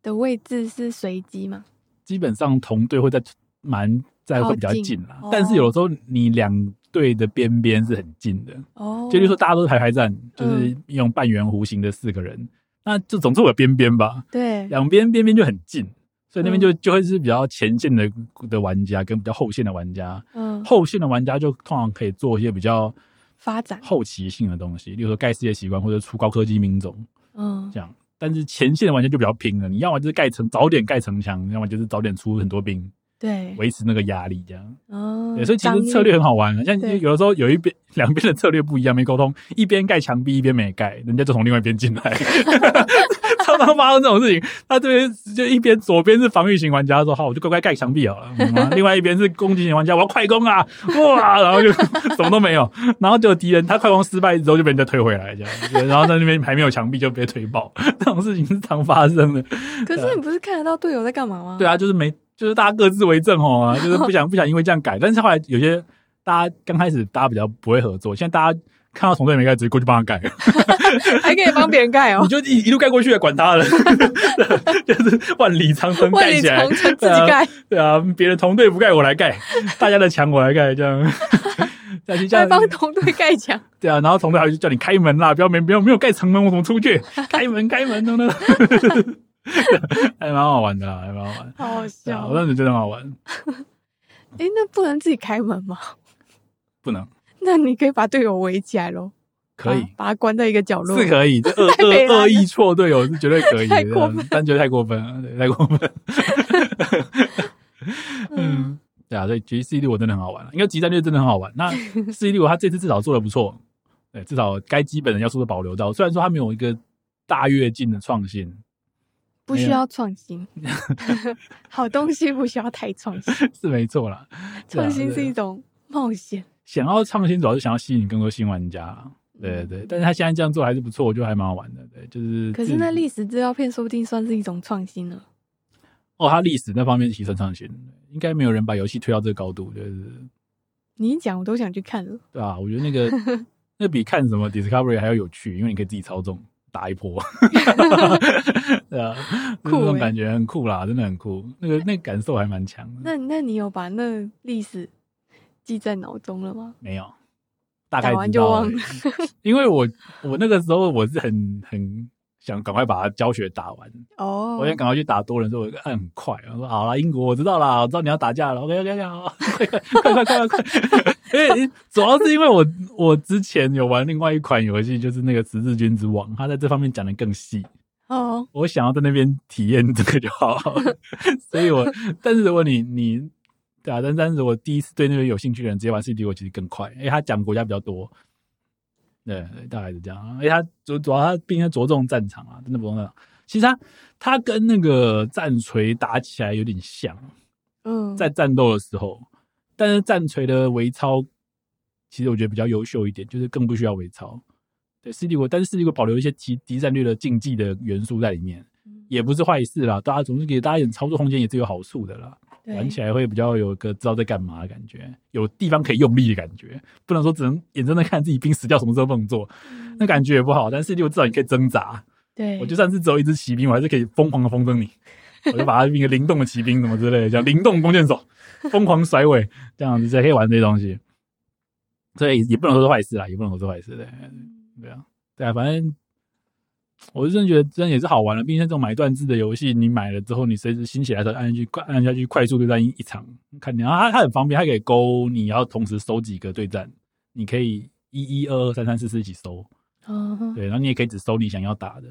Speaker 1: 的位置是随机吗？
Speaker 2: 基本上同队会在蛮在会比较
Speaker 1: 靠近
Speaker 2: 近啦，
Speaker 1: 哦
Speaker 2: 但是有的时候你两队的边边是很近的，
Speaker 1: 哦，嗯
Speaker 2: 就例如说大家都是排排站，就是用半圆弧形的四个人，那就总是会有边边吧。
Speaker 1: 对，
Speaker 2: 两边边边就很近，所以那边
Speaker 1: 嗯
Speaker 2: 就就会是比较前线的的玩家跟比较后线的玩家。
Speaker 1: 嗯，
Speaker 2: 后线的玩家就通常可以做一些比较
Speaker 1: 发展，
Speaker 2: 后期性的东西，例如说盖世界奇观或者出高科技兵种
Speaker 1: 嗯
Speaker 2: 这样。但是前线的玩家就比较拼了，你要么就是盖城早点盖城墙，要么就是早点出很多兵
Speaker 1: 对，
Speaker 2: 维持那个压力这样。
Speaker 1: 嗯
Speaker 2: 对，，所以其
Speaker 1: 张
Speaker 2: 实
Speaker 1: 力
Speaker 2: 策略很好玩，啊像
Speaker 1: 对
Speaker 2: 有的时候有一边 两边的策略不一样，没沟通，一边盖墙壁，一边没盖，人家就从另外一边进来， 常常发生这种事情。他这边就一边左边是防御型玩家说好，我就乖乖盖墙壁好了，嗯 另外一边是攻击型玩家，我要快攻啊，哇，然后就 什么都没有，然后就有敌人他快攻失败之后就被人家推回来这样，对然后在那边还没有墙壁就被推爆， 这种事情是常发生的。
Speaker 1: 可是你不是看得到队友在干嘛吗？
Speaker 2: 对
Speaker 1: 啊，
Speaker 2: 啊，就是没，就是大家各自为政哦、啊，就是不想不想因为这样改。但是后来有些大家刚开始大家比较不会合作，现在大家看到同队没盖，直接过去帮他盖，
Speaker 1: 还可以帮别人盖哦
Speaker 2: 你，就一一路盖过去，管 他了，就是万里长城
Speaker 1: 万
Speaker 2: 嗯盖
Speaker 1: 里
Speaker 2: 起来
Speaker 1: 长，城自
Speaker 2: 对
Speaker 1: 己
Speaker 2: 啊
Speaker 1: 盖，
Speaker 2: 对啊，别的同队不盖，我来盖，大家的墙我来盖，这样。但是这
Speaker 1: 还
Speaker 2: 样，
Speaker 1: 帮同队盖墙，
Speaker 2: 对啊，然后同队还就叫你开门啦，不要没没有没有盖城门，我怎么出去？开门开门，等等， 还蛮好玩的啦，还蛮好玩。
Speaker 1: 好好
Speaker 2: 对啊，
Speaker 1: 笑
Speaker 2: 我。当时觉得很好玩，
Speaker 1: 哎，那不能自己开门吗？
Speaker 2: 不能。
Speaker 1: 那你可以把队友围起来喽，
Speaker 2: 可以
Speaker 1: 把，把他关在一个角落，
Speaker 2: 是可以，这恶
Speaker 1: 北
Speaker 2: 恶
Speaker 1: 兰
Speaker 2: 恶意错队友是绝对可以 的，
Speaker 1: 太过分
Speaker 2: 但觉得太过分了，对，太过分。
Speaker 1: 嗯，
Speaker 2: 嗯，对啊，所以其实 C 六我真的很好玩啊了，因为集战略真的很好玩。 那 C 六他这次至少做的不错，对，至少该基本的要素都保留到，虽然说他没有一个大跃进的创新，
Speaker 1: 不需要创 新， 好东西不需要太创新，
Speaker 2: 是没错啦。对
Speaker 1: 创
Speaker 2: 啊
Speaker 1: 新
Speaker 2: 对
Speaker 1: 是一种冒险。
Speaker 2: 想要创新，主要是想要吸引更多新玩家啦。对对，对但是他现在这样做还是不错，我觉得还蛮好玩的。对，就是
Speaker 1: 嗯可
Speaker 2: 自
Speaker 1: 是那历史资料片说不定算是一种创新了。
Speaker 2: 哦，他历史那方面提升创新，应该没有人把游戏推到这个高度，就是
Speaker 1: 你一讲我都想去看了。
Speaker 2: 对啊，我觉得那个那比看什么 Discovery 还要有趣，因为你可以自己操纵，打一 波，对啊，
Speaker 1: 酷
Speaker 2: 就是那种
Speaker 1: 欸
Speaker 2: 感觉很酷啦，真的很酷，那个那个感受还蛮强的。
Speaker 1: 那那你有把那历史记在脑中了吗？
Speaker 2: 没有，大概
Speaker 1: 打完
Speaker 2: 知道
Speaker 1: 就忘
Speaker 2: 而已因为我我那个时候我是很很想赶快把它教学打完，
Speaker 1: 哦
Speaker 2: 我，想赶快去打多人，所以我按很快，我说好啦，英国我知道啦，我知道你要打架了，OK OK OK，好， 快快快快快 快！因为主要是因为我我之前有玩另外一款游戏，就是那个《十字军之王》，它在这方面讲的更细，
Speaker 1: 哦，
Speaker 2: 我想要在那边体验这个就好， 所以我但是如果你你对啊，但但是我第一次对那个有兴趣的人直接玩 CD，我其实更快，因为他讲国家比较多，对，大概是这样。而且他主主要他毕竟着重战场啊，真的不重战场。其实他他跟那个战锤打起来有点像，
Speaker 1: 嗯，
Speaker 2: 在战斗的时候，但是战锤的微操其实我觉得比较优秀一点，就是更不需要微操。对，四帝国，但是四帝国保留一些敌敌战略的竞技的元素在里面，也不是坏事啦。大家总是给大家一点操作空间，也是有好处的啦。玩起
Speaker 1: 来
Speaker 2: 来会比较有个知道在干嘛的感觉，有地方可以用力的感觉，不能说只能眼睁睁看自己兵死掉，什么时候不能做，那感觉也不好。但是四帝国至少你可以挣扎，
Speaker 1: 对，
Speaker 2: 我就算是只有一支骑兵，我还是可以疯狂的风筝你， 我就把它变个灵动的骑兵什么之类的，叫灵动弓箭手，疯狂甩尾，这样子才可以玩这些东西。所以也不能说是坏事啦，也不能说是坏事，对对啊，对啊，反正我是真的觉得真的也是好玩了。毕竟像这种买断制的游戏，你买了之后，你随时兴起来的时候按下去，快按下去，快速对战一一场，看你，然后它它很方便，它可以勾你要同时收几个对战，你可以一一二二三三四四一起收，
Speaker 1: 嗯，
Speaker 2: 对，然后你也可以只收你想要打的。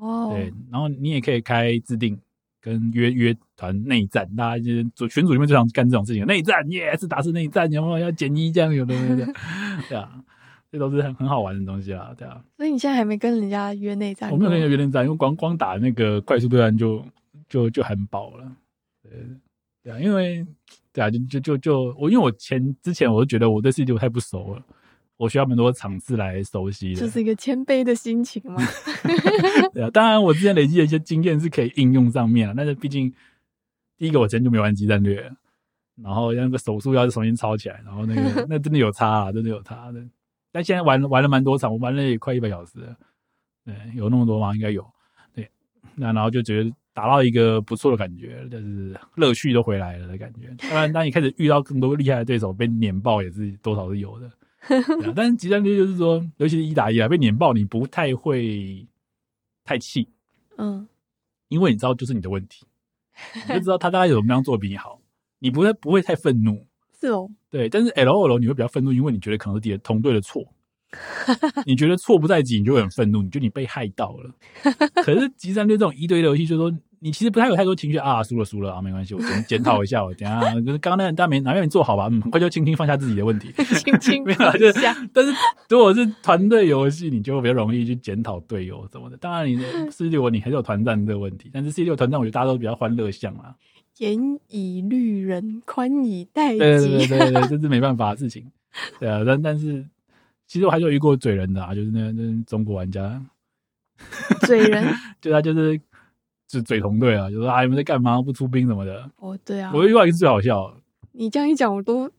Speaker 1: 哦，
Speaker 2: 对，然后你也可以开制定跟约约团内战，大家就是组群组里面最常干这种事情，内战耶，是打是内战，有没有要减一这样有的没的， 对啊，这都是很很好玩的东西啦，对啊，
Speaker 1: 所以你现在还没跟人家约内战？
Speaker 2: 我没有跟人家约内战，因为光光打那个快速对战就就就很饱了，对对啊，因为对啊，就就就就我因为我前之前我就觉得我对世界太不熟了，我需要蛮多场次来熟悉的，
Speaker 1: 就是一个谦卑的心情 嘛。
Speaker 2: 对啊，当然我之前累积的一些经验是可以应用上面啊，但是毕竟第一个我之前就没玩激战略，然后那个手速要是重新抄起来，然后那个那真的有差啊，真的有差的。但现在玩玩了蛮多场，我玩了也快一百小时了，对，有那么多吗？应该有。对，那然后就觉得达到一个不错的感觉，就是乐趣都回来了的感觉。当然，当你开始遇到更多厉害的对手，被碾爆也是多少是有的。对啊但是集战略就是说，尤其是一打一啊，被碾爆你不太会太气，
Speaker 1: 嗯，
Speaker 2: 因为你知道就是你的问题，你就知道他大概有怎么样做比你好，你不会不会太愤怒，
Speaker 1: 是哦，
Speaker 2: 对。但是 L O L 你会比较愤怒，因为你觉得可能是你的同队的错，你觉得错不在己，你就会很愤怒，你觉得你被害到了。可是集战略这种一对一的游戏，就是说你其实不太有太多情绪啊，输了输了啊，没关系，我检检讨一下，我等一下就是刚刚那个大没哪边没做好吧，嗯，很快就轻轻放下自己的问题。
Speaker 1: 轻轻
Speaker 2: 没有啦
Speaker 1: 放
Speaker 2: 就是
Speaker 1: 下，
Speaker 2: 但是如果是团队游戏，你就比较容易去检讨队友什么的。当然你，C 六你还是有团战这个问题，但是 C 六团战我觉得大家都比较欢乐向啦。
Speaker 1: 严以律人，宽以待
Speaker 2: 对
Speaker 1: 己
Speaker 2: 对对。对对， 这是啊没办法的事情。对啊，但但是其实我还是有遇过嘴人的啊，就是那那中国玩家，
Speaker 1: 嘴 人，
Speaker 2: 就他就是就嘴同队啊，就说啊你们在干嘛不出兵什么的。
Speaker 1: 哦，对啊，
Speaker 2: 我遇到一个最好笑的，
Speaker 1: 你这样一讲，我 都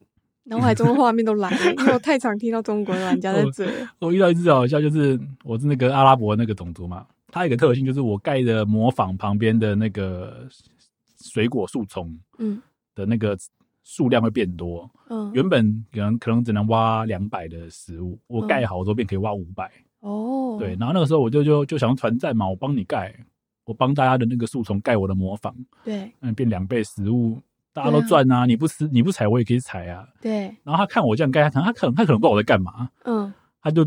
Speaker 1: 脑海中的画面都来了，因为我太常听到中国玩家在
Speaker 2: 哦
Speaker 1: 嘴 了。
Speaker 2: 我遇到一次最好笑，就是我是那个阿拉伯那个种族嘛，它有一个特性就是我盖的模仿旁边的那个水果树丛
Speaker 1: 嗯
Speaker 2: 的那个数量会变多，
Speaker 1: 嗯，
Speaker 2: 原本可能可能只能挖两百的食物，
Speaker 1: 嗯
Speaker 2: 我盖好之后便可以挖五百、
Speaker 1: 哦，
Speaker 2: 对，，然后那个时候我就就就想团战嘛，我帮你盖，我帮大家的那个树丛盖我的模仿，
Speaker 1: 对
Speaker 2: 嗯，变两倍食物，大家都
Speaker 1: 对啊
Speaker 2: 赚啊，你不吃你不采我也可以采啊。
Speaker 1: 对，
Speaker 2: 然后他看我这样盖，他可能他可能他可能不知道我在干嘛，
Speaker 1: 嗯，
Speaker 2: 他就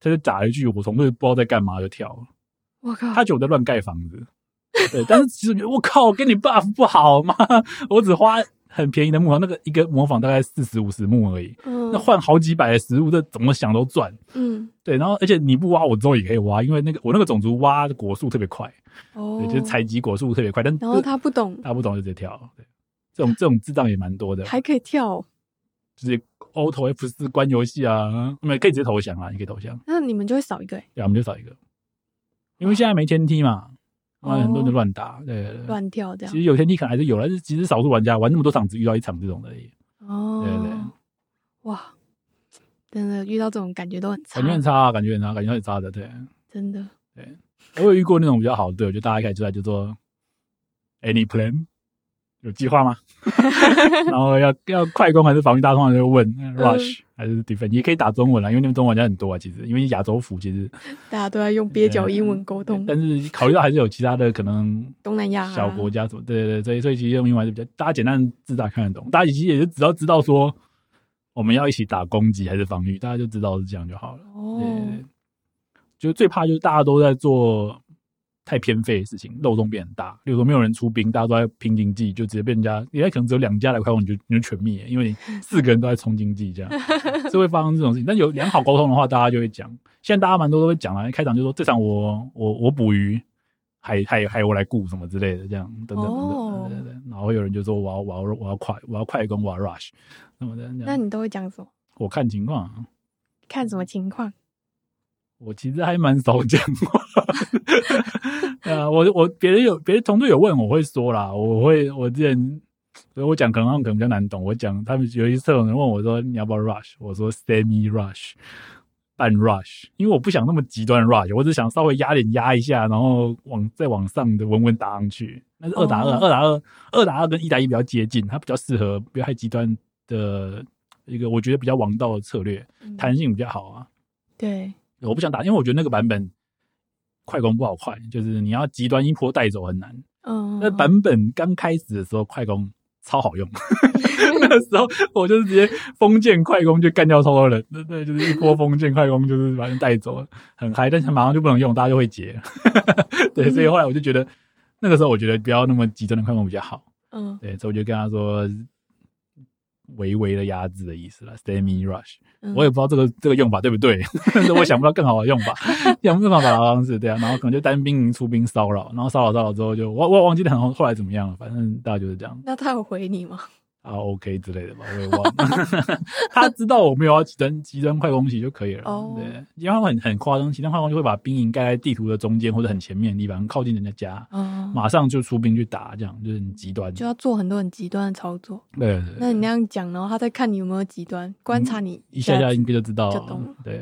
Speaker 2: 他就打了一句我从队不知道在干嘛就跳了。
Speaker 1: 我靠，
Speaker 2: 他觉得我在乱盖房子，对，但是其实我觉得我靠，我给你 buff 不好吗？我只花很便宜的木头，那个一个模仿大概四十五十木而已，
Speaker 1: 嗯
Speaker 2: 那换好几百的食物，这怎么想都赚。
Speaker 1: 嗯
Speaker 2: 对，然后而且你不挖，我之后也可以挖，因为那个我那个种族挖果树特别快，
Speaker 1: 哦
Speaker 2: 对，，就是采集果树特别快，但
Speaker 1: 然后他不懂，
Speaker 2: 他不懂就直接跳，对，这种这种智障也蛮多的，
Speaker 1: 还可以跳哦，
Speaker 2: 直接 O 投 F 四关游戏啊，没有可以直接投降啊，你可以投降。
Speaker 1: 那你们就会少一个欸
Speaker 2: 对啊，我们就少一个，因为现在没天梯嘛，
Speaker 1: 哦
Speaker 2: 哇，很多人就乱打，对对对。
Speaker 1: 乱跳这
Speaker 2: 其
Speaker 1: 样
Speaker 2: 实。有天梯可能还是有，但是其实少数玩家玩那么多场只遇到一场这种的而已，
Speaker 1: 哦，
Speaker 2: 对对对，
Speaker 1: 哇，真的遇到这种感觉都很差，
Speaker 2: 感觉很差、啊，感觉很差，感觉很差的，对
Speaker 1: 真的。
Speaker 2: 对，我有遇过那种比较好的队友，就大家一开始出来就说，Any plan？有计划吗？然后要要快攻还是防御？大家通常就会问 rush 还是 defense，也可以打中文啦，因为那边中文玩家很多啊。其实因为亚洲服其实
Speaker 1: 大家都在用蹩脚
Speaker 2: 嗯
Speaker 1: 英文沟通，
Speaker 2: 但是考虑到还是有其他的可能，
Speaker 1: 东南亚啊
Speaker 2: 小国家什么，对对对，所以所以其实用英文还是比较大家简单字大家看得懂，大家其实也就只要知道说我们要一起打攻击还是防御，大家就知道是这样就好了。
Speaker 1: 哦，
Speaker 2: 对，就最怕就是大家都在做太偏废的事情，漏洞变很大。例如说没有人出兵，大家都在拼经济，就直接被人家，人家可能只有两家来开工，你就你就全灭，因 为你四个人都在冲经济，这样是会发生这种事情。但有良好沟通的话，大家就会讲。现在大家蛮多都会讲啊，一开场就说这场我我我捕鱼。海海海我来顾什么之类的，这样等等等等，
Speaker 1: 哦
Speaker 2: 对对对。然后会有人就说我要我要我要快我要快攻我要 rush，那么的。这
Speaker 1: 那
Speaker 2: 样
Speaker 1: 你都会讲什么？
Speaker 2: 我看情况啊，
Speaker 1: 看什么情况？
Speaker 2: 我其实还蛮少讲话， 呃，我我别人有别人同队有问我会说啦，我会我之前，所以我讲可能他们可能比较难懂，我讲他们有一次有人问我说你要不要 rush，我说 semi rush，半 rush，因为我不想那么极端 rush，我只想稍微压点压一下，然后往再往上的稳稳打上去，那是二打二、
Speaker 1: 哦
Speaker 2: 二打二、二打二跟一打一比较接近，它比较适合不要太极端的一个我觉得比较王道的策略，
Speaker 1: 嗯
Speaker 2: 弹性比较好啊。
Speaker 1: 对，
Speaker 2: 我不想打，因为我觉得那个版本快攻不好快，就是你要极端一波带走很难。
Speaker 1: 嗯，
Speaker 2: 那版本刚开始的时候，快攻超好用， 那个时候我就是直接封建快攻就干掉超多人，对对，就是一波封建快攻就是把人带走了，很嗨，但是马上就不能用，大家就会结。 对，所以后来我就觉得那个时候我觉得不要那么极端的快攻比较好。
Speaker 1: 嗯
Speaker 2: 对，所以我就跟他说。微微的压制的意思了，semi rush。
Speaker 1: 嗯，
Speaker 2: 我也不知道这个这个用法对不对， 但是我想不到更好的用 法，想不到更好的方式，对啊，然后可能就单兵营出兵骚扰，然后骚扰骚扰之后就我我忘记了后后来怎么样了，反正大家就是这样
Speaker 1: 那他有回你吗？
Speaker 2: 啊 OK 之类的吧，我也 忘了。他知道我没有要极端极端快攻击就可以了，
Speaker 1: 哦
Speaker 2: 对，因为他们很很夸张，极端快攻就会把兵营盖在地图的中间或者很前面的地方，很靠近人家家，
Speaker 1: 哦，
Speaker 2: 马上就出兵去打，这样就是很极端，
Speaker 1: 就
Speaker 2: 对
Speaker 1: 要做很多很极端的操作。
Speaker 2: 对对嗯
Speaker 1: 那你那样讲，然后他再看你有没有极端，观察你
Speaker 2: 一下下
Speaker 1: 子
Speaker 2: 应该就知道
Speaker 1: 就懂了哦
Speaker 2: 对，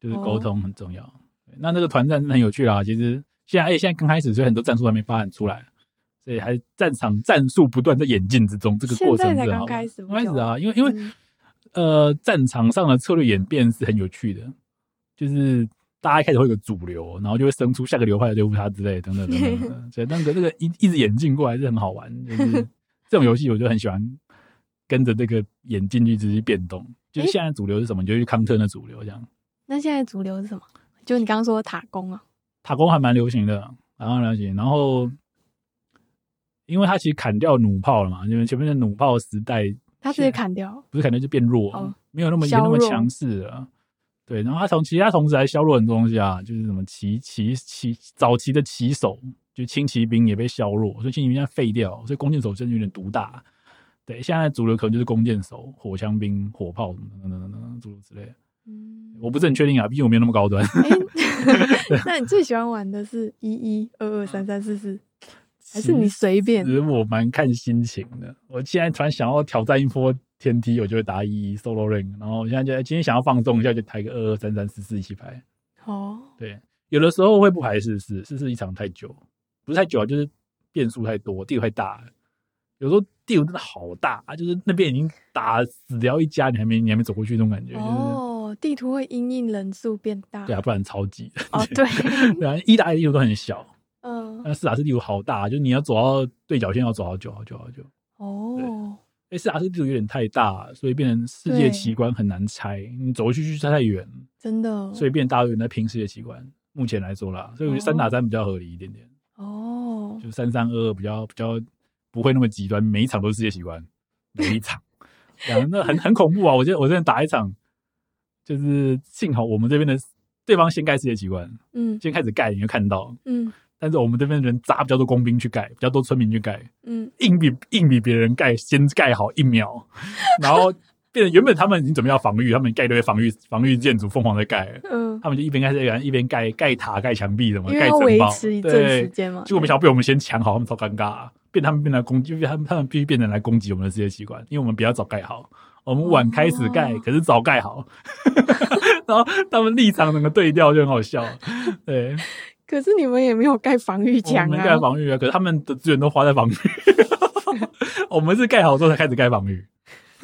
Speaker 2: 就是沟通很重要。对那那个团战真的很有趣啦，其实现在哎、现在刚开始，所以很多战术还没发展出来，所以还战场战术不断在演进之中，这个过程
Speaker 1: 现在
Speaker 2: 是
Speaker 1: 才
Speaker 2: 很
Speaker 1: 刚
Speaker 2: 好玩
Speaker 1: 开
Speaker 2: 的。
Speaker 1: 始，
Speaker 2: 刚开始，啊，因为因
Speaker 1: 因
Speaker 2: 为、呃，战场上的策略演变是很有趣的，就是大家一开始会有个主流，然后就会生出下个流派的对付他之类的等等等等等等，所以那个那个一一直演进过来是很好玩，就是这种游戏我就很喜欢跟着这个演进去直接变动。就是
Speaker 1: 诶
Speaker 2: 现在主流是什么，你就去康特那主流这样。
Speaker 1: 那现在主流是什么？就你刚刚说的塔攻啊，
Speaker 2: 塔攻还蛮流行的，然后流行，然后因为它其实砍掉弩炮了嘛，因为前面的弩炮时代
Speaker 1: 他直接砍掉，
Speaker 2: 不是可能就变弱，
Speaker 1: 哦
Speaker 2: 没有那么也
Speaker 1: 削
Speaker 2: 那
Speaker 1: 弱
Speaker 2: 么强势了。对，然后他从其他同时还削弱很多东西啊，就是什么骑骑骑早期的骑手，就轻骑兵也被削弱，所以轻骑兵现在废掉，所以弓箭手真的有点独大。对，现在主流可能就是弓箭手、火枪兵、火炮什么等等等等等诸如此类的。
Speaker 1: 嗯，
Speaker 2: 我不是很确定啊，毕竟我没有那么高端。
Speaker 1: 哎， 那你最喜欢玩的是一一二二三三四四， 还是你随便
Speaker 2: 其？实我蛮看心情的。我现在突然想要挑战一波天梯，我就会打一一 solo ring，然后我现在就哎今天想要放纵一下，就抬个二二三三四四一起排。
Speaker 1: 哦，
Speaker 2: 对，有的时候会不排试试，试试一场太久，不是太久啊，就是变数太多，地图太大了。有时候地图真的好大，啊就是那边已经打死掉一家，你还没你还没走过去那种感觉，就是、
Speaker 1: 哦，地图会因应人数变大，
Speaker 2: 对啊，不然超级。
Speaker 1: 哦，对，
Speaker 2: 对啊，一打一地图都很小，
Speaker 1: 嗯，
Speaker 2: 那四打四地图好大，啊就是你要走到对角线要走好久好久好久。
Speaker 1: 哦，
Speaker 2: 哎，四打四地图有点太大，所以变成世界
Speaker 1: 对
Speaker 2: 奇观很难拆，你走过去去拆太远，
Speaker 1: 真的，
Speaker 2: 所以变大家有点在拼世界奇观。目前来说啦，所以我觉得三打三比较合理一点点。
Speaker 1: 哦，
Speaker 2: 就三三二二比较比较不会那么极端，每一场都是世界奇观，每一场，讲那很很恐怖啊！我觉得我真的打一场，就是幸好我们这边的对方先盖世界奇观，
Speaker 1: 嗯
Speaker 2: 先开始盖，你就看到，
Speaker 1: 嗯
Speaker 2: 但是我们这边人砸比较多工兵去盖，比较多村民去盖，
Speaker 1: 嗯，
Speaker 2: 硬比硬比别人盖先盖好一秒，然后变成原本他们已经准备要防御，他们盖一堆防御防御建筑疯狂的盖了，
Speaker 1: 嗯，
Speaker 2: 他们就一边盖这个一边盖盖塔、盖墙壁什么，
Speaker 1: 因为
Speaker 2: 盖
Speaker 1: 要
Speaker 2: 城
Speaker 1: 维
Speaker 2: 堡，
Speaker 1: 持一阵
Speaker 2: 对
Speaker 1: 时间嘛，
Speaker 2: 结果没想到被我们先抢好，他们超尴尬、啊变他们变来攻击，因为他们他们必须变成来攻击我们的世界奇观，因为我们比较早盖好，我们晚开始盖，
Speaker 1: 哦
Speaker 2: 可是 早 盖好，然后他们立场整个对调就很好笑，对，
Speaker 1: 可是你们也没有盖防御墙
Speaker 2: 我们
Speaker 1: 啊
Speaker 2: 盖！防御啊，可是他们的资源都花在防御。 我们是盖好之后才开始盖防御，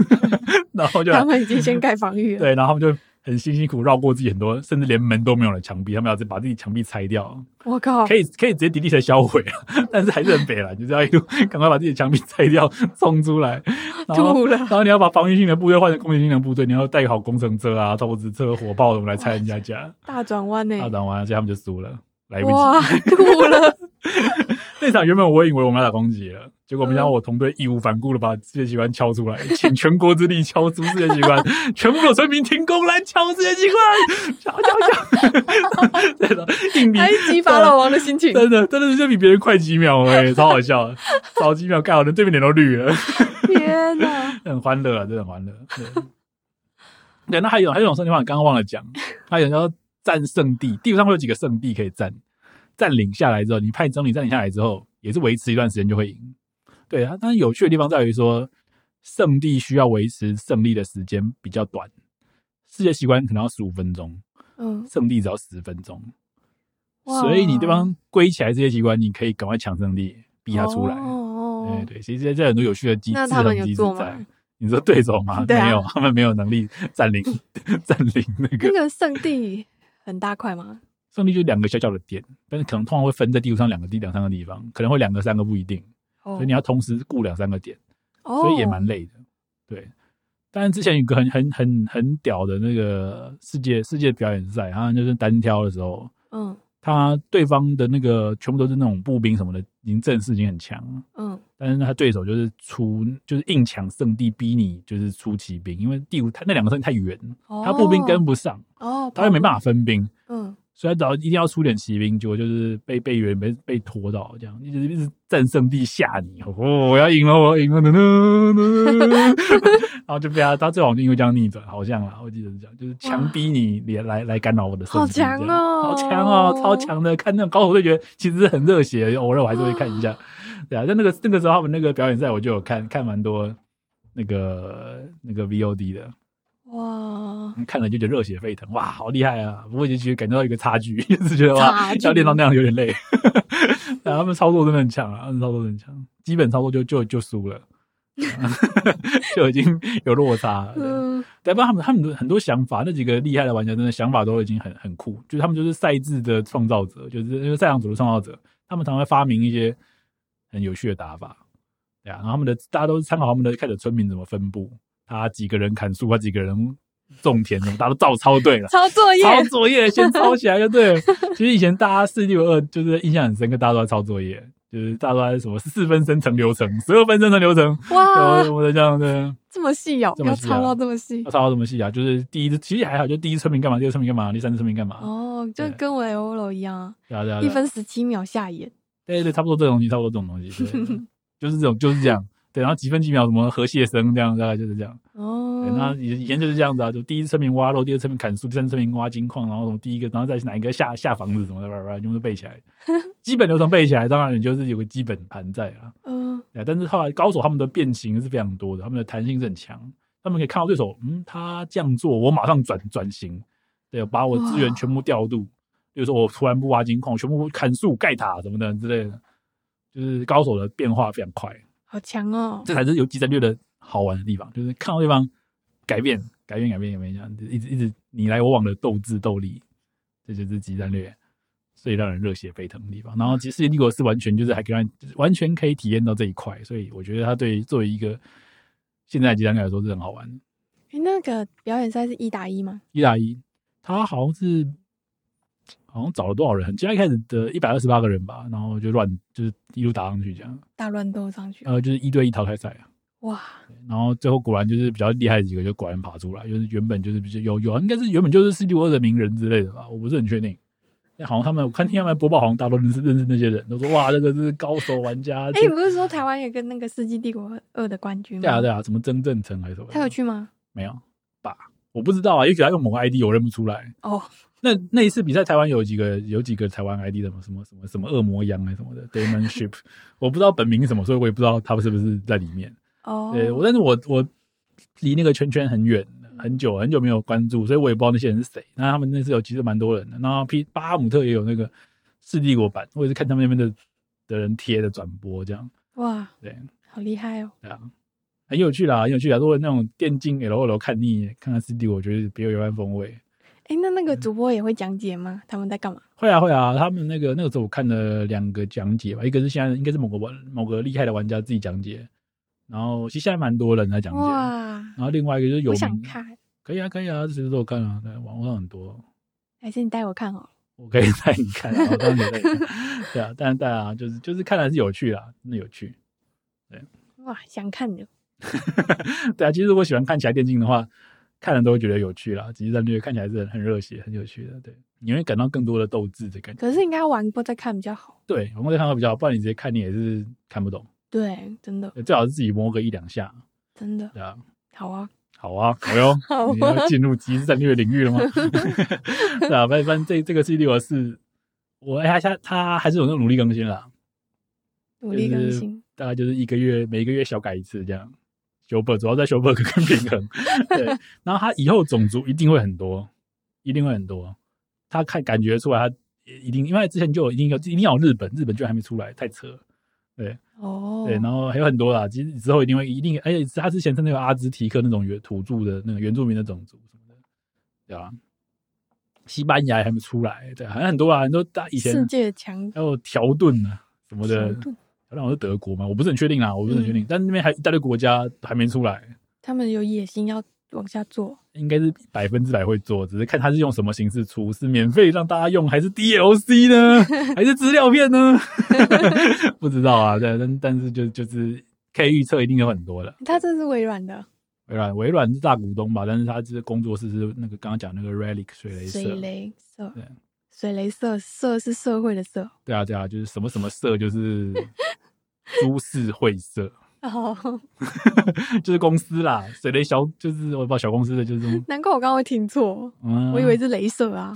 Speaker 2: 然后就来
Speaker 1: 他们已经先盖防御了。
Speaker 2: 对，然后他们就很辛辛苦苦绕过自己很多，甚至连门都没有的墙壁，他们要把自己墙壁拆掉，
Speaker 1: 我靠
Speaker 2: 可！以可以直接敌地才销毁啊， 但是还是很北了，就是要一路 赶快把自己的墙壁拆掉，冲出来，然后
Speaker 1: 吐了
Speaker 2: 然后你要把防御性的部队换成攻击性的部队，你要带好工程车啊、投掷车、火炮什么来拆人家家，啊
Speaker 1: 大转弯呢
Speaker 2: 大？打完，所以他们就输了，来不及。
Speaker 1: 哇，吐 了！
Speaker 2: 那场原本我以为我们要打攻击了，结果没
Speaker 1: 嗯
Speaker 2: 想到我同队义无反顾的把世界机关敲出来，请全国之力敲出世界机关， 全部的村民停工来敲世界机关，敲敲 敲，真的硬比
Speaker 1: 还激发了王的心情。
Speaker 2: 真的真的是就比别人快几秒哎、超好笑的，少几秒盖好的对面脸都绿了，
Speaker 1: 天哪！
Speaker 2: 很欢乐啊，真的很欢乐。对，对那还有还有一种胜利方法，刚刚忘了讲，还有叫占圣地，地图上会有几个圣地可以占，占领下来之后，你派总理占领下来之后，也是维持一段时间就会赢。对啊，但是有趣的地方在于说，圣地需要维持胜利的时间比较短，世界奇观可能要十五分钟，
Speaker 1: 嗯，
Speaker 2: 圣地只要十分钟，
Speaker 1: 哇
Speaker 2: 所以你对方归起来这些机关，你可以赶快抢圣地，逼他出来。哎
Speaker 1: 哦
Speaker 2: 对对，其实现在很多有趣的机制
Speaker 1: 那他们
Speaker 2: 和
Speaker 1: 有
Speaker 2: 机制
Speaker 1: 做
Speaker 2: 在
Speaker 1: 吗。
Speaker 2: 你说对手 吗？
Speaker 1: 对啊
Speaker 2: 没有，他们没有能力占领 占领那
Speaker 1: 那
Speaker 2: 个
Speaker 1: 个圣地很大块吗？
Speaker 2: 胜利，就两个小小的点，但是可能通常会分在地图上两个地两三个地方，可能会两个三个不一定，
Speaker 1: 哦
Speaker 2: 所以你要同时顾两三个点，
Speaker 1: 哦，
Speaker 2: 所以也蛮累的。对，当然之前有个很很很很屌的那个世界世界表演赛，好像就是单挑的时候，
Speaker 1: 嗯
Speaker 2: 他对方的那个全部都是那种步兵什么的，已经阵势已经很强了。
Speaker 1: 嗯
Speaker 2: 但是他对手就是出，就是硬抢圣地，逼你就是出骑兵，因为第五他那两个圣地太远，
Speaker 1: 哦
Speaker 2: 他步兵跟不上，
Speaker 1: 哦，
Speaker 2: 他又没办法分兵，
Speaker 1: 嗯
Speaker 2: 所以他只要一定要出点骑兵，结果就是被被原被被拖到这样，一直一直占圣地吓你，哦，我要赢了，我要赢了，噔噔噔噔然后就被他他最后就因为这样逆转，好像啦，我记得是这样，就是强逼你来来来干扰我的圣地，
Speaker 1: 好强
Speaker 2: 这样
Speaker 1: 哦
Speaker 2: 好强哦，超强的，看那种高手对决其实很热血，偶尔我还是会看一下，对啊，在那个那个时候他们那个表演赛我就有看看蛮多那个那个 VOD 的，
Speaker 1: 哇，
Speaker 2: 看了就觉得热血沸腾，哇，好厉害啊！不过就觉得感觉到一个差距， 就是觉得哇
Speaker 1: 差，距
Speaker 2: 要练到那样有点累。 然后他们操作真的很强啊，他们操作真的很强，基本操作就就就输了， 就已经有落差了。对
Speaker 1: 嗯
Speaker 2: 对，不然他们他们很多想法，那几个厉害的玩家真的想法都已经很很酷，就是他们就是赛制的创造者，就是因为赛场组的创造者，他们常常会发明一些很有趣的打法，对啊，然后他们的大家都是参考他们的开始村民怎么分布，他几个人砍树，他几个人种田什么，大家都照抄对了。
Speaker 1: 抄作业，
Speaker 2: 抄作业，先抄起来就对了。 其实以前大家四六二就是印象很深刻，大家都在抄作业，就是大家都在什么四分生成流程、十二分生成流程，
Speaker 1: 哇
Speaker 2: 我，我的这样的。
Speaker 1: 这么细哦，
Speaker 2: 这么
Speaker 1: 要
Speaker 2: 细啊
Speaker 1: 抄到这么细
Speaker 2: 要。抄到这么细啊？就是第一，其实还好，就第一村民干嘛，第二村民干嘛，第三村民干嘛？
Speaker 1: 哦，就
Speaker 2: 对
Speaker 1: 跟我 o l 一样啊，
Speaker 2: 对啊，对啊，
Speaker 1: 一
Speaker 2: 对啊
Speaker 1: 分十七秒下眼，
Speaker 2: 对对，差不多这种东西，差不多这种东西，对 就是这种，就是这样。对，然后几分几秒什么河蟹声这样，大概就是这样。对，那
Speaker 1: 哦，
Speaker 2: 以以前就是这样子啊，就第一村民挖肉，第二村民砍树，第三村民挖金矿，然后什么第一个，然后再哪一个下下房子什么的，叭叭叭，全部都背 起来。基本流程背起来，当然你就是有个基本盘在啊。
Speaker 1: 嗯，
Speaker 2: 对，但是后来高手他们的变形是非常多的，他们的弹性是很强，他们可以看到对手，嗯，他这样做，我马上转转型，对，把我资源
Speaker 1: 哇
Speaker 2: 全部调度，比如说我突然不挖金矿，全部砍树、盖塔什么的之类的，就是高手的变化非常快，
Speaker 1: 好强哦，
Speaker 2: 这才是游击战略的好玩的地方，就是看到对方改变、改变、改变、改变，这样一直一直你来我往的斗智斗力，这就是游击战略。最让人热血沸腾的地方，然后其实《世界帝国》是完全就是还可以让就是完全可以体验到这一块，所以我觉得它对于作为一个现在的集战略来说是很好玩的。
Speaker 1: 诶那个表演赛是一打一吗？
Speaker 2: 一打一，他好像是好像找了多少人，很记得一开始的一百二十八个人吧，然后就乱就是一路打上去这样，
Speaker 1: 大乱斗上去，
Speaker 2: 呃，就是一对一淘汰赛啊。
Speaker 1: 哇，
Speaker 2: 然后最后果然就是比较厉害的几个就果然爬出来，就是原本就是比较有有啊应该是原本就是世纪二的名人之类的吧，我不是很确定。但好像他们我看听他们播报，好像大家都认识认识那些人，都说哇，这个是高手玩家。
Speaker 1: 哎，你不是说台湾有个那个《世纪帝国二》的冠军吗？
Speaker 2: 对啊对啊，什么曾正成还是什么的？
Speaker 1: 他有去吗？
Speaker 2: 没有吧？我不知道啊，也许他用某个 ID 我认不出来。
Speaker 1: 哦，
Speaker 2: 那那一次比赛，台湾有几个有几个台湾 ID 的什么什么什么什么恶魔羊还是什么的 Demon Ship，我不知道本名是什么，所以我也不知道他们是不是在里面。
Speaker 1: 哦，
Speaker 2: 对我，但是我我离那个圈圈很远，很久很久没有关注，所以我也不知道那些人是谁。那他们那次有其实蛮多人的，然后皮巴哈姆特也有那个是帝国版，我也是看他们那边的的人贴的转播这样，
Speaker 1: 哇，
Speaker 2: 对，
Speaker 1: 好厉害哦！
Speaker 2: 对啊，很有趣啦，很有趣啦。如果那种电竞 L O L 看腻，看看 C D，我觉得别有一番风味。
Speaker 1: 哎，那那个主播也会讲解吗？他们在干嘛？
Speaker 2: 会啊会啊，他们那个那个时候我看了两个讲解吧，一个是现在应该是某个玩某个厉害的玩家自己讲解，然后其实现在蛮多人在讲解，
Speaker 1: 哇，
Speaker 2: 然后另外一个就是有
Speaker 1: 我
Speaker 2: 名
Speaker 1: 想看，可
Speaker 2: 可以啊可以啊，这些都有看啊，对，网络上很多，
Speaker 1: 还是你带我看哦。
Speaker 2: 我可以带你看啊，我当然可以带 你看，对啊，但是大家就是就是看来是有趣啦，真的有趣。
Speaker 1: 哇，想看的，
Speaker 2: 对啊，其实如果喜欢看起来电竞的话，看人都会觉得有趣啦。即时战略看起来是很很热血、很有趣的，对，你会感到更多的斗志的感觉。
Speaker 1: 可是应该玩过再看比较好。
Speaker 2: 对，我们再看到比较好，不然你直接看你也是看不懂，
Speaker 1: 对，真的，
Speaker 2: 对最好是自己摸个一两下，
Speaker 1: 真的
Speaker 2: 对啊。
Speaker 1: 好啊。
Speaker 2: 好啊，好哟，
Speaker 1: 好啊
Speaker 2: 你要进入即时战略领 域了吗？对啊，反正这这个 C 六是，我哎他他还是有那种努力更新啦，
Speaker 1: 努力更新，
Speaker 2: 大概就是一个月，每个月小改一次这样。修 bug 主要在修 bug 跟平衡，对。然后他以后种族一定会很多，一定会很多。他看感觉出来，他一定因为之前就有一定有一定要有日本，日本居然还没出来，太扯了。
Speaker 1: 哦，
Speaker 2: 对，然后还有很多啦，其实之后一定会一定，而且他之前真的有阿兹提克那种原土著的那个原住民的种族什么的，对吧、西班牙也还没出来，对，好像很多啊，很多大以前
Speaker 1: 世界强
Speaker 2: 还有条顿啊什么的
Speaker 1: 强，度，
Speaker 2: 好像是德国嘛，我不是很确定啦，我不是很
Speaker 1: 嗯
Speaker 2: 确定，但那边还一大堆国家还没出来，
Speaker 1: 他们有野心要往下做，
Speaker 2: 应该是百分之百会做，只是看它是用什么形式出，是免费让大家用，还是 DLC 呢， 还是资料片呢？ 不知道啊，但但但是就就是可以预测，一定有很多的。
Speaker 1: 他这是微软的
Speaker 2: 微软微软是大股东吧，但是它这工作室是那个刚刚讲那个 Relic 水雷社
Speaker 1: 水，雷社
Speaker 2: 对，
Speaker 1: 水雷社社是社会的社，
Speaker 2: 对啊对啊，就是什么什么社，就是 株式会社，
Speaker 1: 哦，
Speaker 2: 就是公司啦，水雷小就是我不知道小公司的就是这种，
Speaker 1: 难怪我刚刚会听错，
Speaker 2: 嗯，
Speaker 1: 我以为是镭射 啊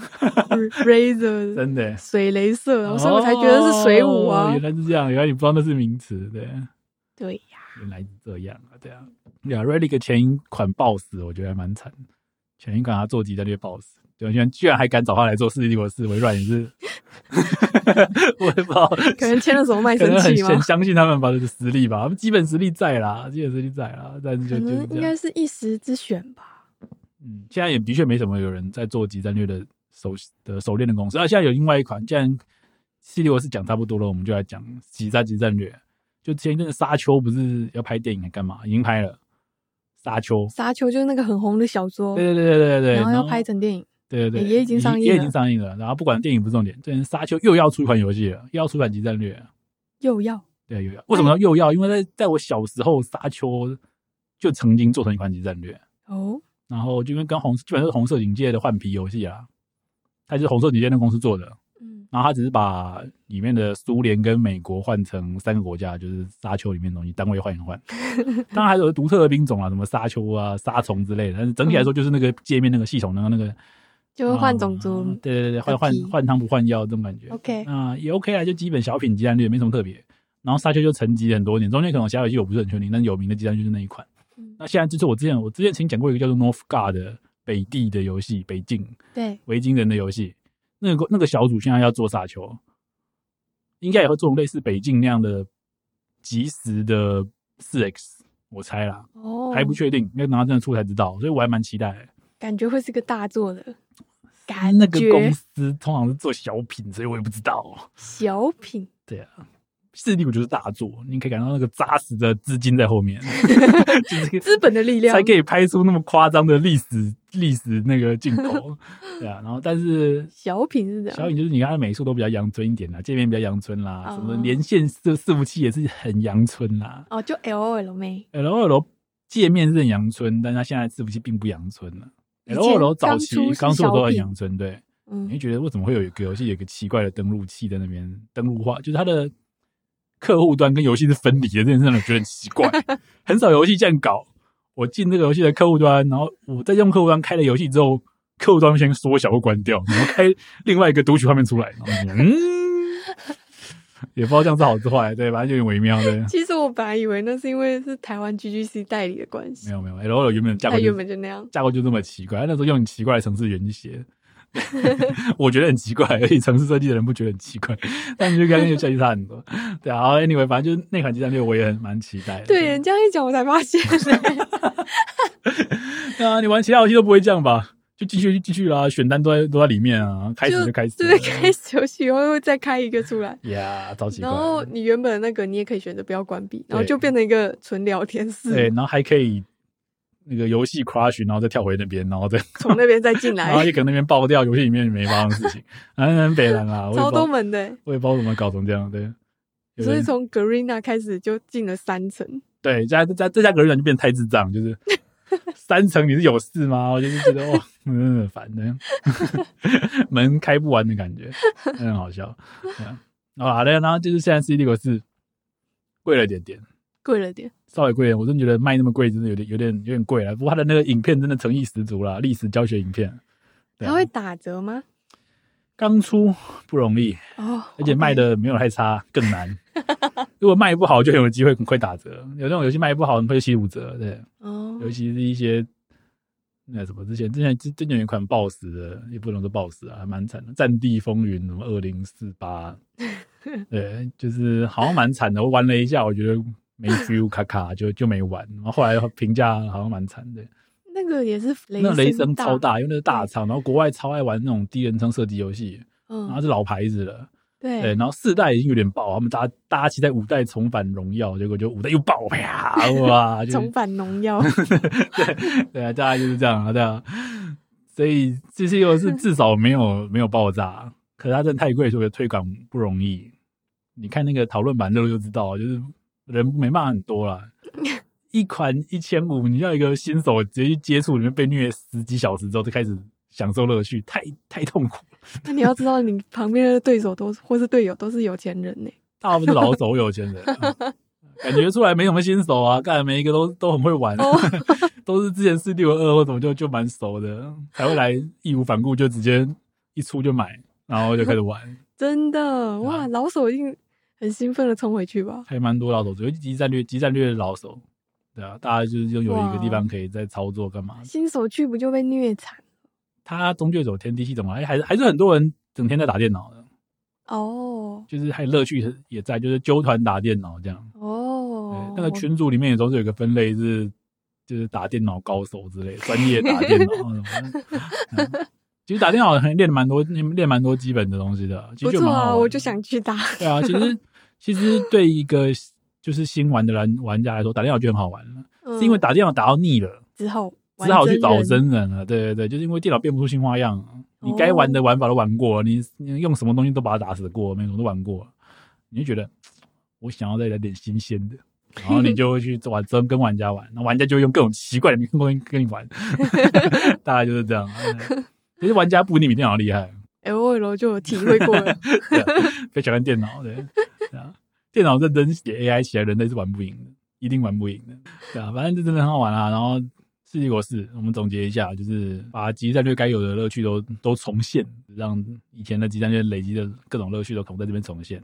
Speaker 1: ，Razer
Speaker 2: 真的欸。
Speaker 1: 水雷社啊，所以我才觉得是水舞
Speaker 2: 哦
Speaker 1: 啊。
Speaker 2: 原来是这样，原来你不知道那是名词，对，
Speaker 1: 对呀，
Speaker 2: 原来是这样啊，对啊，对啊，Relic 前款爆死，我觉得还蛮惨，前一款他做集战略爆死，对，居然居然还敢找他来做世纪帝国四，微软也是， 我也不知道，
Speaker 1: 可能签了什么卖
Speaker 2: 可
Speaker 1: 身
Speaker 2: 能很
Speaker 1: 契吗？
Speaker 2: 很相信他们吧的实力吧，他们基本实力在啦，基本实力在啦，但是
Speaker 1: 可
Speaker 2: 就就是
Speaker 1: 能
Speaker 2: 这
Speaker 1: 应
Speaker 2: 样
Speaker 1: 该。是一时之选吧。
Speaker 2: 嗯，现在也的确没什么有人在做集战略的手的手链的公司，啊，现在有另外一款，既然系列我是讲差不多了，我们就来讲集战集战略。就前一阵子沙丘不是要拍电影还干嘛？已经拍了沙丘，
Speaker 1: 沙丘就是那个很红的小说，
Speaker 2: 对对对对对对，
Speaker 1: 哦然后要拍成电影，
Speaker 2: 对对对，
Speaker 1: 也已经上映
Speaker 2: 也已
Speaker 1: 了
Speaker 2: 经上映了。然后不管电影不是重点，最近沙丘又要出一款游戏了，又要出一款集战略。
Speaker 1: 又要
Speaker 2: 对，又要为什么要又要？因为在在我小时候，沙丘就曾经做成一款集战略，
Speaker 1: 哦，
Speaker 2: 然后就因为跟红基本上是红色警戒的换皮游戏啊，它就是红色警戒那公司做的，
Speaker 1: 嗯，
Speaker 2: 然后它只是把里面的苏联跟美国换成三个国家，就是沙丘里面的东西单位换一换，当然还有独特的兵种啊，什么沙丘啊、沙虫之类的，但是整体来说就是那个界面、那个系统、那个那个
Speaker 1: 就会换
Speaker 2: 啊
Speaker 1: 种族，
Speaker 2: 对对对，换换
Speaker 1: 皮
Speaker 2: 换汤不换药这种感觉。
Speaker 1: OK
Speaker 2: 啊、也 OK 啊，就基本小品集战略没什么特别。然后沙丘就沉寂了很多年，中间可能有其他游戏我不是很确定，但有名的集战就是那一款。
Speaker 1: 嗯
Speaker 2: 那现在就是我之前我之前曾经讲过一个叫做 Northgard 的北地的游戏，北境
Speaker 1: 对，
Speaker 2: 维京人的游戏，那个那个小组现在要做沙丘，应该也会做类似北境那样的即时的四 X，我猜啦，
Speaker 1: 哦，
Speaker 2: 还不确定，要等到真的出才知道，所以我还蛮期待的。
Speaker 1: 感觉会是个大作的感
Speaker 2: 那个公
Speaker 1: 觉，
Speaker 2: 司通常是做小品，所以我也不知道。
Speaker 1: 小品
Speaker 2: 对啊，四力我就是大作，你可以感到那个扎实的资金在后面，就是
Speaker 1: 资本的力量
Speaker 2: 才可以拍出那么夸张的历史历史那个 镜头。对啊，然后但是
Speaker 1: 小品是这
Speaker 2: 小
Speaker 1: 样，
Speaker 2: 影就是你看它美术都比较阳春一点啦，界面比较阳春啦，
Speaker 1: 哦
Speaker 2: 什么连线伺伺服器也是很阳春啦。
Speaker 1: 哦，就 L O L 妹，
Speaker 2: L O L 界面是很阳春，但它现在伺服器并不阳春了。
Speaker 1: 以
Speaker 2: L
Speaker 1: 前
Speaker 2: O L 早期
Speaker 1: 刚出是
Speaker 2: 刚出的都
Speaker 1: 小
Speaker 2: 很
Speaker 1: 品
Speaker 2: 阳春，对。你会
Speaker 1: 嗯，
Speaker 2: 觉得为什么会有一个游戏有一个奇怪的登录器在那边登录化，就是它的客户端跟游戏是分离的，这件事让我觉得很奇 怪。很少游戏这样搞。我进这个游戏的客户端，然后我在用客户端开了游戏之后，客户端会先缩小或关掉，然后开另外一个读取画面出来。然后我就 嗯，也不知道这样是好是坏，对，反正就有点微妙对。
Speaker 1: 其实我本来以为那是因为是台湾 G G C 代理的关
Speaker 2: 没
Speaker 1: 系，
Speaker 2: 有没有，L O L 原本的架
Speaker 1: 它
Speaker 2: 构
Speaker 1: 原
Speaker 2: 就
Speaker 1: 本就那样，
Speaker 2: 架构就这么奇怪，那时候用很奇怪的程式原写， 我觉得很奇怪，而且城市设计的人不觉得很奇怪， 但你就跟那个设计差很多。对啊，然后 anyway，反正就是那款鸡蛋六，我也很蛮期待的。
Speaker 1: 对，人这样一讲，我才发现、 欸，
Speaker 2: 对啊，你玩其他游戏都不会这样吧？就继续继续啦，选单都在都在里面啊，开始就开始了，
Speaker 1: 对，开始游戏以后会再开一个出来。
Speaker 2: 呀，超奇怪
Speaker 1: 然。后你原本的那个你也可以选择不要关闭，然后
Speaker 2: 对
Speaker 1: 就变成一个纯聊天
Speaker 2: 对，
Speaker 1: 室，
Speaker 2: 然后还可以那个游戏 crash，然后再跳回那边，然后再
Speaker 1: 从那边再进
Speaker 2: 然后
Speaker 1: 来，
Speaker 2: 也可能那边爆掉，游戏里面没发生事情，很很北然啦，我也
Speaker 1: 超
Speaker 2: 不知道
Speaker 1: 多门的欸、
Speaker 2: 我也不知道怎么搞成这样，对。有
Speaker 1: 所以
Speaker 2: 人
Speaker 1: 从 Garena 开始就进了三层，
Speaker 2: 对，加加再加个人就变太智障，就是 三层你是有事吗？我就是觉得哇，嗯，很烦的， 门开不完的感觉，真的很好笑。对啊好啦，然后就是现在 C D 国是贵了一点点，
Speaker 1: 贵了点。
Speaker 2: 稍微贵一点，我真的觉得卖那么贵，真的有点有点有点贵了。不过他的那个影片真的诚意十足啦，历史教学影片，对啊
Speaker 1: 它会打折吗？
Speaker 2: 刚出不容易，
Speaker 1: 哦，
Speaker 2: 而且卖的没有太差，更 难。如果卖不好，就很有机会很快打折。有那种游戏卖不好，很快就七五折，对。
Speaker 1: 哦，
Speaker 2: 尤其是一些那什么之前之前之之前有一款 BOSS 的，也不能说 BOSS 啊，还蛮惨的，《战地风云》什么二零四 八，对，就是好像蛮惨的。我玩了一下，我觉得没 feel，卡卡 就就没玩。然后后来评价好像蛮惨的，
Speaker 1: 那个也是雷
Speaker 2: 那雷声
Speaker 1: 声
Speaker 2: 超，大，因为那是大厂，然后国外超爱玩那种第一人称射击游戏，然后
Speaker 1: 嗯，
Speaker 2: 是老牌子了。对，
Speaker 1: 对，
Speaker 2: 然后四代已经有点爆，他们大家大家期待五代重返荣耀，结果就五代又爆，啪 哇！就是
Speaker 1: 重返农药，
Speaker 2: 对啊，大概就是这样啊，对啊。所以这些游戏至少没有没有爆炸，可是它真的太贵，所以推广不容易。你看那个讨论版热度就知道，就是人没办法很多啦。一款一千五，你要一个新手直接去接触，里面被虐十几小时之后，就开始享受乐趣，太太痛苦了。
Speaker 1: 那你要知道，你旁边的对手都是或是队友都是有钱人呢、
Speaker 2: 大部分是老手有钱人，嗯感觉出来没什么新手啊，干每一个都都很会玩，
Speaker 1: 哦
Speaker 2: 都是之前四六二或怎么就就蛮熟的，才会来义无反顾就直接一出就买，然后就开始玩，
Speaker 1: 真
Speaker 2: 啊
Speaker 1: 的哇，老手一定很兴奋的冲回去吧？
Speaker 2: 还蛮多老手，尤其集战略集战略的老手，对啊，大家就是就有一个地方可以再操作干嘛的，
Speaker 1: 新手去不就被虐惨
Speaker 2: 他终究走天地系统啊，哎还是还是很多人整天在打电脑的，
Speaker 1: 哦
Speaker 2: 就是还有乐趣也在，就是纠团打电脑这样。
Speaker 1: 哦
Speaker 2: 对，那个群组里面也都是有一个分类是，就是打电脑高手之类，专业打电脑啊什么的。嗯其实打电脑很练蛮多，练练蛮多基本的东西的，其
Speaker 1: 不
Speaker 2: 实就
Speaker 1: 错
Speaker 2: 蛮好玩
Speaker 1: 啊，
Speaker 2: 的
Speaker 1: 我就想去打，
Speaker 2: 对啊，其实其实对一个就是新玩的玩玩家来说，打电脑就很好玩了，
Speaker 1: 嗯
Speaker 2: 是因为打电脑打到腻了，
Speaker 1: 之后
Speaker 2: 只好去找
Speaker 1: 真人
Speaker 2: 真人了。对对对，就是因为电脑变不出新花样，你
Speaker 1: 哦
Speaker 2: 该玩的玩法都玩过，你你用什么东西都把它打死过，每种都玩过，你就觉得我想要再来点新鲜的。然后你就会去玩真跟玩家玩，那玩家就会用各种奇怪的名跟跟你 玩， 大概就是这样。嗯其实玩家不一定比电脑厉害，
Speaker 1: L L 就有体会过 了，
Speaker 2: 对啊，非常跟电脑对对啊，电脑认真写 AI 起来，人类是玩不赢的，一定玩不赢的，对啊，反正这真的很好玩啊。然后世纪果是，我们总结一下，就是把极战略该有的乐趣都都重现，让以前的极战略累积的各种乐趣都可能在这边重现。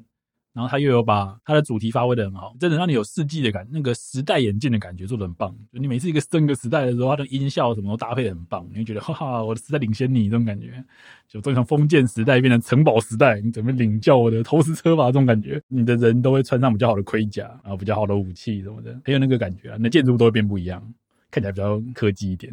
Speaker 2: 然后他又有把他的主题发挥的很好，真的让你有世纪的感，那个时代眼镜的感觉做的很棒。就你每次一个升个时代的时候，它的音效什么都搭配的很棒，你会觉得哈哈，我的时代领先你这种感觉。就从封建时代变成城堡时代，你准备领教我的投石车吧，这种感觉，你的人都会穿上比较好的盔甲，然后比较好的武器什么的，很有那个感觉啊。你的建筑都会变不一样，看起来比较科技 一点，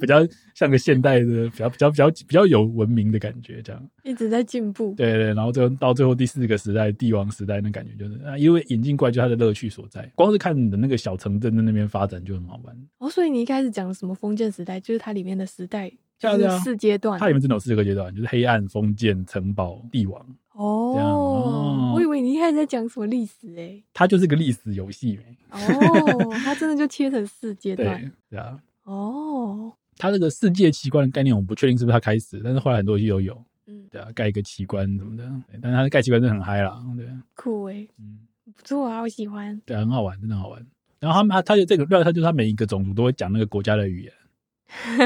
Speaker 2: 比较像个现代的，比较比较比较比较有文明的感觉，这样。
Speaker 1: 一直在进步。
Speaker 2: 对对，然后最后到最后第四个时代，帝王时代，那感觉就是啊，因为引进过来就是它的乐趣所在。光是看你的那个小城镇在那边发展就很好玩。
Speaker 1: 哦，所以你一开始讲的什么封建时代，就是它里面的时代，
Speaker 2: 对
Speaker 1: 就
Speaker 2: 啊对
Speaker 1: 是
Speaker 2: 啊
Speaker 1: 四阶段
Speaker 2: 它里面真的有四个阶段，就是黑暗、封建、城堡、帝王。这样哦
Speaker 1: 哦。我以为你一开始在讲什么历史哎诶。
Speaker 2: 它就是个历史游戏，欸
Speaker 1: 哦，它真的就切成四阶段
Speaker 2: 对对啊。
Speaker 1: 哦。
Speaker 2: 它这个世界奇观的概念，我不确定是不是它开始，但是后来很多游戏都有，
Speaker 1: 嗯，
Speaker 2: 对啊，盖一个奇观什么的，对但是它的盖奇观真的很嗨啦，对啊，
Speaker 1: 酷诶，
Speaker 2: 嗯，
Speaker 1: 不错啊，我喜欢。
Speaker 2: 对啊，很好玩，真的好玩。然后他们，他他就这个，他就是他每一个种族都会讲那个国家的 语言，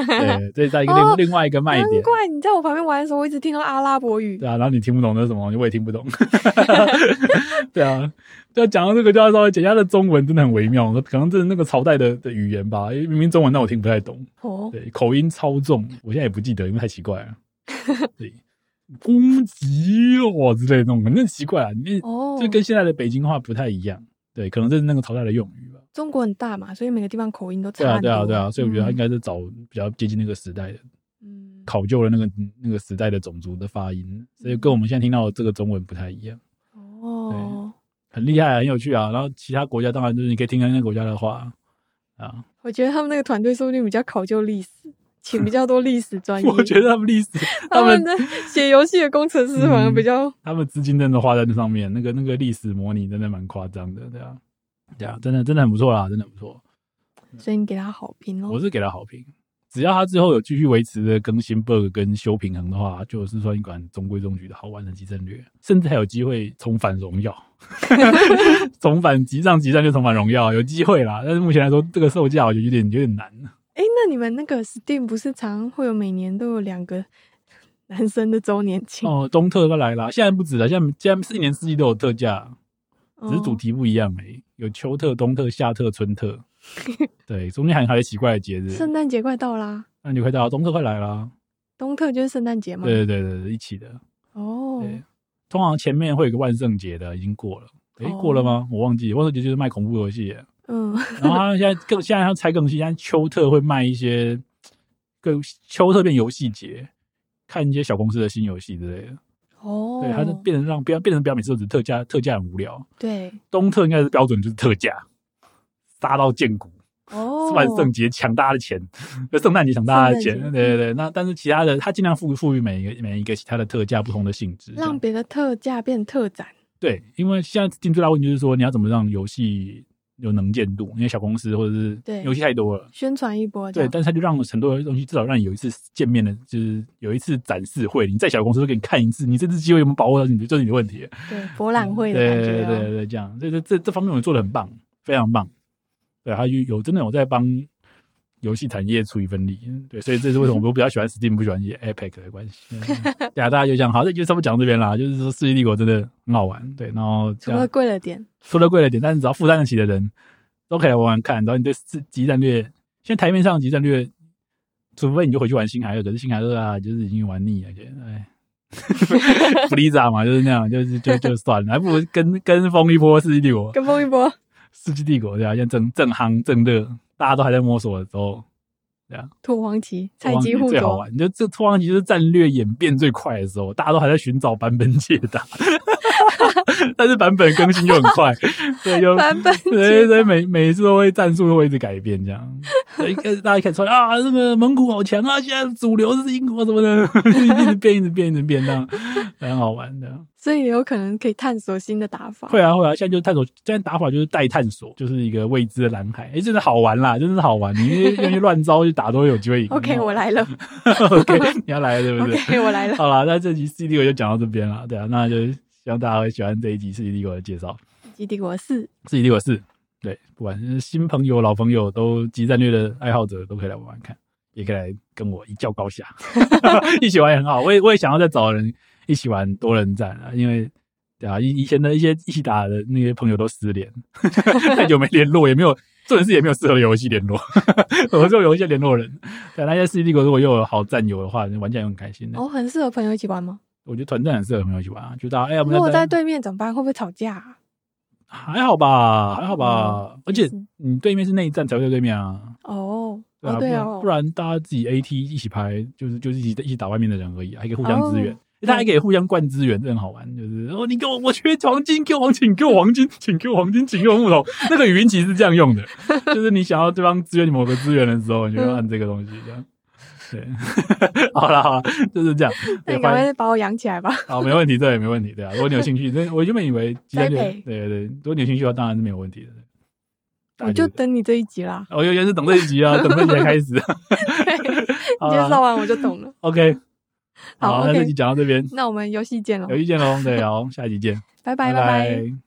Speaker 2: 对，这是在一个另、
Speaker 1: 哦
Speaker 2: 另外一个卖
Speaker 1: 难
Speaker 2: 点，
Speaker 1: 怪你在我旁边玩的时候，我一直听到阿拉伯语
Speaker 2: 对。啊，然后你听不懂那是什么，我也听不懂。 对啊，对啊，讲到这个就要稍微解一下，它的中文真的很微妙，可能这是那个朝代的的语言吧，因为明明中文，但我听不太懂，
Speaker 1: 哦，
Speaker 2: 对，口音超重，我现在也不记得，因为太奇怪了。对，攻击哦之类的那种，很奇怪啊，你
Speaker 1: 哦，
Speaker 2: 这跟现在的北京话不太一样，对，可能这是那个朝代的用语吧。
Speaker 1: 中国很大嘛，所以每个地方口音都差
Speaker 2: 对啊，
Speaker 1: 很
Speaker 2: 对啊，
Speaker 1: 多
Speaker 2: 对啊，所以我觉得他应
Speaker 1: 嗯
Speaker 2: 该是找比较接近那个时代的，
Speaker 1: 嗯，
Speaker 2: 考究了那个那个时代的种族的发音，所以跟我们现在听到的这个中文不太一样，
Speaker 1: 嗯哦，
Speaker 2: 很厉害啊，很有趣啊。然后其他国家当然就是你可以听听那个国家的话啊，
Speaker 1: 我觉得他们那个团队说不定比较考究历史，请比较多历史专业。
Speaker 2: 啊 我觉得他们历史，
Speaker 1: 他
Speaker 2: 他
Speaker 1: 们
Speaker 2: 们嗯
Speaker 1: 的 写游戏的工程师反而比较
Speaker 2: 他们资金真的花在那上面，那个那个历史模拟真的蛮夸张的，对啊，对啊，真的真的很不错啦，真的很不错，
Speaker 1: 所以你给他好评哦。
Speaker 2: 我是给他好评。只要他之后有继续维持的更新 bug 跟修平衡的话，就是算一款中规中矩的好玩的集战略，甚至还有机会重返荣耀， 重返集上集战就重返荣耀，有机会啦。但是目前来说，这个售价我觉得有点有点难。
Speaker 1: 哎，那你们那个 Steam 不是常会有每年都有两个 男生的周年庆？
Speaker 2: 哦，冬特都来啦，现在不止了，现在现在是一年四季都有特价，只是主
Speaker 1: 哦
Speaker 2: 题不一样哎、有秋特、冬特、夏特、春 特，对，中间还有还有奇怪的节日。
Speaker 1: 圣诞节快到啦，
Speaker 2: 那你快到冬特快来啦，
Speaker 1: 东特就是圣诞节嘛。
Speaker 2: 对对对对，一起的。
Speaker 1: 嗯哦，
Speaker 2: 对，通常前面会有一个万圣节的，已经过了。诶，
Speaker 1: 哦
Speaker 2: 过了吗？我忘记，万圣节就是卖恐怖游戏耶，
Speaker 1: 嗯，
Speaker 2: 然后他现在更现在他拆更细，现在秋特会卖一些更秋特变游戏节，看一些小公司的新游戏之类的。
Speaker 1: 哦，
Speaker 2: 对，它就变成让不要变成不要每次都只特价，特价很无聊。
Speaker 1: 对
Speaker 2: 东特应该是标准就是特价，杀到见骨，
Speaker 1: 哦，
Speaker 2: 万圣节抢大家的钱，就圣诞节抢大家的钱
Speaker 1: 圣，诞节嗯
Speaker 2: 对对对。那但是其他的，他尽量赋赋予每一个每一个其他的特价不同的性质，这样
Speaker 1: 让别的特价变特展。
Speaker 2: 对，因为现在进最大问题就是说，你要怎么让游戏有能见度？因为小公司或者是
Speaker 1: 对
Speaker 2: 游戏太多了。
Speaker 1: 宣传一波，
Speaker 2: 对，，但是他就让很多东西至少让你有一次见面的，就是有一次展示会，你在小公司就给你看一次，你这次机会有没有把握到，你就是你的问题。
Speaker 1: 对博览会的感
Speaker 2: 对
Speaker 1: 觉
Speaker 2: 对
Speaker 1: 哦，
Speaker 2: 对对，这样，这这这这方面我做的很棒，非常棒。对，他有有真的有在帮游戏产业出一份力，对，所以这是为什么我比较喜欢 Steam 不喜欢 Epic 的关系。 嗯对啊，大家就讲好，这就差不多讲到这边啦，就是说《世纪帝国》真的很好玩，对，然后
Speaker 1: 除
Speaker 2: 这样
Speaker 1: 了贵了点，
Speaker 2: 除了贵了点，但是只要负担得起的人都可以来玩玩看。然后你对自集战略，现在台面上的集战略，除非你就回去玩星海二，可是星海二啊，就是已经玩腻了，觉得哎。 不利炸嘛，就是那样，就是就就算了，还不如跟跟风一波世纪帝国，
Speaker 1: 跟风一波，
Speaker 2: 世纪帝国对啊，现在正正夯正热，大家都还在摸索的时候，
Speaker 1: 土黄旗菜鸡互
Speaker 2: 最好
Speaker 1: 啄，
Speaker 2: 玩。就这突然其就是战略演变最快的时候，大家都还在寻找版本解答， 但是版本更新又很快， 对，又
Speaker 1: 版本解答
Speaker 2: 对对，每每一次都会战术都会一直改变，这样。 对，一开始大家一开始说啊，这个蒙古好强啊，现在主流是英国什么的， 一直变，一直变，一直变，这样很好玩的。
Speaker 1: 所以有可能可以探索新的打法。
Speaker 2: 会啊会啊，现在就是探索，现在打法就是带探索，就是一个未知的蓝海，哎、真的好玩啦，真的是好玩，你愿意乱招去打都会有机 会赢。
Speaker 1: OK，我来了
Speaker 2: OK，你要来了嗯对不对
Speaker 1: ，OK，我来了，
Speaker 2: 好啦，那这集 C D 我就讲到这边了，对啊，那就希望大家会喜欢这一集 C D 我的介绍。
Speaker 1: 基地国四，
Speaker 2: C D 我是对，不管是新朋友、老朋友，都集战略的爱好者都可以来玩玩看，也可以来跟我一较高 下，一起玩也很好。我也我也想要再找人一起玩多人战啊，因为。对啊，以以前的一些一起打的那些朋友都失联，太久没联络，也没有，重点是也没有适合的游戏联络， 我就有一些联络人。对啊、那些 C D 国如果又有好战友的话，玩起来也很开心的。
Speaker 1: 哦，很适合朋友一起玩吗？
Speaker 2: 我觉得团战很适合朋友一起玩啊，就大家哎呀，我
Speaker 1: 如
Speaker 2: 们
Speaker 1: 果
Speaker 2: 来
Speaker 1: 在对面怎么办？会不会吵架啊？
Speaker 2: 还好吧，还好吧，而且
Speaker 1: 也哦是
Speaker 2: 你对面是内战才会对对面啊，
Speaker 1: 哦，
Speaker 2: 对啊，
Speaker 1: 哦，对
Speaker 2: 不然
Speaker 1: 哦
Speaker 2: 不，然大家自己 AT 一起排，就是就是一起一起打外面的人而已啊，还可以互相支援。
Speaker 1: 哦
Speaker 2: 大家还可以互相灌资源，这很好玩。就是哦，你给我，我缺黄金，给我黄金，给我黄金，请给我黄金，请给我木头。 那个语音其实是这样用的，就是你想要对方支援你某个资源的时候，你就
Speaker 1: 嗯
Speaker 2: 按这个东西这样。对， 好了好了，就是这样。
Speaker 1: 那
Speaker 2: 对，
Speaker 1: 你赶
Speaker 2: 欢迎。
Speaker 1: 快把我养起来吧。
Speaker 2: 好，哦没问题，对，没问题，对啊。如果你有兴趣，那我原本以为鸡蛋卷
Speaker 1: 栽培，
Speaker 2: 对对对，如果你有兴趣的话，当然是没有问题的。大
Speaker 1: 我
Speaker 2: 家觉
Speaker 1: 就
Speaker 2: 得
Speaker 1: 等你这一集啦，
Speaker 2: 哦，原原来是等这一集啊，等这一集才开始。
Speaker 1: 你
Speaker 2: 好
Speaker 1: 介绍
Speaker 2: 啦
Speaker 1: 完我就懂了。
Speaker 2: OK，
Speaker 1: 好
Speaker 2: 那这
Speaker 1: ，OK，
Speaker 2: 集讲到这边，
Speaker 1: 那我们游戏见喽
Speaker 2: 有，意见喽，对，好，下一集见，
Speaker 1: 拜拜拜拜。
Speaker 2: 拜